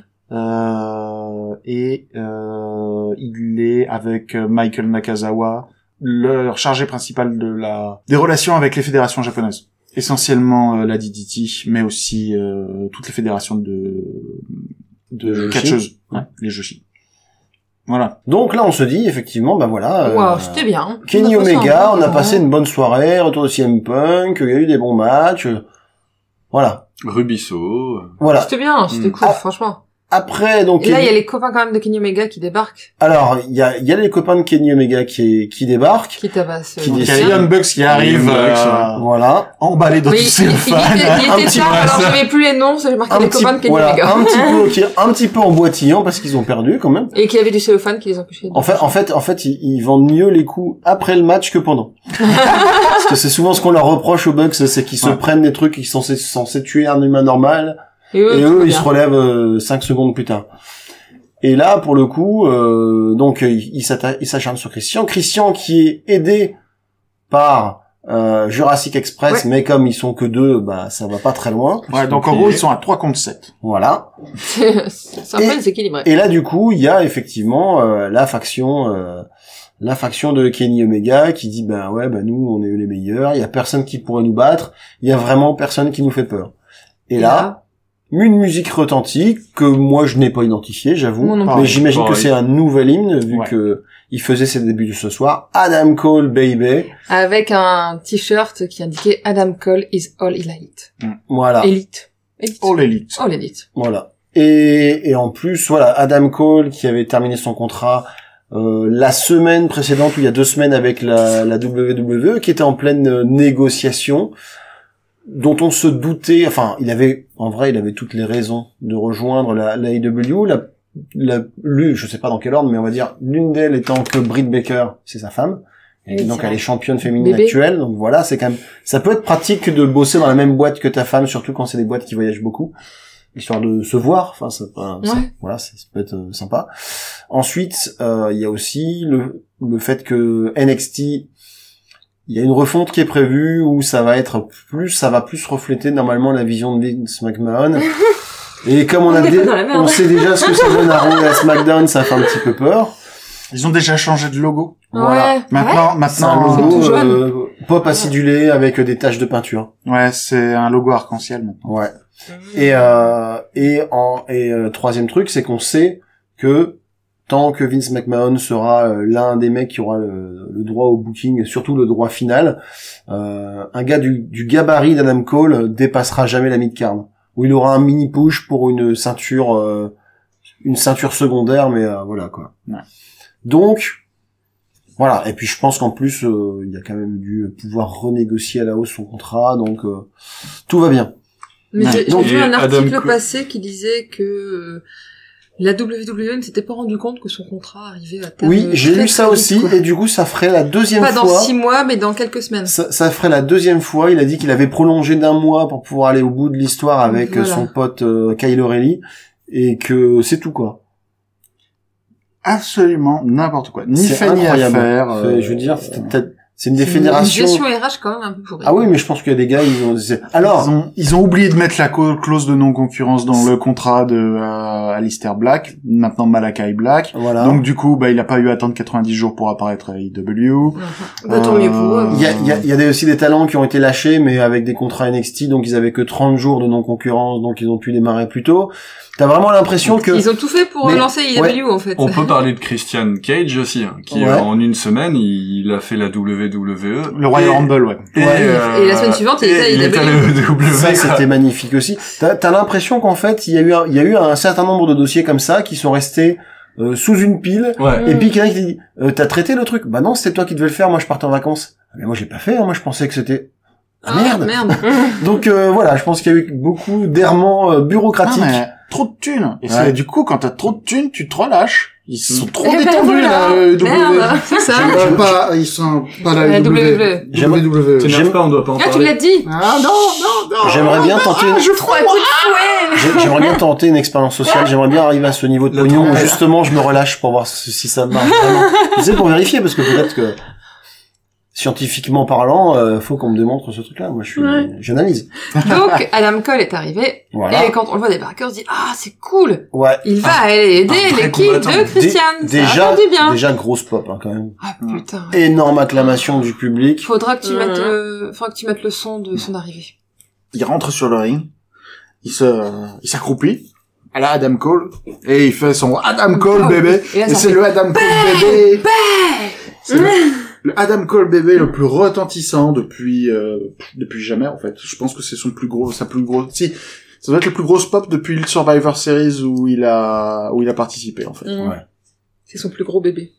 Euh, et euh, il est avec euh, Michael Nakazawa leur chargé principal de la des relations avec les fédérations japonaises essentiellement euh, la DDT mais aussi euh, toutes les fédérations de de
Joshi.
catcheuses Ouais, les Joshi voilà
Donc là on se dit effectivement bah voilà. euh,
Waouh, c'était bien. hein.
Kenny
On a passé un
Omega,
bon
on a
moment.
passé une bonne soirée, retour de CM Punk, il y a eu des bons matchs. euh, Voilà,
Rubisso.
voilà.
C'était bien, c'était
Mm.
cool,
Ah.
franchement.
Après donc
Et là, il
Kenny-
y a les copains quand même de Kenny Omega qui débarquent,
alors il y a, il y a les copains de Kenny Omega qui qui débarquent.
qui tabassent. euh,
Qui
le
donc il y a
décide.
chien.
Ian Bucks qui arrive
Bucks,
euh,
Voilà.
emballé dans
Oui,
tous
il,
ses
il
fans
était, il
un
était
petit
tard,
peu,
alors
ça.
j'avais plus les noms, j'ai marqué les copains de Kenny
voilà,
Omega.
un petit peu, ok, un petit peu en boitillon parce qu'ils ont perdu quand même.
Et qu'il y avait du cellophane qui les empêchait. de-
En fait, en fait, en fait, ils, ils vendent mieux les coups après le match que pendant. parce que c'est souvent ce qu'on leur reproche aux Bucks, c'est qu'ils se
Ouais.
prennent des trucs qui sont censés, censés tuer un humain normal
Et eux,
et
tout
eux
va
ils
bien.
se relèvent euh, cinq secondes plus tard. Et là, pour le coup, euh, donc euh, ils s'atta- ils s'acharnent sur Christian, Christian qui est aidé par euh, Jurassic Express, mais comme ils sont que deux, bah ça va pas très loin.
ouais, donc en gros ils sont à 3 contre 7
Voilà.
C'est c'est un
Et-
peu déséquilibré.
Et là, du coup, il y a effectivement euh, la faction, euh, la faction de Kenny Omega qui dit ben ouais, ben nous, on est les meilleurs. Il y a personne qui pourrait nous battre. Il y a vraiment personne qui nous fait peur. Et,
Et
là, une musique retentit que moi je n'ai pas identifiée, j'avoue.
Moi non
Mais
plus.
j'imagine que
Pareil.
c'est un nouvel hymne vu
Ouais.
que il faisait ses débuts de ce soir. Adam Cole, baby.
Avec un t-shirt qui indiquait Adam Cole is all elite.
Voilà.
Elite. Elite.
all elite
All elite.
Voilà. Et, et en plus, voilà, Adam Cole qui avait terminé son contrat euh, la semaine précédente ou il y a deux semaines avec la, la WWE, qui était en pleine euh, négociation, dont on se doutait. Enfin, il avait, en vrai, il avait toutes les raisons de rejoindre la, la AEW. La, la, lui, je sais pas dans quel ordre, mais on va dire l'une d'elles étant que Britt Baker, c'est sa femme. Et
Oui,
donc
c'est
elle
vrai.
est championne féminine
Bébé.
actuelle, donc voilà, c'est quand même, ça peut être pratique de bosser dans la même boîte que ta femme, surtout quand c'est des boîtes qui voyagent beaucoup histoire de se voir. Enfin, ça, enfin, ça-
Ouais.
voilà, ça, ça peut être euh, sympa. Ensuite, euh, il y a aussi le, le fait que NXT, il Il y a une refonte qui est prévue où ça va être plus, ça va plus refléter normalement la vision de Vince McMahon. Et comme on,
On
a
est
dé-
pas dans la merde.
on sait déjà ce que ça donne à Raw et à SmackDown, ça fait un petit peu peur.
Ils ont déjà changé de logo.
Voilà.
Ouais.
Maintenant,
C'est un
maintenant,
c'est tout
logo
jaune.
euh, pop acidulé avec des taches de peinture.
ouais, c'est un logo arc-en-ciel maintenant.
Ouais. Et euh, et en et euh, troisième truc, c'est qu'on sait que tant que Vince McMahon sera euh, l'un des mecs qui aura le, le droit au booking, et surtout le droit final, euh, un gars du, du gabarit d'Adam Cole dépassera jamais la mid-card. Où il aura un mini push pour une ceinture, euh, une ceinture secondaire, mais euh, voilà quoi.
Ouais.
Donc voilà. Et puis je pense qu'en plus, euh, il a quand même dû pouvoir renégocier à la hausse son contrat, donc euh, tout va bien.
Mais
Ouais.
j'ai j'ai
Donc,
vu un
et Adam
article
Co-
passé qui disait que euh, la WWE ne s'était pas rendu compte que son contrat arrivait à terme.
Oui,
euh,
j'ai
très,
lu ça
très vite,
aussi,
quoi.
et du coup, ça ferait la deuxième
Pas dans
fois.
six mois, mais dans quelques semaines.
Ça, ça ferait la deuxième fois. Il a dit qu'il avait prolongé d'un mois pour pouvoir aller au bout de l'histoire avec euh,
Voilà.
son pote euh, Kyle O'Reilly, et que c'est tout quoi.
Absolument n'importe quoi. Ni
C'est
fait ni à
incroyable.
faire. euh,
C'est- je veux dire, c'est peut-être- c'est une des
C'est une-
fédérations.
Une gestion RH quand même un peu pourrie.
Ah oui, mais je pense qu'il y a des gars, ils ont. c'est- Alors,
ils, ont, ils ont oublié de mettre la cau- clause de non-concurrence dans le contrat de euh, Alistair Black, maintenant Malakai Black.
voilà.
Donc du coup, bah, il a pas eu à attendre 90 jours pour apparaître à IW.
Bah, tant mieux pour eux.
il y a, il
euh,
y a- il y a des- aussi des talents qui ont été lâchés, mais avec des contrats NXT, donc ils avaient que 30 jours de non-concurrence, donc ils ont pu démarrer plus tôt. T'as vraiment l'impression que...
Ils ont tout fait pour
Mais-
lancer IW
ouais.
en fait.
On peut parler de Christian Cage aussi, hein, qui
Ouais.
euh, en une semaine, il, il a fait la WWE.
Le Royal
Et-
Rumble, ouais.
Et, euh,
Ouais.
Et la semaine suivante, il
et
était à E.
il était à E. la
IW.
WWE.
Ça, c'était magnifique aussi. T'as as, l'impression qu'en fait, il y a eu, un, il y a eu un certain nombre de dossiers comme ça qui sont restés euh, sous une pile.
Ouais.
Mm.
Et puis quelqu'un qui dit, euh, t'as traité le truc Bah non, c'était toi qui devais le faire. Moi, je partais en vacances. Ah, Mais moi, j'ai pas fait. hein. Moi, je pensais que c'était. Ah, merde.
merde.
Donc euh, voilà, je pense qu'il y a eu beaucoup d'errements euh, bureaucratiques.
Non, mais trop de thunes. Et
Ouais.
c'est- du coup, quand t'as trop de thunes, tu te relâches. Ils sont trop
Eh ben
détendus,
voilà.
là, euh, W.
E.
Merde, c'est ça.
J'aime-
Ils sont pas, ils sont pas la,
La
W.
WWE.
Euh, J'aimerais-
WWE.
T'énerve pas, on doit pas en
Ah, tu
parler.
l'as dit
Ah non, non, non.
J'aimerais bien tenter.
Ah,
une-
Trois coups de fouet
j'ai- J'aimerais bien tenter une expérience sociale. J'aimerais bien arriver à ce niveau de
La
pognon où
trentaine.
justement je me relâche pour voir si si ça marche vraiment. tu sais, pour vérifier parce que peut-être que scientifiquement parlant, euh, faut qu'on me démontre ce truc-là. Moi, je suis,
Ouais.
j'analyse.
Donc, Adam Cole est arrivé,
Voilà. Ah.
et quand on le voit débarquer, on se dit « Ah, c'est cool
Ouais.
Il va aller aider
un vrai
l'équipe
combattant.
de Christian
Dé-
Ça
déjà,
a du bien
déjà grosse pop hein, quand même.
Ah putain
Énorme acclamation du public.
Faudra que tu
Mhm.
mettes, euh, faudra que tu mettes le son de son arrivée.
Il rentre sur le ring. Il se, il s'accroupit. À la Adam Cole. Et il fait son Adam Cole, bébé.
Ah, Et là,
Et
ça
c'est
fait-
le Adam Cole bébé. C'est le, le Adam Cole bébé le plus retentissant depuis euh, depuis jamais en fait. Je pense que c'est son plus gros, sa plus grosse. Si, ça doit être la plus grosse pop depuis le Survivor Series où il a où il a participé en fait.
Mm.
Mhm. C'est son plus gros bébé.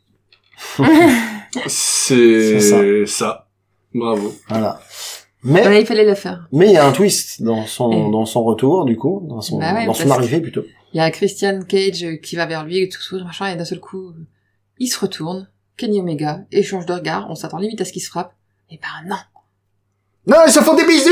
C'est
C'est
ça. Bravo.
Voilà. Mais
Voilà, Eh, il fallait la faire.
mais il y a un twist dans son
Eh.
dans son retour du coup, dans son
Bah ouais,
dans son
parce
arrivée plutôt.
Il y a Christian Cage euh, qui va vers lui, tout sourire, machin, et d'un seul coup, euh, il se retourne, Kenny Omega, échange de regard, on s'attend limite à ce qu'il se frappe. Et ben non
Non, ils se font des bisous.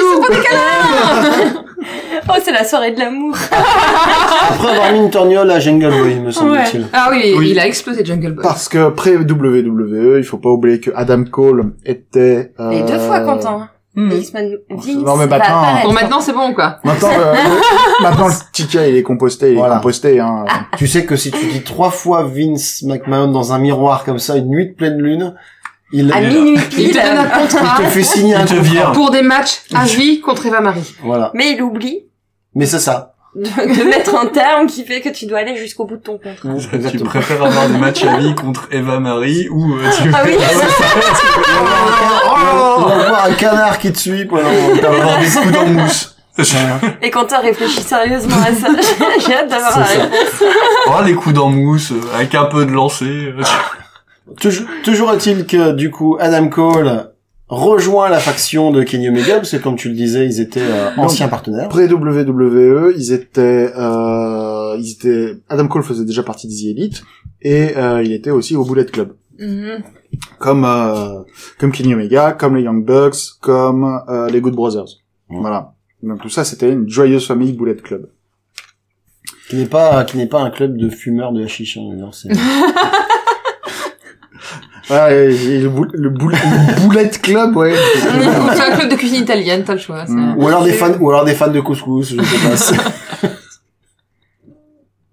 Oh, c'est la soirée de l'amour
Après avoir mis une torgnole à Jungle Boy, me semble-t-il.
Ah oui,
Oui. Ah.
il a explosé Jungle Boy.
Parce que après WWE, E, il faut pas oublier que Adam Cole était. euh,
Et deux fois, Quentin.
hmm.
Mhm.
Vince
Non, mais
va
bah, attends.
apparaître.
Mmh. Bon, maintenant, c'est bon, quoi.
Maintenant, euh, le- maintenant le ticket il est composté, il
Voilà.
est composté. Hein.
Ah.
Tu sais que si tu dis trois fois Vince McMahon dans un miroir comme ça, une nuit de pleine lune, il
À
Il-
minuit
Il te
pile.
donne un
il te
contrat
fait signer un
Il te
contrat.
vire.
pour des matchs à vie contre Eva Marie.
Voilà.
Mais il oublie
Mais c'est ça.
de, de mettre un terme qui fait que tu dois aller jusqu'au bout de ton contrat.
Tu
Exactement.
préfères avoir des matchs à vie contre Eva Marie ou euh, tu
Ah oui.
Oh
On va voir un canard qui te suit pendant.
vas avoir des coups dans mousse.
Et Quentin réfléchit sérieusement à ça. J'ai hâte d'avoir la
C'est ça.
réponse.
Oh, les coups dans mousse, euh, avec un peu de lancer. euh,
Toujours, toujours est-il que du coup Adam Cole rejoint la faction de Kenny Omega parce que comme tu le disais ils étaient euh, anciens partenaires.
Après WWE, ils étaient, euh, ils étaient. Adam Cole faisait déjà partie des The Elite et euh, il était aussi au Bullet Club,
Mmh.
comme euh, comme Kenny Omega, comme les Young Bucks, comme euh, les Good Brothers.
Ouais.
Voilà. Donc tout ça, c'était une joyeuse famille Bullet Club.
Qui n'est pas qui n'est pas un club de fumeurs de hashish. hein, d'ailleurs, c'est-
Ah, et- et le, boul- le, boul- le boulette club, ouais.
On écoute, c'est un club de cuisine italienne, t'as le choix. c'est-
Mm.
Ou alors des fans, ou alors des fans de couscous, je sais pas. c'est-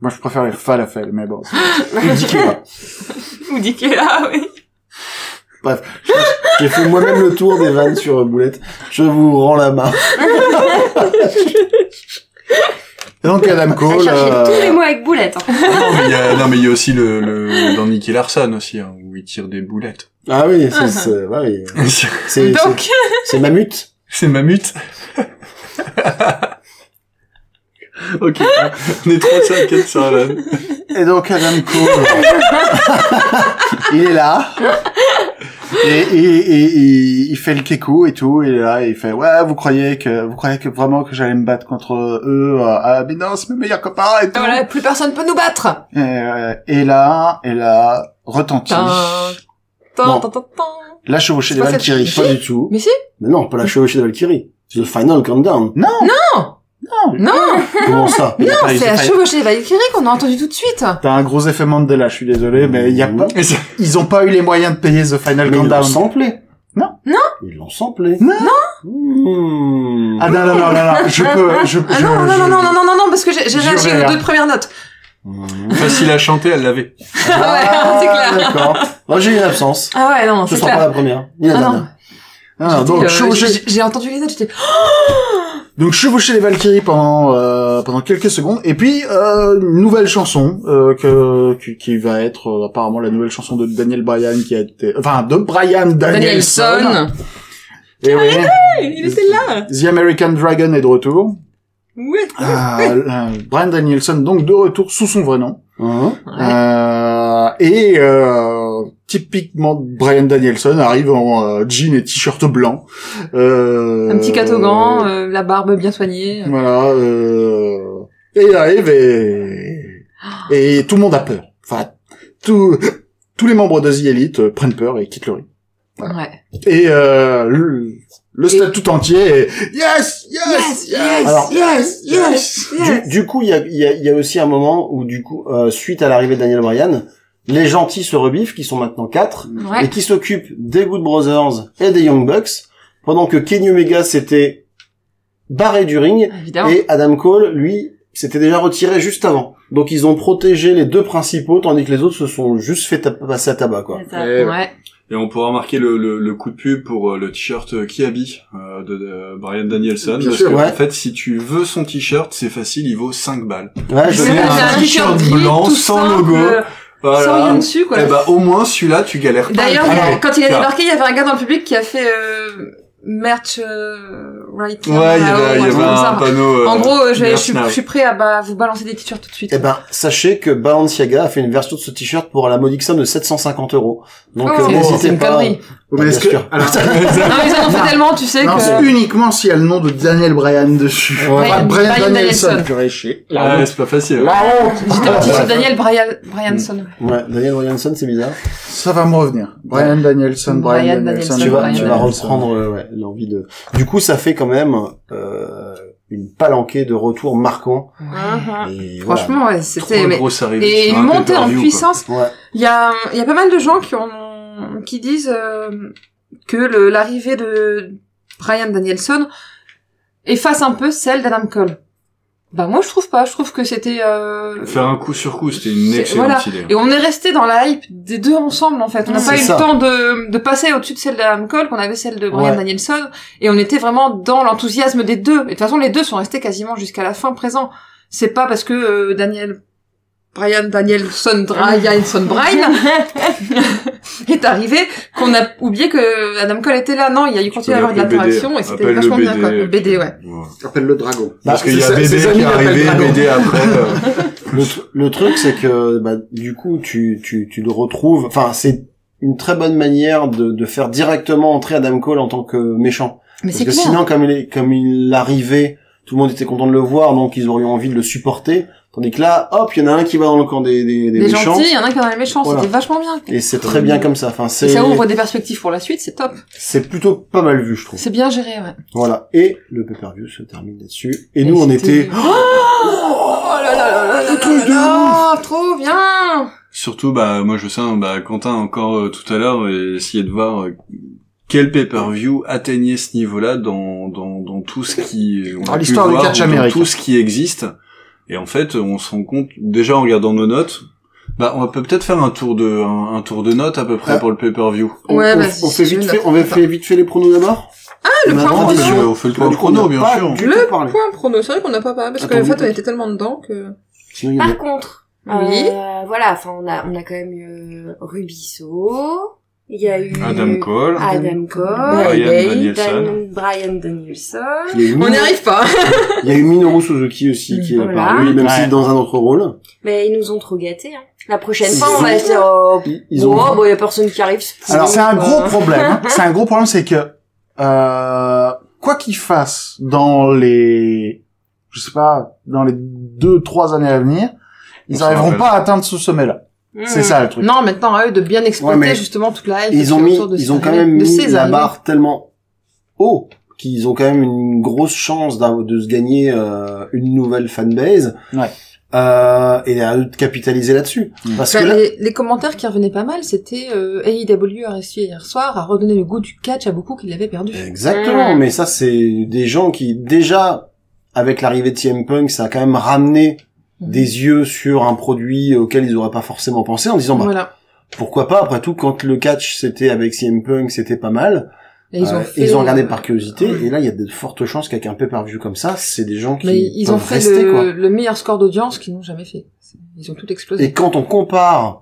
Moi, je préfère les falafels, mais bon.
Ou d'Ikea, oui.
J'ai fait moi-même le tour des vannes sur euh, Boulette. Je vous rends la main.
Et donc, Adam
On
Cole,
cherchait tous les
euh,
mots avec boulette. hein.
Non, mais il y a, non, mais il y a aussi le, le dans Nicky Larson aussi, hein, où il tire des boulettes.
Ah oui, c'est, c'est, ouais, oui. c'est, c'est,
Donc,
c'est Mamute.
C'est ma mute. ok, on est 3, 5, 4, ça, là.
et donc Adam Cole, il est là. Et, et, et- et il fait le kéko et tout, il est là, et il fait, ouais, vous croyez que, vous croyez que vraiment que j'allais me battre contre eux, euh, ah, mais non, c'est mes meilleurs copains et tout.
Ah, voilà, plus personne peut nous battre.
Et, euh, et là, et là, retentit.
Tin,
Non.
tin, tin, tin, tin.
La chevauchée
C'est
des
pas cette
Valkyries.
chevauchée
Pas du tout.
Mais si
Mais non, pas la chevauchée de Valkyrie. C'est le final countdown.
Non!
Non. Non,
Comment ça?
Il a pas- Ah, il
c'est
a
la
pas-
chevauchée des Valkyries qu'on a entendu tout de suite. Ah
T'as un gros effet Mandela, je suis désolé, mais il y a pas,
Mais c'est-
ils ont pas eu les moyens de payer The Final
Mais ils l'ont
Countdown.
samplé.
Non.
Non.
Ils l'ont samplé.
Non.
Ah,
Mmh.
Ah non, non, non, non, non, je peux, je,
Ah
je-
non, non,
je-
non, non, non, non, non, non, parce que j'ai j'ai
Je
lâché
vais,
les
là.
deux premières notes.
Facile à chanter, elle l'avait.
Ah ouais, c'est clair.
D'accord. Moi, j'ai eu une absence.
Ah ouais, non,
Ce
c'est
sera pas
clair.
la première, ni la
Ah non.
dernière.
Ah,
J'ai dit,
donc,
euh,
chevaucher,
j'ai- J'ai entendu les notes, j'étais...
donc, chevaucher les Valkyries pendant, euh, pendant quelques secondes, et puis, euh, une nouvelle chanson, euh, que, qui, qui va être, euh, apparemment, la nouvelle chanson de Daniel Bryan, qui a été, enfin, de Bryan Danielson.
Danielson
Et oui,
Ah, Il était là
The American Dragon est de retour.
Ouais
Ah, euh, Bryan Danielson, donc, de retour sous son vrai nom.
Hein
Euh, et euh, typiquement Brian Danielson arrive en euh, jean et t-shirt blanc. Euh,
Un petit catogan, euh, la barbe bien soignée.
Voilà. Euh, et il arrive et et tout le monde a peur. Enfin, tout, tous les membres de The Elite euh, prennent peur et quittent le ring. Voilà.
Ouais.
Et euh, le, le stade tout entier est yes, yes, yes, yes,
Alors-
yes,
Du, du coup, il y a, il y, a, il y a aussi un moment où, du coup, euh, suite à l'arrivée de Daniel Bryan, les gentils se rebiffent, qui sont maintenant quatre,
Ouais.
et qui s'occupent des Good Brothers et des Young Bucks, pendant que Kenny Omega s'était barré du ring,
Évidemment.
et Adam Cole, lui, s'était déjà retiré juste avant. Donc ils ont protégé les deux principaux, tandis que les autres se sont juste fait tap- passer à tabac, quoi.
C'est ça.
Et-
Ouais.
Et on pourra marquer le, le, le coup de pub pour euh, le t-shirt euh, Kiabi euh, de, de Brian Danielson.
Bien
parce
sûr,
que,
ouais.
en fait, si tu veux son t-shirt, c'est facile, il vaut 5 balles.
Ouais, euh, je
C'est
l'ai.
un t-shirt blanc,
tout
sans
simple,
logo.
euh, Sans rien
Voilà.
dessus, quoi.
Eh ben, au moins, celui-là, tu galères pas. Ah,
D'ailleurs,
à le
il y a-
prendre.
quand il a
Car-
débarqué, il y avait un gars dans le public qui a fait euh, merch euh, right now,
Ouais, il y
là-haut,
avait, il y
un
avait
truc comme
un
ça.
panneau. euh,
En gros, euh, je, vais- je
Merch
suis,
Now.
je suis prêt à bah, vous balancer des t-shirts tout de suite.
Eh ben, sachez que Balenciaga a fait une version de ce t-shirt pour la modique somme de 750 euros. Donc,
Oh,
euh,
c'est- c'est
n'hésitez
une
pas.
connerie.
Oh, mais est-ce
Bien
que-
sûr.
alors,
Non, mais ils en ont fait tellement, tu sais,
Non,
que... euh,
c'est uniquement s'il y a le nom de Daniel Bryan dessus.
Ouais,
Enfin, Bryan
Bryan
Danielson.
Danielson.
purée, chier.
Ah, ouais, c'est pas facile.
J'étais parti sur Daniel Bryan, Bryanson.
Ouais, Daniel Bryanson, c'est bizarre.
Ça va me revenir. Bryan Danielson, Bryan,
Bryan
Danielson.
Danielson,
tu vas,
Bryan
tu vas
Danielson.
reprendre euh, ouais, l'envie de. Du coup, ça fait quand même euh, une palanquée de retours marquants.
Uh-huh.
Et voilà.
Ah, Franchement, ouais, c'était...
Trois
mais-
grosses arrivées
Et
sur
une
un
montée en
pay-per-view, quoi.
puissance.
Ouais.
Il y a, il y a pas mal de gens qui ont, qui disent euh, que le- l'arrivée de Brian Danielson efface un peu celle d'Adam Cole. Bah moi je trouve pas, je trouve que c'était... euh,
Faire un coup sur coup, c'était une
C'est-
excellente
voilà.
idée.
Et on est resté dans la hype des deux ensemble en fait. On n'a
C'est
pas eu
ça.
le temps de, de passer au-dessus de celle d'Adam Cole qu'on avait celle de Brian
Ouais.
Danielson et on était vraiment dans l'enthousiasme des deux. Et de toute façon les deux sont restés quasiment jusqu'à la fin présents. C'est pas parce que euh, Daniel Brian Danielson Bryanson Bryan est arrivé qu'on a oublié que Adam Cole était là. Non, il y a eu continué à avoir de
Appelle le BD.
l'interaction et c'était
Appelle le
vachement bien quoi.
BD,
Le BD ouais.
Appelle le dragon.
Parce
Bah,
qu'il y a
c'est ça,
BD
c'est ça,
qui est
il appelle
arrivé,
Dragon.
BD après. euh,
Le, tr- le truc, c'est que bah, du coup, tu, tu, tu le retrouves. Enfin, c'est une très bonne manière de, de faire directement entrer Adam Cole en tant que méchant.
Mais
Parce
c'est
que
clair.
sinon, comme il est, comme il arrivait, tout le monde était content de le voir, donc ils auraient eu envie de le supporter. Tandis que là, hop, il y en a un qui va dans le camp des, des, des
les
méchants,
gentils, il y en a qui dans les méchants,
Voilà.
c'était vachement bien.
et c'est très bien comme ça. Enfin,
Et
c'est
ça ouvre des perspectives pour la suite, c'est top.
c'est plutôt pas mal vu, je trouve.
C'est bien géré, ouais.
Oh Voilà. Et le pay-per-view se termine là-dessus. Et, nous, on était.
Oh là là là là
truc
là
de
là, Oh, trop bien
Surtout, bah, moi, je sais, hein, bah, Quentin, encore euh, tout à l'heure, et essayer de voir euh, quel pay-per-view atteignait ce niveau-là dans, dans, dans tout ce qui, on
Ah,
Dans
a pu
l'histoire du
voir,
catch
dans
américain.
tout ce qui existe. Et en fait, on se rend compte, déjà en regardant nos notes, bah, on peut peut-être faire un tour de, un, un tour de notes à peu près
Ah.
pour le pay-per-view.
On,
Ouais,
on-
vas-y,
on fait
je
vite
note.
fait, on va faire vite fait les pronos d'abord.
Ah, le
On a
point
vraiment
pronos.
des
Euh,
yeux.
on fait
Parce que
le point
du coup,
chrono,
on a
bien
pas
sûr.
du
Le
tout parlé.
point prono, c'est vrai qu'on n'a pas parlé, parce
Attends,
qu'en fait,
vous-
on était tellement dedans que...
Sinon, il y a-
Ah,
Par contre,
Oui.
euh, voilà, enfin, on a, on a quand même eu euh, Rubisso, il y a eu
Adam Cole,
Adam Cole,
Brian
Brian
Day,
Danielson.
Dan- Brian Danielson.
il y a eu
On n'y
Minoru-
arrive pas
il y a eu Minoru Suzuki aussi qui est
Voilà.
apparu, même
Ouais.
si dans un autre rôle.
Mais ils nous ont trop gâtés. Hein. La prochaine
Ils
fois, on va
ont-
se dire, oh,
Ils,
il
ils ont
bon, y a personne qui arrive. c'est
Alors c'est un
pourri,
gros
quoi.
problème. C'est un gros problème, c'est que euh, quoi qu'ils fassent dans les, je sais pas, dans les deux trois années à venir,
On
ils
s'en
arriveront
rappelle.
pas à atteindre ce sommet-là. C'est
Mm.
ça le truc.
Non, maintenant, à eux de bien exploiter,
Ouais, mais
justement, toute la hype
ils ont
qui est
mis,
autour de
ils
ces
ont quand
arrivées-
même
de
mis
ces
la
arrivées.
barre tellement haut qu'ils ont quand même une grosse chance d'av- de se gagner euh, une nouvelle fanbase.
Ouais.
Euh, et à eux de capitaliser là-dessus.
Mm.
Parce que
Bah,
là,
les, les commentaires qui revenaient pas mal, c'était euh, AEW a réussi hier soir à redonner le goût du catch à beaucoup qui l'avaient perdu.
Exactement,
Mm.
mais ça c'est des gens qui déjà avec l'arrivée de CM Punk, ça a quand même ramené
Mm.
des yeux sur un produit auquel ils n'auraient pas forcément pensé en disant bah,
Voilà.
pourquoi pas après tout quand le catch c'était avec CM Punk c'était pas mal
Et ils ont,
Euh,
fait,
ils ont regardé
euh,
par curiosité
ouais.
et là il y a de fortes chances qu'avec un pay-per-view comme ça c'est des gens qui
Mais ils ont
peuvent
fait
rester, quoi.
le, le meilleur score d'audience qu'ils n'ont jamais fait. Ils ont tout explosé.
Et quand on compare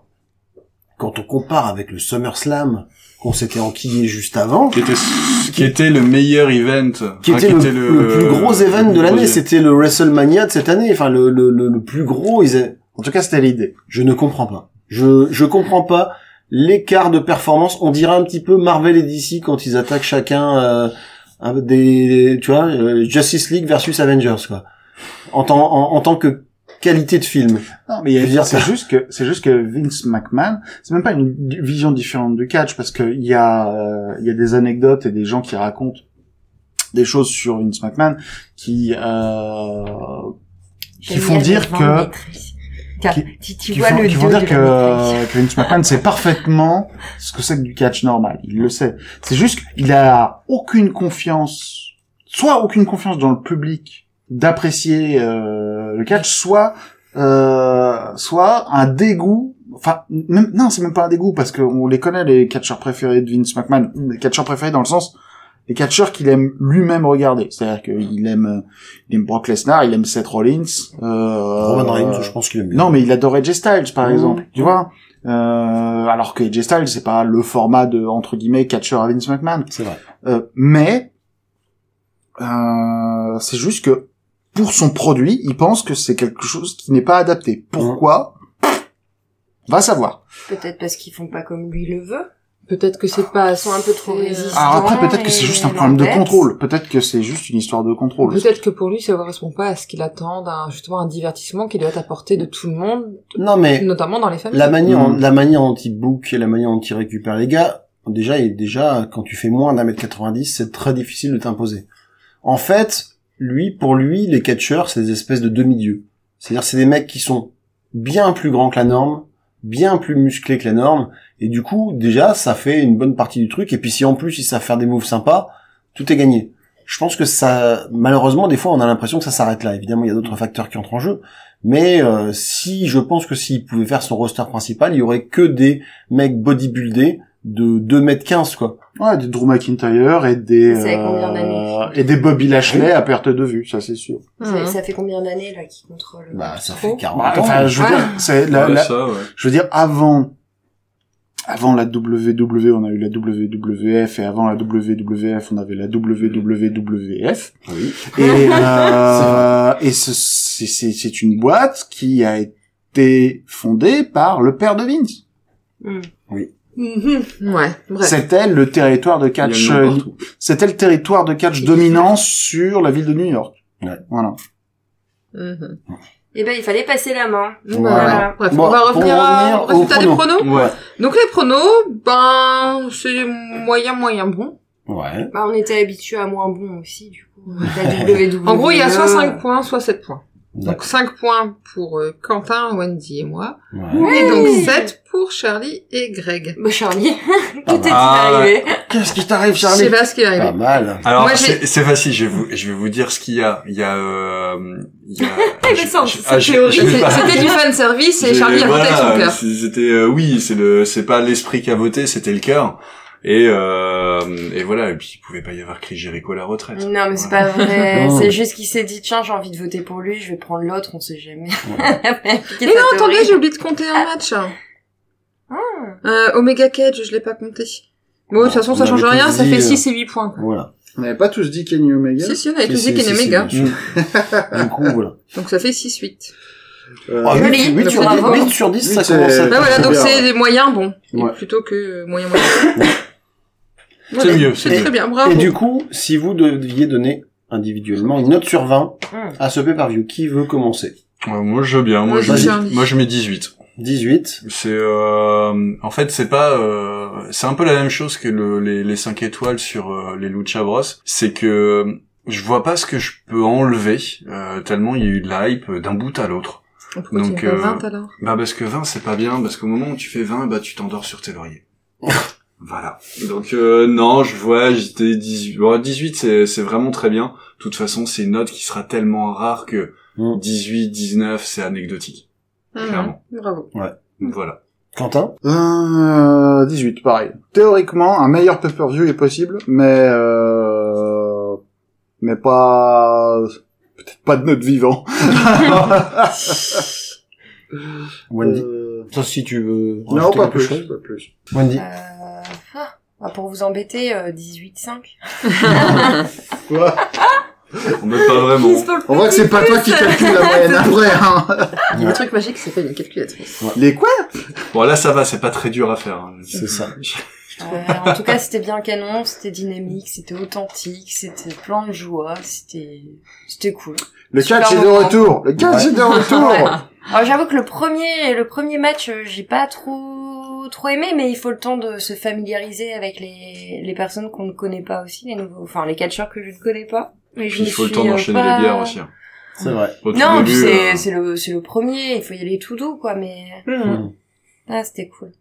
quand on compare avec le SummerSlam qu'on s'était enquillé juste avant
qui était, ce- qui était le meilleur event, enfin,
qui était, le, le plus gros event de
le plus
l'année,
gros
c'était le WrestleMania de cette année, enfin le, le, le, le plus gros. Ils a- En tout cas, c'était l'idée. Je ne comprends pas. Je je comprends pas l'écart de performance. On dirait un petit peu Marvel et DC quand ils attaquent chacun euh, un- des tu vois euh, Justice League versus Avengers quoi. En tant en, en tant que qualité de film.
Non, mais il y a-
Je veux dire,
c'est juste que c'est juste que Vince McMahon, c'est même pas une di- vision différente du catch parce que il y a euh, il y a des anecdotes et des gens qui racontent des choses sur Vince McMahon qui euh, qui font dire que
Tiens,
qui-
tu, tu
qui
vois
font,
le
qui font
dieu
dire
de la
que, que Vince McMahon sait parfaitement ce que c'est que du catch normal. Il le sait. C'est juste qu'il a aucune confiance, soit aucune confiance dans le public d'apprécier euh, le catch, soit euh, soit un dégoût. Enfin, même- non, c'est même pas un dégoût parce qu'on les connaît les catcheurs préférés de Vince McMahon, les catcheurs préférés dans le sens les catcheurs qu'il aime lui-même regarder. C'est-à-dire qu'il aime, euh, il aime Brock Lesnar, il aime Seth Rollins. Euh,
Roman Reigns, je pense qu'il aime bien.
non, mais il adorait AJ Styles, par
Mhm.
exemple. Tu vois Euh, Alors que AJ Styles, c'est pas le format de, entre guillemets, catcher à Vince McMahon.
c'est vrai.
Euh, mais, euh, c'est juste que, pour son produit, il pense que c'est quelque chose qui n'est pas adapté. Pourquoi Va savoir.
Peut-être parce qu'ils font pas comme lui le veut.
Peut-être que c'est pas
Ils sont un peu trop résistants.
Alors après, peut-être
et
que c'est juste un problème de
l'embête.
contrôle. Peut-être que c'est juste une histoire de contrôle.
Peut-être que pour lui, ça ne correspond pas à ce qu'il attend d'un justement un divertissement qui doit être apporté de tout le monde,
Non mais
notamment dans les familles.
La manière,
Mm.
la manière dont il book et la manière dont il récupère les gars, déjà, et déjà, quand tu fais moins d'un mètre 90, c'est très difficile de t'imposer. En fait, lui, pour lui, les catcheurs, c'est des espèces de demi-dieux. C'est-à-dire, c'est des mecs qui sont bien plus grands que la norme, bien plus musclés que la norme, et du coup, déjà, ça fait une bonne partie du truc, et puis si en plus, ils savent faire des moves sympas, tout est gagné. Je pense que ça, malheureusement, des fois, on a l'impression que ça s'arrête là. Évidemment, il y a d'autres facteurs qui entrent en jeu, mais euh, si je pense que s'il pouvait faire son roster principal, il y aurait que des mecs bodybuildés de 2 mètres 15 quoi.
Ouais, des Drew McIntyre et des, euh,
Ça fait combien d'années
et des Bobby Lashley à perte de vue, ça c'est sûr.
Ça, ça fait combien d'années, là, qu'ils contrôlent euh,
Bah ça
Trop.
Oh.
fait 40
Bah,
ans.
enfin, je veux
Ouais.
dire, c'est la,
Ouais,
la-
ça, ouais.
je veux dire, avant, avant la WW, on a eu la WWF, et avant la WWF, on avait la WWWF.
Oui.
Et, euh, et ce- c'est, c'est, c'est une boîte qui a été fondée par le père de Vince.
Hmm.
Ouais, bref.
C'était le territoire de
Il y a le
catch,
nom
euh,
partout.
c'était le territoire de catch dominant sur la ville de New York.
Ouais.
Voilà.
Mhm.
Eh ben, il fallait passer la main.
Voilà. Bref,
Bon,
on va
pour
revenir
revenir
à-
au
au résultat des
pronos.
pronos.
Ouais.
Donc les pronos, ben c'est moyen moyen bon.
Ouais.
Bah, on était habitué à moins bon aussi, du coup. La WWE.
En gros, il y a soit 5 points, soit 7 points. Donc 5 points pour euh, Quentin, Wendy et moi.
Ouais.
Et donc 7 pour Charlie et Greg.
Bah, Charlie,
Pas
tout est
mal.
arrivé.
Qu'est-ce qui t'arrive,
Je sais pas ce qui est
Pas
arrivé.
mal.
Alors
Moi, j'ai-
c'est c'est facile, je vais vous je vais vous dire ce qu'il y a. Il y a euh, il y a
mais ça, c'est
ah, je-
théorique.
je vais
C'est-
pas-
C'était du fan service et
J'ai-
Charlie a voté avec son
voilà,
cœur.
c'est- C'était euh, oui, c'est le c'est pas l'esprit qui a voté, c'était le cœur. Et euh, et voilà, et puis il pouvait pas y avoir cri Jericho à la retraite.
Mm.
Non, mais c'est
Voilà.
pas vrai.
Non.
c'est juste qu'il s'est dit, tiens, j'ai envie de voter pour lui, je vais prendre l'autre, on sait jamais.
Mais non, attendez, j'ai oublié de compter un match. Euh, Omega Cage, je l'ai pas compté. Bon, de toute façon, ça
On avait
change rien,
tous
ça
dit,
fait
euh,
6 et 8 points. quoi.
Voilà.
On n'avait pas tous dit Kenny Omega.
Si, si, on avait tous
Si,
dit
si, si,
Kenny
si,
Omega.
bien sûr. du coup, voilà.
Donc ça fait 6-8.
Euh,
Ah,
Joli,
8, sur
bravo.
10, 8 sur 10, ça
Huit,
commence
euh,
à...
Bah voilà, donc
bien,
c'est
ouais.
des moyens bons. Et
Ouais.
Plutôt que euh, moyens moyens. Voilà.
C'est mieux,
C'est
c'est
très bien,
Et
bravo.
du coup, si vous deviez donner individuellement une note sur 20
Hmm.
à ce pay-per-view, qui veut commencer
Ouais, moi je veux bien, moi
Moi,
je
j'ai
envie.
moi je mets 18.
18
C'est euh, en fait c'est pas euh, c'est un peu la même chose que le, les les 5 étoiles sur euh, les Lucha Bros, c'est que euh, je vois pas ce que je peux enlever euh, tellement il y a eu de la hype euh, d'un bout à l'autre.
Pourquoi tu
donc,
dis pas
euh,
20 alors
Bah parce que 20 c'est pas bien, parce qu'au moment où tu fais 20, bah tu t'endors sur tes lauriers. voilà. Donc euh, non, je vois, j'étais 18. Bon, 18 c'est, c'est vraiment très bien. De toute façon, c'est une note qui sera tellement rare que
Mm.
18, 19 c'est anecdotique.
Mhm.
clairement.
Bravo.
Voilà.
Quentin
Euh, 18, pareil. Théoriquement, un meilleur pay-per-view est possible, mais euh, mais pas peut-être pas de notre vivant.
Wendy
Euh,
Ça, si tu veux...
Non,
rajouter
pas
quelque
plus,
chose.
pas plus.
Wendy
Euh, ah, bah, pour vous embêter, euh, 18-5.
Quoi
On met pas vraiment.
On voit que c'est pas toi qui calcule la moyenne après. Hein.
Il y a un truc magique qui s'appelle une calculatrice.
Les quoi
Bon là ça va, c'est pas très dur à faire. hein.
C'est ça.
Euh, en tout cas, c'était bien canon, c'était dynamique, c'était authentique, c'était plein de joie, c'était, c'était cool.
Le
Super
catch est de
moment.
retour. Le catch
Ouais.
est de retour.
Alors, j'avoue que le premier, le premier match, euh, j'ai pas trop, trop aimé, mais il faut le temps de se familiariser avec les, les personnes qu'on ne connaît pas aussi, les nouveaux, enfin, les catcheurs que je ne connais pas. Mais je
Il
me
faut le
suis,
temps
euh,
d'enchaîner
pas-
les bières aussi. hein.
C'est vrai.
Au tout
Non, puis
début,
c'est,
euh,
c'est le, c'est le premier, il faut y aller tout doux, quoi, mais,
Hmm. Mm.
Mhm.
ah, c'était cool.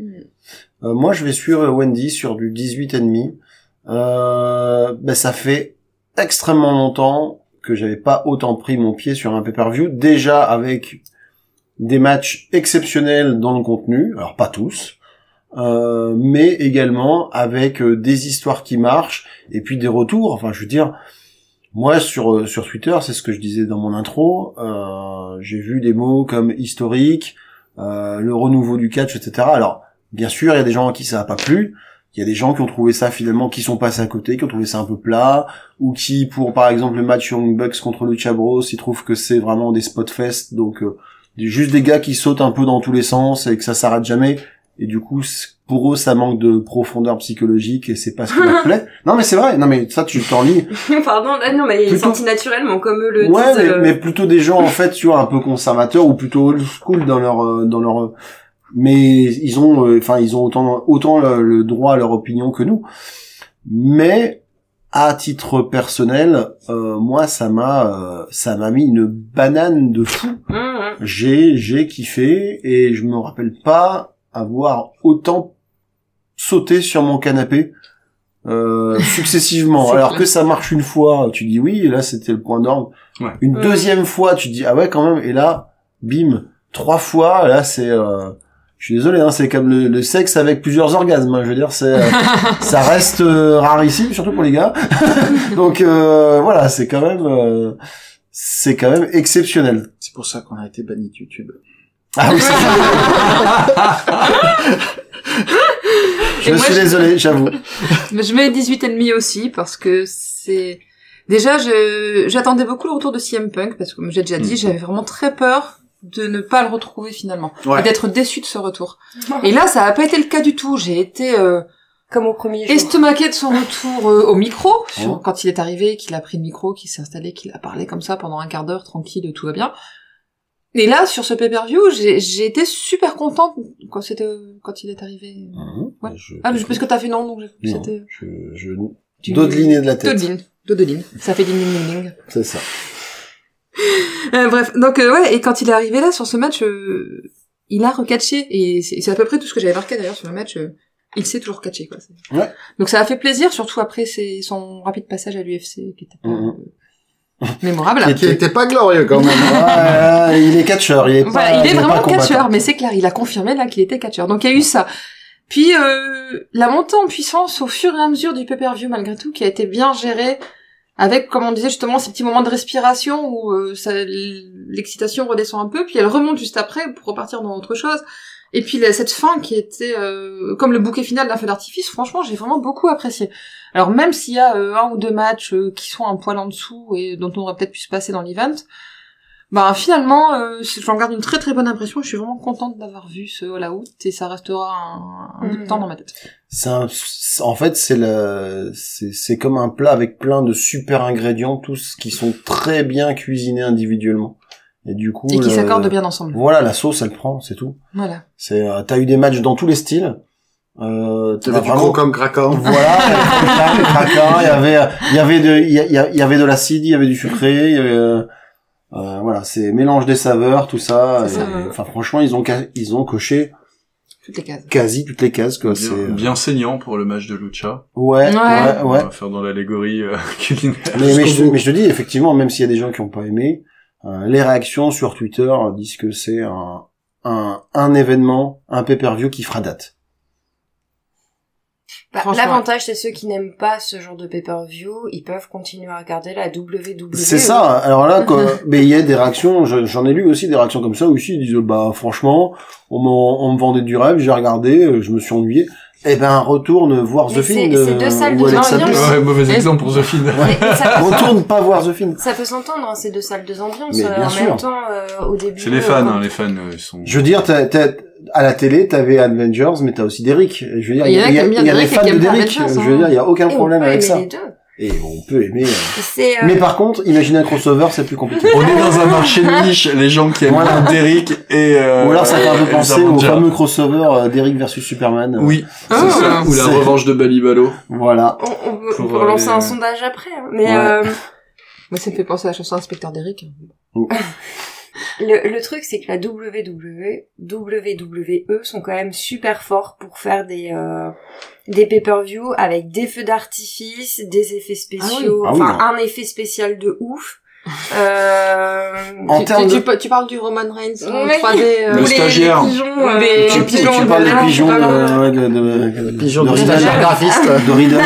Euh, moi, je vais suivre Wendy sur du 18,5. Euh, ben, ça fait extrêmement longtemps que j'avais pas autant pris mon pied sur un pay-per-view. Déjà avec des matchs exceptionnels dans le contenu, alors pas tous, euh, mais également avec euh, des histoires qui marchent et puis des retours. Enfin, je veux dire, moi sur euh, sur Twitter, c'est ce que je disais dans mon intro. euh, J'ai vu des mots comme historique, euh, le renouveau du catch, etc. Alors Bien sûr, il y a des gens à qui ça n'a pas plu. Il y a des gens qui ont trouvé ça finalement, qui sont passés à côté, qui ont trouvé ça un peu plat, ou qui, pour par exemple le match Young Bucks contre Lucha Bros, ils trouvent que c'est vraiment des spot fest, donc euh, des- juste des gars qui sautent un peu dans tous les sens et que ça s'arrête jamais. Et du coup, c- pour eux, ça manque de profondeur psychologique et c'est pas ce qui leur plaît. Non mais c'est vrai, non mais ça tu t'en lis.
Pardon, ah non, mais il est
Plutôt-
sorti naturellement, comme eux le
ouais,
disent.
mais,
euh,
mais plutôt des gens en fait, tu vois, un peu conservateurs ou plutôt old school dans leur euh, dans leur euh, mais ils ont euh, enfin ils ont autant autant le, le droit à leur opinion que nous. Mais à titre personnel, euh, moi ça m'a euh, ça m'a mis une banane de fou.
mhm.
J'ai j'ai kiffé et je me rappelle pas avoir autant sauté sur mon canapé euh, successivement.
C'est
Alors
clair.
que ça marche une fois, tu dis oui, et là c'était le point d'orgue.
Ouais.
Une
Euh.
Mm.
deuxième fois, tu dis ah ouais quand même, et là bim trois fois, là c'est euh, je suis désolé, hein, c'est comme le, le sexe avec plusieurs orgasmes. hein, je veux dire, c'est euh, ça reste euh, rarissime, surtout pour les gars. Donc euh, voilà, c'est quand même euh, c'est quand même exceptionnel.
C'est pour ça qu'on a été banni de YouTube.
Ah oui, c'est Je
Et moi,
suis
je-
désolé, j'avoue.
Mais je mets 18 ennemis aussi parce que c'est déjà je j'attendais beaucoup le retour de CM Punk parce que comme j'ai déjà dit,
Mm.
j'avais vraiment très peur de ne pas le retrouver finalement
Ouais.
et d'être déçu de ce retour. Et là, ça a pas été le cas du tout. J'ai été euh,
Comme au premier jour.
estomaqué de son retour euh, au micro, sur-
Oh.
quand il est arrivé, qu'il a pris le micro, qu'il s'est installé, qu'il a parlé comme ça pendant un quart d'heure, tranquille, tout va bien. Et là, sur ce pay-per-view, j'ai j'ai été super contente quand c'était quand il est arrivé. Ouais.
Je,
Ah, mais je pense que t'as fait non, donc j'ai-
Non.
c'était.
je, je... Dodeline et de la tête.
Dodeline, Dodeline. Ça fait ding ding ding ding.
C'est ça.
Euh, bref, donc euh, ouais, et quand il est arrivé là sur ce match, euh, il a recatché et c'est c'est à peu près tout ce que j'avais marqué d'ailleurs sur le match. euh, il s'est toujours catché quoi. c'est-
Ouais.
Donc ça a fait plaisir, surtout après ses- son rapide passage à l'UFC qui était pas,
Mhm.
euh, mémorable.
Ah, Qui était pas glorieux quand même.
Ah, il est catcheur, il est
Voilà,
pas,
il est
pas
vraiment
combattant.
catcheur, mais c'est clair, il a confirmé là qu'il était catcheur. Donc il y a eu ça. Puis euh, la montée en puissance au fur et à mesure du pay-per-view malgré tout qui a été bien gérée avec comme on disait justement ces petits moments de respiration où euh, ça- l'excitation redescend un peu puis elle remonte juste après pour repartir dans autre chose. Et puis la- cette fin qui était euh, comme le bouquet final d'un feu d'artifice, franchement, j'ai vraiment beaucoup apprécié. Alors même s'il y a euh, un ou deux matchs euh, qui sont un poil en dessous et dont on aurait peut-être pu se passer dans l'event, bah finalement, euh, c'est- j'en garde une très très bonne impression. Je suis vraiment contente d'avoir vu ce All Out et ça restera un, un bout de
Mhm.
Mmh.
temps dans ma tête.
C'est un- c'est- en fait, c'est le, c'est c'est comme un plat avec plein de super ingrédients, tous qui sont très bien cuisinés individuellement. Et du coup,
Et qui
le-
s'accordent bien ensemble.
Voilà, la sauce, elle prend, c'est tout.
Voilà.
C'est, euh, t'as eu des matchs dans tous les styles. Euh,
T'avais du gros comme craquant.
Voilà, il y avait du craquin, il y avait, il y avait de, il y, a- il y avait de l'acide, il y avait du sucré, il y avait, euh, euh, voilà, c'est mélange des saveurs, tout ça.
C'est ça.
Et, Enfin, franchement, ils ont, ca- ils ont coché
Toutes les cases.
quasi toutes les cases, quoi. C'est,
Bien, bien saignant pour le match de Lucha.
ouais,
Ouais.
ouais,
On
ouais.
va faire dans l'allégorie euh, culinaire.
Mais, mais, je,
Jusqu'au
te-
bout.
mais je te dis, effectivement, même s'il y a des gens qui ont pas aimé, euh, les réactions sur Twitter euh, disent que c'est un, un, un événement, un pay-per-view qui fera date.
Bah,
Franchement,
L'avantage, c'est ceux qui n'aiment pas ce genre de pay-per-view, ils peuvent continuer à regarder la E. WWE.
C'est ça. Alors là, quoi, mais il y a des réactions. je- J'en ai lu aussi des réactions comme ça où ici ils disent bah franchement, on, m'en- on me vendait du rêve, j'ai regardé, euh, je me suis ennuyé. Eh ben retourne voir
Mais
The
c'est-
Fiend
c'est deux
euh,
salles
ou
de
Alexa
ambiance.
Bliss.
Ouais, mauvais
Et-
exemple pour The Field.
Mais ça, peut,
Retourne pas voir The Fiend.
ça peut s'entendre, hein, ces deux salles, deux ambiances.
Mais
euh,
bien
en
sûr.
même temps, euh, au début...
C'est les fans,
euh,
hein, les fans euh, ils sont.
Je veux dire, t'as- t'as- à la télé, t'avais Avengers, mais t'as aussi Derrick. Je veux dire, il y, a-
Il y en a
il
qui
y a-
aiment bien
il y a des
Derrick et
fans
qui
de
aiment pas
Derrick.
Avengers,
Je veux dire, il y a aucun
Et on peut
problème
aimer
avec ça.
les deux.
Et on peut aimer. euh,
C'est... euh,
Mais par contre, imaginer un crossover, c'est plus compliqué.
On est dans un marché de niche, les gens qui aiment
Voilà.
bien Derrick et. euh,
Ou alors ça fait un peu
et
penser au
Avenger.
fameux crossover euh, Derrick versus Superman.
Oui, c'est
Ah.
ça. Ou la
C'est-
revanche de Balibalo.
Voilà.
On, on peut,
Pour,
on peut
euh,
lancer
les-
un sondage après, hein. mais
Ouais.
euh,
Moi, ça me fait penser à la chanson Inspecteur Derrick.
le, le truc c'est que la E, WWE, WWE E sont quand même super forts pour faire des euh, des pay-per-view avec des feux d'artifice, des effets spéciaux,
Ah oui.
enfin un effet spécial de ouf. Euh,
En
tu,
termes
tu-
de-
tu pa- tu parles du Roman Reigns en
Oui.
3D. euh,
Le
ou les-
stagiaire.
les pigeons, euh,
Des-
Tu,
Les
tu-
pigeons
tu
de
parles
là,
de pigeons euh, de,
voilà.
ouais, de, de, de-
Euh, Pigeon
de
de
Riddle.
stagiaire graphiste.
De Riddle.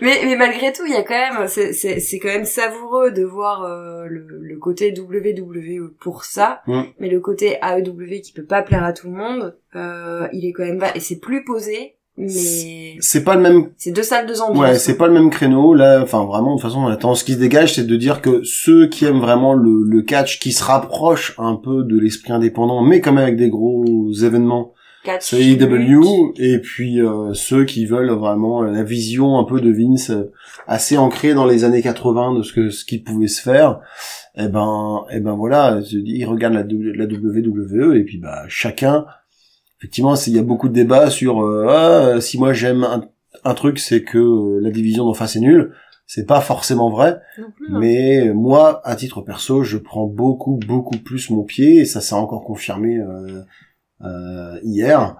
Mais, mais malgré tout, il y a quand même, c'est- c'est c'est quand même savoureux de voir euh, le, le côté WWE pour ça,
Mm.
mais le côté AEW qui peut pas plaire à tout le monde, euh, il est quand même pas, et c'est plus posé, mais
C'est pas le même,
c'est deux salles, deux ambiances.
ouais, c'est pas le même créneau, là, enfin, vraiment, de toute façon, la tendance qui se dégage, c'est de dire que ceux qui aiment vraiment le, le catch, qui se rapprochent un peu de l'esprit indépendant, mais quand même avec des gros événements,
Catch,
c'est E IW,
lutte.
et puis, euh, ceux qui veulent vraiment euh, la vision un peu de Vince, euh, assez ancrée dans les années 80 de ce que, ce qui pouvait se faire, eh ben, eh ben voilà, je dis, ils regardent la, W- la WWE et puis bah chacun, effectivement, c'est- il y a beaucoup de débats sur euh, Ah, euh, si moi j'aime un, un truc, c'est que euh, la division d'en face est nulle. C'est pas forcément vrai,
Non plus, hein.
mais euh, moi, à titre perso, je prends beaucoup, beaucoup plus mon pied et ça s'est encore confirmé euh, euh, hier.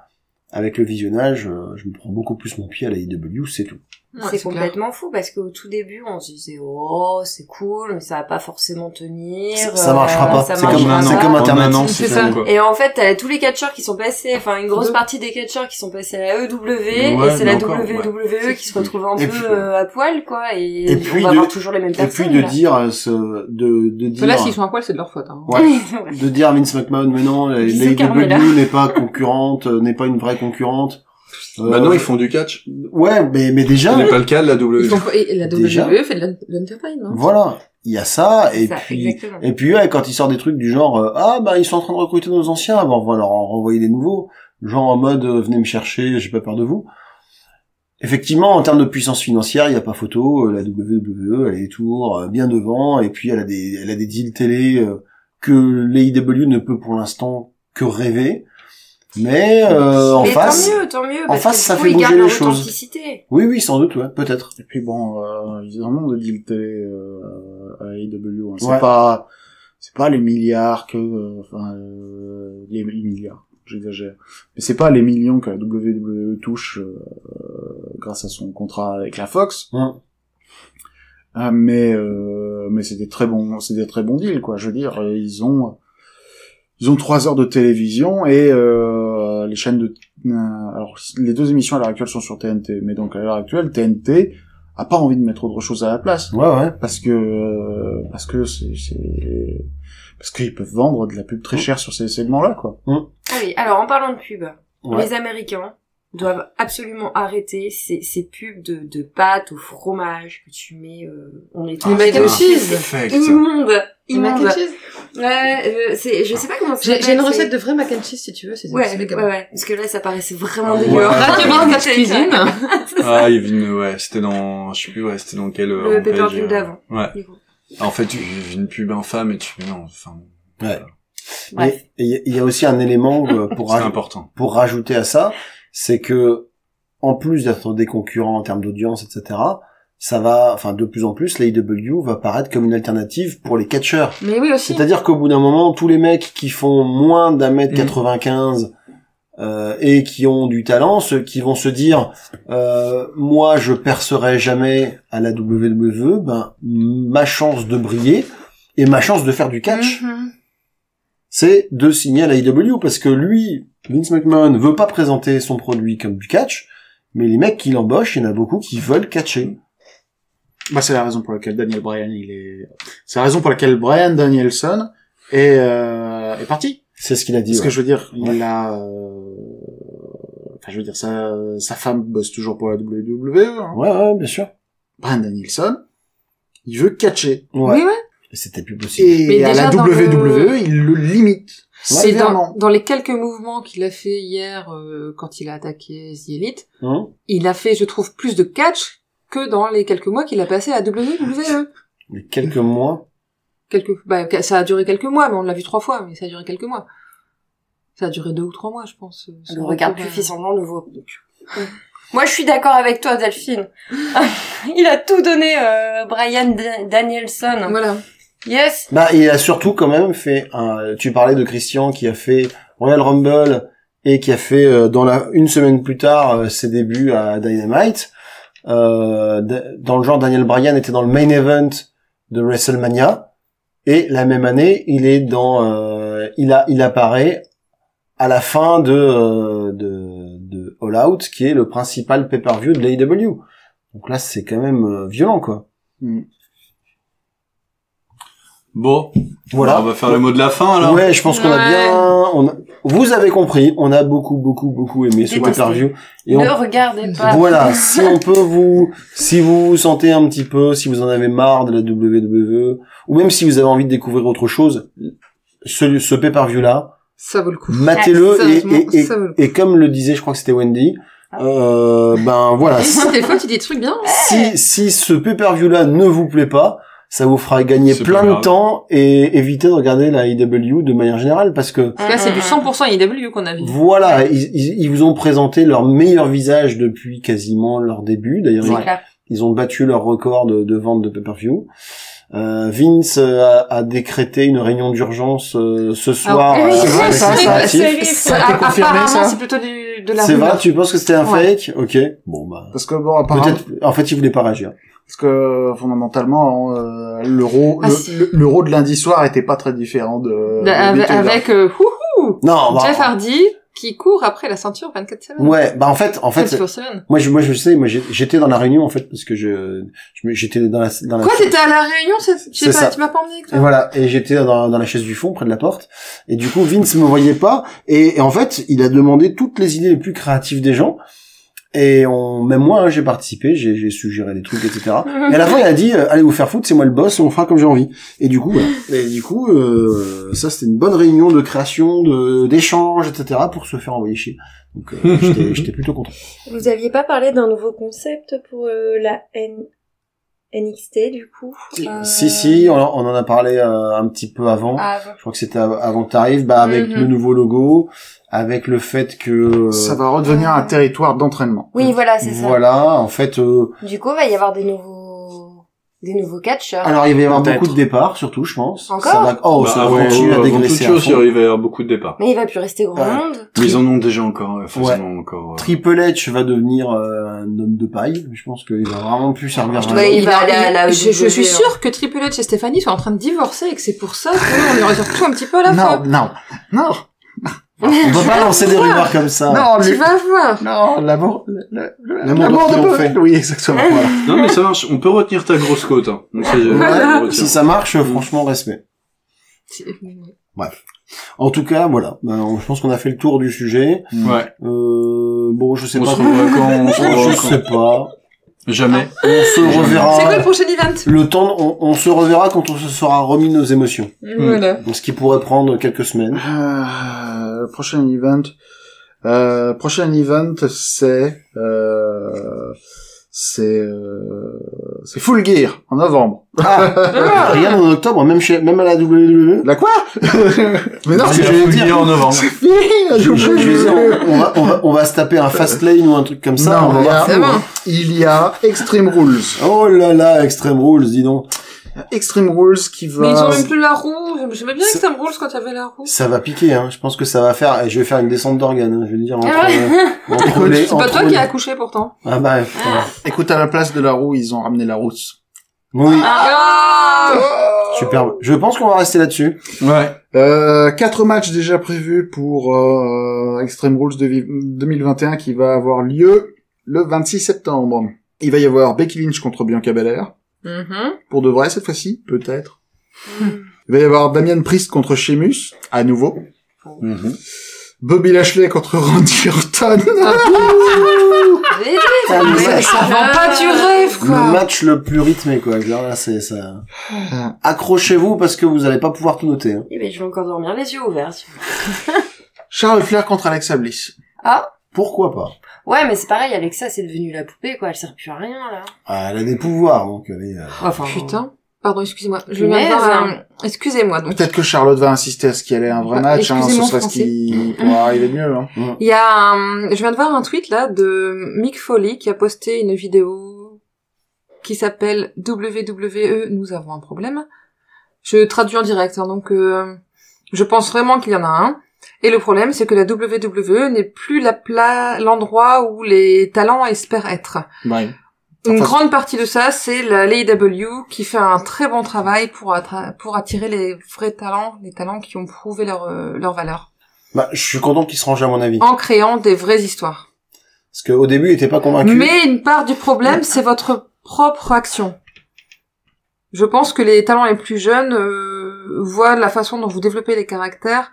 Avec le visionnage, euh, je me prends beaucoup plus mon pied à la IW, c'est tout.
Ouais,
c'est
c'est clair.
complètement fou parce qu'au tout début, on se disait oh c'est cool, mais ça va pas forcément tenir.
Ça marchera
euh,
pas.
ça
C'est comme,
marchera
c'est
pas.
comme
En
Internet.
un an,
C'est
c'est
ça.
ça. quoi.
Et en fait, t'as tous les catcheurs qui sont passés, enfin une grosse
Mhm.
partie des catcheurs qui sont passés à la EW,
Ouais,
et c'est la
mais encore,
WWE qui se retrouve un
Et
peu
puis-
euh, à poil, quoi, et,
Et puis
on va
de-
avoir toujours les mêmes
Et
personnes.
puis de
là.
dire, euh, ce, de, de dire.
Ceux-là, s'ils sont à poil, c'est de leur faute. Hein.
Ouais. de dire à Vince McMahon mais non la
Bisous, Carmela.
AEW n'est pas concurrente euh, n'est pas une vraie concurrente Euh,
Bah non, ils font du catch.
Ah, ouais mais mais déjà
Ce n'est pas le cas de la W.
Ils font- et la WWE
Déjà.
E fait de l'un- de l'entertainment. hein.
voilà il y a ça
C'est
et
ça,
puis
exactement.
et puis ouais, quand ils sortent des trucs du genre euh, ah bah ils sont en train de recruter nos anciens bon, on va leur en renvoyer des nouveaux genre en mode euh, venez me chercher j'ai pas peur de vous effectivement en termes de puissance financière il y a pas photo euh, la WWE elle est toujours euh, bien devant et puis elle a des elle a des deals télé euh, que l'AEW ne peut pour l'instant que rêver mais euh, en
Mais
face
tant mieux, tant mieux,
en
parce
face,
que
ça
du coup,
fait
ils gardent
bouger
leur
les choses.
authenticité.
Oui, oui, sans doute, ouais, peut-être.
E
Et puis bon, euh, ils en ont de deal télé euh, à AEW. hein. C'est
Ouais.
pas
c'est pas les milliards que euh, enfin euh, les les milliards j'exagère mais c'est pas les millions que la WWE touche euh, grâce à son contrat avec la Fox
Hum.
Ah, mais euh, mais c'est des très bons c'est des très bons deals quoi je veux dire euh, ils ont ils ont trois heures de télévision et euh, les chaînes de euh, alors les deux émissions à l'heure actuelle sont sur TNT mais donc à l'heure actuelle TNT a pas envie de mettre autre chose à la place
Ouais, ouais.
parce que euh, parce que c'est c'est- parce qu'ils peuvent vendre de la pub très chère sur ces segments là quoi
Ah oui, alors en parlant de pub,
Ouais.
les Américains doivent absolument arrêter ces, ces pubs de, de pâtes au fromage que tu mets. euh, on est
Les Ah, mac and cheese.
Perfect.
immonde,
Les mac and
immonde.
cheese.
Ouais, euh, c'est, je sais pas comment. ça
J'ai j'ai une
s'appelle,
recette
c'est-
de vrai mac and cheese si tu veux. C'est
Ouais,
c'est
ouais,
dégueulasse.
ouais, parce que là, ça paraissait vraiment
Ouais.
dégueulasse.
Radio Biscuit Cuisine.
Ah, Yvine, ouais, c'était dans, je sais plus, ouais, c'était dans quel... euh,
Le
rampage,
pay-per-view
euh,
d'avant.
Ouais.
Du coup.
En fait, tu vis une pub infâme et tu fais non, enfin,
Bref.
Mais il y a- il y, a aussi un élément euh, pour,
c'est
raj-
important.
pour rajouter à ça, c'est que en plus d'être des concurrents en termes d'audience, etc., ça va, enfin de plus en plus, l'AEW va paraître comme une alternative pour les catcheurs.
Mais oui aussi.
C'est-à-dire qu'au bout d'un moment, tous les mecs qui font moins d'un mètre 95 euh, et qui ont du talent, ceux qui vont se dire euh, moi je percerai jamais à la WWE, ben ma chance de briller et ma chance de faire du
Mm.
catch,
Mmh.
Mhm.
c'est de signer à la IW parce que lui, Vince McMahon, veut pas présenter son produit comme du catch, mais les mecs qui l'embauchent, il y en a beaucoup qui veulent catcher.
bah c'est la raison pour laquelle Daniel Bryan il est c'est la raison pour laquelle Bryan Danielson est euh, est parti
C'est ce qu'il a dit.
parce que
ouais.
je veux dire
Ouais.
il a euh, enfin je veux dire sa sa femme bosse toujours pour la WWE hein.
Ouais, ouais, bien sûr.
Bryan Danielson il veut catcher
Ouais.
Oui, ouais.
C'était plus possible.
et
Mais
à
déjà
la
dans
WWE il le limite
C'est dans,
sévèrement
dans les quelques mouvements qu'il a fait hier euh, quand il a attaqué The Elite,
Hein
il a fait, je trouve, plus de catch que dans les quelques mois qu'il a passé à WWE.
Mais quelques mois.
Quelques, bah, ca- ça a duré quelques mois, mais on l'a vu trois fois, mais ça a duré quelques mois. Ça a duré deux ou trois mois, je pense. euh,
Je
son
ne regarde
retour
plus
à-
fait semblant de vous. Mmh. euh. Moi, je suis d'accord avec toi, Delphine. Il a tout donné, euh, Brian Da- Danielson.
Voilà.
Yes.
Bah, il a surtout quand même fait un, tu parlais de Christian qui a fait Royal Rumble et qui a fait, euh, dans la, une semaine plus tard, euh, ses débuts à Dynamite. Euh, da- dans le genre, Daniel Bryan était dans le main event de WrestleMania. Et la même année, il est dans, euh, il a, il apparaît à la fin de, euh, de, de All Out, qui est le principal pay-per-view de l'AEW. Donc là, c'est quand même euh, violent, quoi.
Bon,
Voilà.
on va faire le mot de la fin alors.
Ouais, je pense qu'on a
Ouais.
bien. On a- Vous avez compris, on a beaucoup, beaucoup, beaucoup aimé ce
Détesté.
pay-per-view. Et
ne
on...
regardez pas.
voilà, si on peut vous, si vous vous sentez un petit peu, si vous en avez marre de la WWE, ou même si vous avez envie de découvrir autre chose, ce, ce pay-per-view là,
Ça vaut le coup.
matez-le et,
Sérieusement,
et, et-
ça vaut le coup.
et comme le disait, je crois que c'était Wendy,
Ah
euh, ben voilà, si,
Des fois, tu dis des trucs bien.
si, si ce pay-per-view là ne vous plaît pas, ça vous fera gagner
C'est
plein
pas
de
grave.
temps et éviter de regarder la IW de manière générale parce que
Ah. Mmh,
Là, c'est du 100% IW qu'on a vu.
Voilà, ils, ils, ils vous ont présenté leur meilleur visage depuis quasiment leur début. D'ailleurs,
C'est
ils,
clair.
ils ont battu leur record de, de vente de pay-per-view. Euh, Vince euh, a, a décrété une réunion d'urgence euh, ce soir.
Ah, oui,
euh,
c'est
avec
vrai,
les préparatifs.
ça, ça,
Ah c'est-
Ça,
a été
a-
confirmé,
apparemment,
ça
c'est plutôt du, de la
C'est
rumeur.
vrai, tu penses que c'était un
Ouais.
fake Ok. Bon bah.
parce que bon apparemment
Peut-être. En fait, il voulait pas réagir.
Parce que fondamentalement, euh, l'euro,
Ah,
le-
si.
le- l'euro de lundi soir était pas très différent de.
Bah,
de
avec,
l'habitude, hein.
avec, euh, ouh,
Non. Bah,
Jeff Hardy qui court après la ceinture 24 semaines.
ouais. Bah en fait, en fait,
Quatre sur semaine.
moi je, moi je sais, moi j'ai- j'étais dans la réunion en fait parce que je, je me- j'étais dans la, dans la.
Quoi, t'étais à la réunion, c'est- je sais
C'est ça.
pas, tu m'as pas emmené avec
Et
toi.
voilà, et j'étais dans, dans la chaise du fond, près de la porte. Et du coup, Vince me voyait pas. Et, et en fait, il a demandé toutes les idées les plus créatives des gens. Et on, même moi, hein, j'ai participé, j'ai j'ai suggéré des trucs, etc. Et à la fin, il a dit euh, "Allez vous faire foutre, c'est moi le boss, on fera comme j'ai envie." Et du coup, voilà. et du coup, euh, ça c'était une bonne réunion de création, de d'échange, etc. pour se faire envoyer chier. Donc, euh, j'étais- j'étais plutôt content.
Vous aviez pas parlé d'un nouveau concept pour euh, la N... NXT du coup Euh,
Si si, on, on en a parlé euh, un petit peu avant.
Ah, bon.
Je crois que c'était av- avant que t'arrives, bah avec
Mhm.
le nouveau logo, avec le fait que euh,
Ça va redevenir un territoire d'entraînement.
Oui, voilà, Ah, c'est ça.
voilà, en fait, euh,
Du coup, il va y avoir des nouveaux Des nouveaux catcheurs.
Alors il va y avoir
Peut-être.
beaucoup de départs, surtout, je pense.
Encore
ça va... Oh,
Bah,
ça va
avant
continuer à
tout- avant
dégraisser.
toute
à
chose, il
fond.
va y avoir beaucoup de départs.
Mais il va plus rester grand
Ouais.
monde.
Mais ils en ont déjà encore, enfin, ils en ont encore. euh,
Triple H va devenir euh, un homme de paille. Je pense qu'il va vraiment plus servir à
dois
rien.
il va aller à la
je, je suis
WWE, hein.
sûre que Triple H et Stéphanie sont en train de divorcer et que c'est pour ça qu'on leur ressort tout un petit peu à la
Non,
fois.
non, non,
On peut pas lancer des rumeurs comme ça.
non,
Tu
lui-
vas voir.
non, l'amour, le- le- le-
L'amour
l'amour
doit
de
triompher.
Paul. Oui, exactement. voilà.
Non mais ça marche, on peut retenir ta grosse côte. Hein. On sait jamais,
Voilà.
on le retient.
Si ça marche, franchement, respect. En tout cas, voilà. Ben, on- je pense qu'on a fait le tour du sujet.
Ouais,
Euh, bon, je sais
on
pas.
se revoit quand, on se
Je
revoit
sais pas.
quand. Jamais.
On se
C'est quoi
reverra.
le prochain event
Le temps, on, on se reverra quand on se sera remis nos émotions.
Voilà.
Donc, ce qui pourrait prendre quelques semaines.
Euh, prochain event. Euh, prochain event, c'est euh, c'est euh, c'est Full Gear en novembre.
Ah, regarde, en octobre, même chez, même à la E. WWE.
La quoi Mais non,
Parce
c'est
que j'allais
Full
dire-
Gear en novembre.
fini. là,
Je,
j'ai
je- je
oublié.
disais, on, on va, on, va, on va se taper un fast lane ou un truc comme ça.
Non,
on va
il y,
voir.
C'est bon.
a, il y a Extreme Rules.
Oh là là, Extreme Rules, dis donc.
Extreme Rules qui va.
Mais ils ont
Bah,
même plus la roue. J'aimais bien que ça me roule quand t'avais la roue.
Ça va piquer, hein. Je pense que ça va faire, je vais faire une descente d'organes, hein, je vais le dire, entre,
Ah ouais.
euh, entre les,
C'est pas
entre
toi
les-
qui as accouché pourtant.
Ah bah, putain.
Écoute, à la place de la roue, ils ont ramené la rousse.
oui,
Ah
Oh
superbe. Je pense qu'on va rester là-dessus.
Ouais.
Euh, quatre matchs déjà prévus pour euh, Extreme Rules de vi- 2021 qui va avoir lieu le 26 septembre. Il va y avoir Becky Lynch contre Bianca Belair.
Mhm.
Pour de vrai cette fois-ci, peut-être.
Mm.
Il va y avoir Damian Priest contre Sheamus, à nouveau.
Mhm.
Bobby Lashley contre Randy Orton.
Mais-
Ah, mais ça,
Mais ça vend pas du rêve
le
quoi.
match le plus rythmé, quoi. Là, là, c'est ça. Accrochez-vous parce que vous allez pas pouvoir tout noter. hein.
Eh ben, je vais encore dormir les yeux ouverts. tu vois.
Charles Flair contre Alexa Bliss.
Pourquoi pas?
Ouais, mais c'est pareil, Alexa, c'est devenu la poupée, quoi. Elle sert plus à rien, là. Oh,
Ah, elle a des pouvoirs, donc elle est, euh,
Enfin,
Putain. Pardon, excusez-moi. Je viens de
Punaise,
voir
hein.
un- Excusez-moi. Donc,
Peut-être que Charlotte va insister à ce qu'elle ait un vrai
Bah,
match, hein, ce
excusez-moi,
serait ce qui pourra arriver de mieux. Hein.
il y a un... Je viens de voir un tweet là de Mick Foley qui a posté une vidéo qui s'appelle WWE, nous avons un problème. Je traduis en direct, hein, donc euh, je pense vraiment qu'il y en a un. Et le problème, c'est que la WWE n'est plus la pla- l'endroit où les talents espèrent être.
Ouais.
Une
Enfin,
grande partie de ça, c'est la l'AEW qui fait un très bon travail pour, attra- pour attirer les vrais talents, les talents qui ont prouvé leur, euh, leur valeur,
bah, je suis content qu'il se range à mon avis.
en créant des vraies histoires.
Parce qu'au début, il était pas convaincu.
Mais une part du problème, c'est votre propre action. Je pense que les talents les plus jeunes euh, voient la façon dont vous développez les caractères,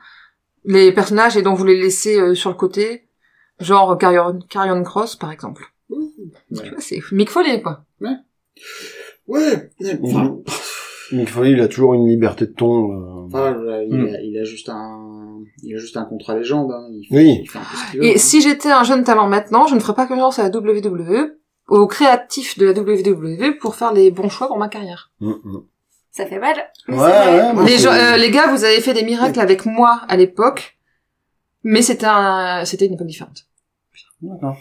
les personnages et dont vous les laissez euh, sur le côté, genre euh, Carrion, Carrion Cross par exemple. Tu vois, c'est Mick Foley quoi.
Ouais.
Enfin, Mick Foley, il a toujours une liberté de ton. euh.
Enfin, euh, il, a, il a juste un, il a juste un contrat légende. Hein. Il, fait-
Oui.
il fait un peu ce qu'il veut. hein.
Et si j'étais un jeune talent maintenant, je ne ferais pas confiance à la WWE, aux créatifs de la WWE pour faire les bons choix pour ma carrière.
Mm, mm.
ça fait mal. mais
Ouais,
c'est vrai.
ouais, moi,
les,
je-
gens- euh, les gars, vous avez fait des miracles avec moi à l'époque, mais c'était un, c'était une époque différente.
D'accord.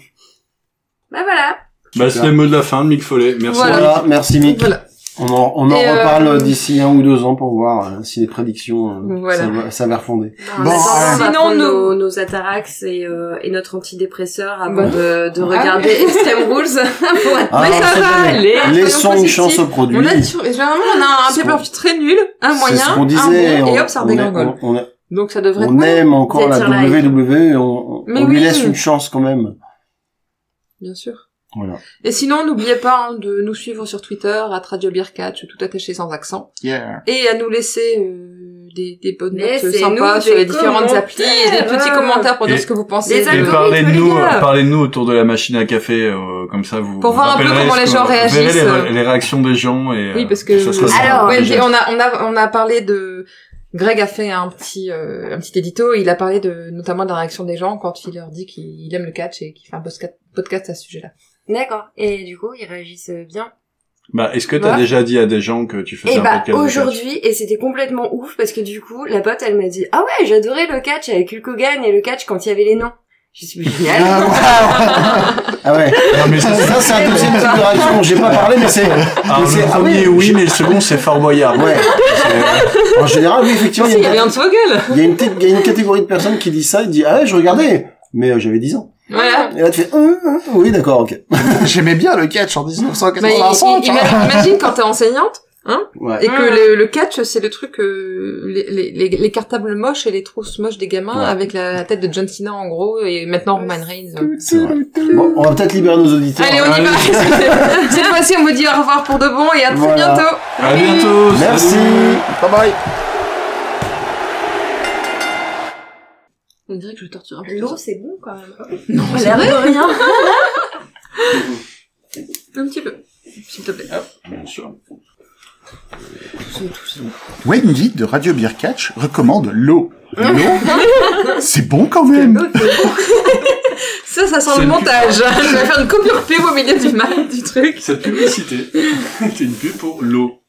Bah voilà.
Bah c'est le mot de la fin de Mick Follet. Merci.
Voilà.
Voilà, merci Mick.
Voilà.
On en, on en
Et, euh,
reparle d'ici un ou deux ans pour voir euh, si les prédictions euh,
Voilà.
s'av- s'avèrent fondées.
Non,
Bon,
en attendant,
ouais.
on va
Sinon,
prendre
nous-
nos, nos atarax et, euh, et notre antidépresseur avant
Bah.
de, de regarder Extreme Rules pour être
Ah,
Mais ça
c'est
va
pas
aller,
bien. Laissons
soyons
une chance au
positifs.
produit.
On a, sur- généralement, on a un
C'est ce
paper
qu'on-
très nul, un
C'est ce
moyen,
qu'on disait.
un bon,
on,
et hop, ça
on, est-
redégringole.
on, on-
Donc ça devrait
on
être
aime encore
Vous
la
êtes sur live.
WWE. On, on
Mais
lui
oui.
laisse une chance quand même.
bien sûr.
Voilà.
Et sinon, n'oubliez pas hein, de nous suivre sur Twitter, à Radio Birkatch, tout attaché sans accent.
Yeah.
et à nous laisser euh, des, des bonnes notes
Laissez-nous
sympas
des
sur les différentes
commentaires.
applis et des petits commentaires pour
Et-
dire ce que vous pensez.
Les
Et
algorithmes,
parlez-nous,
les gars.
euh, parlez-nous autour de la machine à café, euh, comme ça vous.
Pour
vous
voir un peu
rappellerez
comment
ce
les
que-
gens
vous verrez
réagissent,
les,
euh.
les réactions des gens et. euh,
oui, parce que
ça sera sympa,
Alors,
ouais,
déjà.
on a on a on a parlé de Greg a fait un petit euh, un petit édito. Il a parlé de notamment de la réaction des gens quand il leur dit qu'il aime le catch et qu'il fait un posca- podcast à ce sujet-là.
D'accord. Et du coup, ils réagissent euh, bien.
Bah, est-ce que t'as
Voilà.
déjà dit à des gens que tu
Eh
faisais
Et
un
bah
podcast de catch
aujourd'hui, et c'était complètement ouf parce que du coup, la pote, elle m'a dit ah ouais, j'adorais le catch avec Hulk Hogan et le catch quand il y avait les noms. Je suis génial.
Ah, waouh. Ah ouais.
Non, mais ça,
Ça, c'est un deuxième type de réaction. J'ai pas parlé, mais c'est.
Alors,
mais c'est-
le
ah
premier,
ouais,
oui,
je-
mais le second, c'est Fort Boyard.
Ouais. En général, oui, effectivement,
Il
il
y
y, a
avait
une-
un de vos gueules.
il y a une petite- il y a une catégorie de personnes qui disent ça et dit ah ouais, je regardais, mais euh, j'avais 10 ans.
Voilà.
Et là, tu fais Hum, hum, oui, d'accord, ok.
J'aimais bien le catch en
Mais
1985.
imagine quand t'es enseignante
Ouais.
et que le, le catch, c'est le truc, euh, les, les, les, les cartables moches et les trousses moches des gamins
Ouais.
avec la, la tête de John Cena en gros et maintenant Roman Reigns.
C'est vrai. Bon, on va peut-être libérer nos auditeurs.
Allez, on y va. Cette fois-ci, on vous dit au revoir pour de bon et à très
Voilà.
bientôt.
À bientôt.
Merci.
Bye bye.
On dirait que je torture un peu.
L'eau, c'est bon quand même.
Non,
c'est vrai.
rien. un petit peu, s'il te plaît.
Bien sûr.
Wendy de Radio Beer Catch recommande l'eau. L'eau, c'est bon quand même.
Ça, ça sent
C'est
le
une
montage. je vais faire une coupure pub au milieu du mal du truc.
Cette publicité, c'est une pub pour l'eau.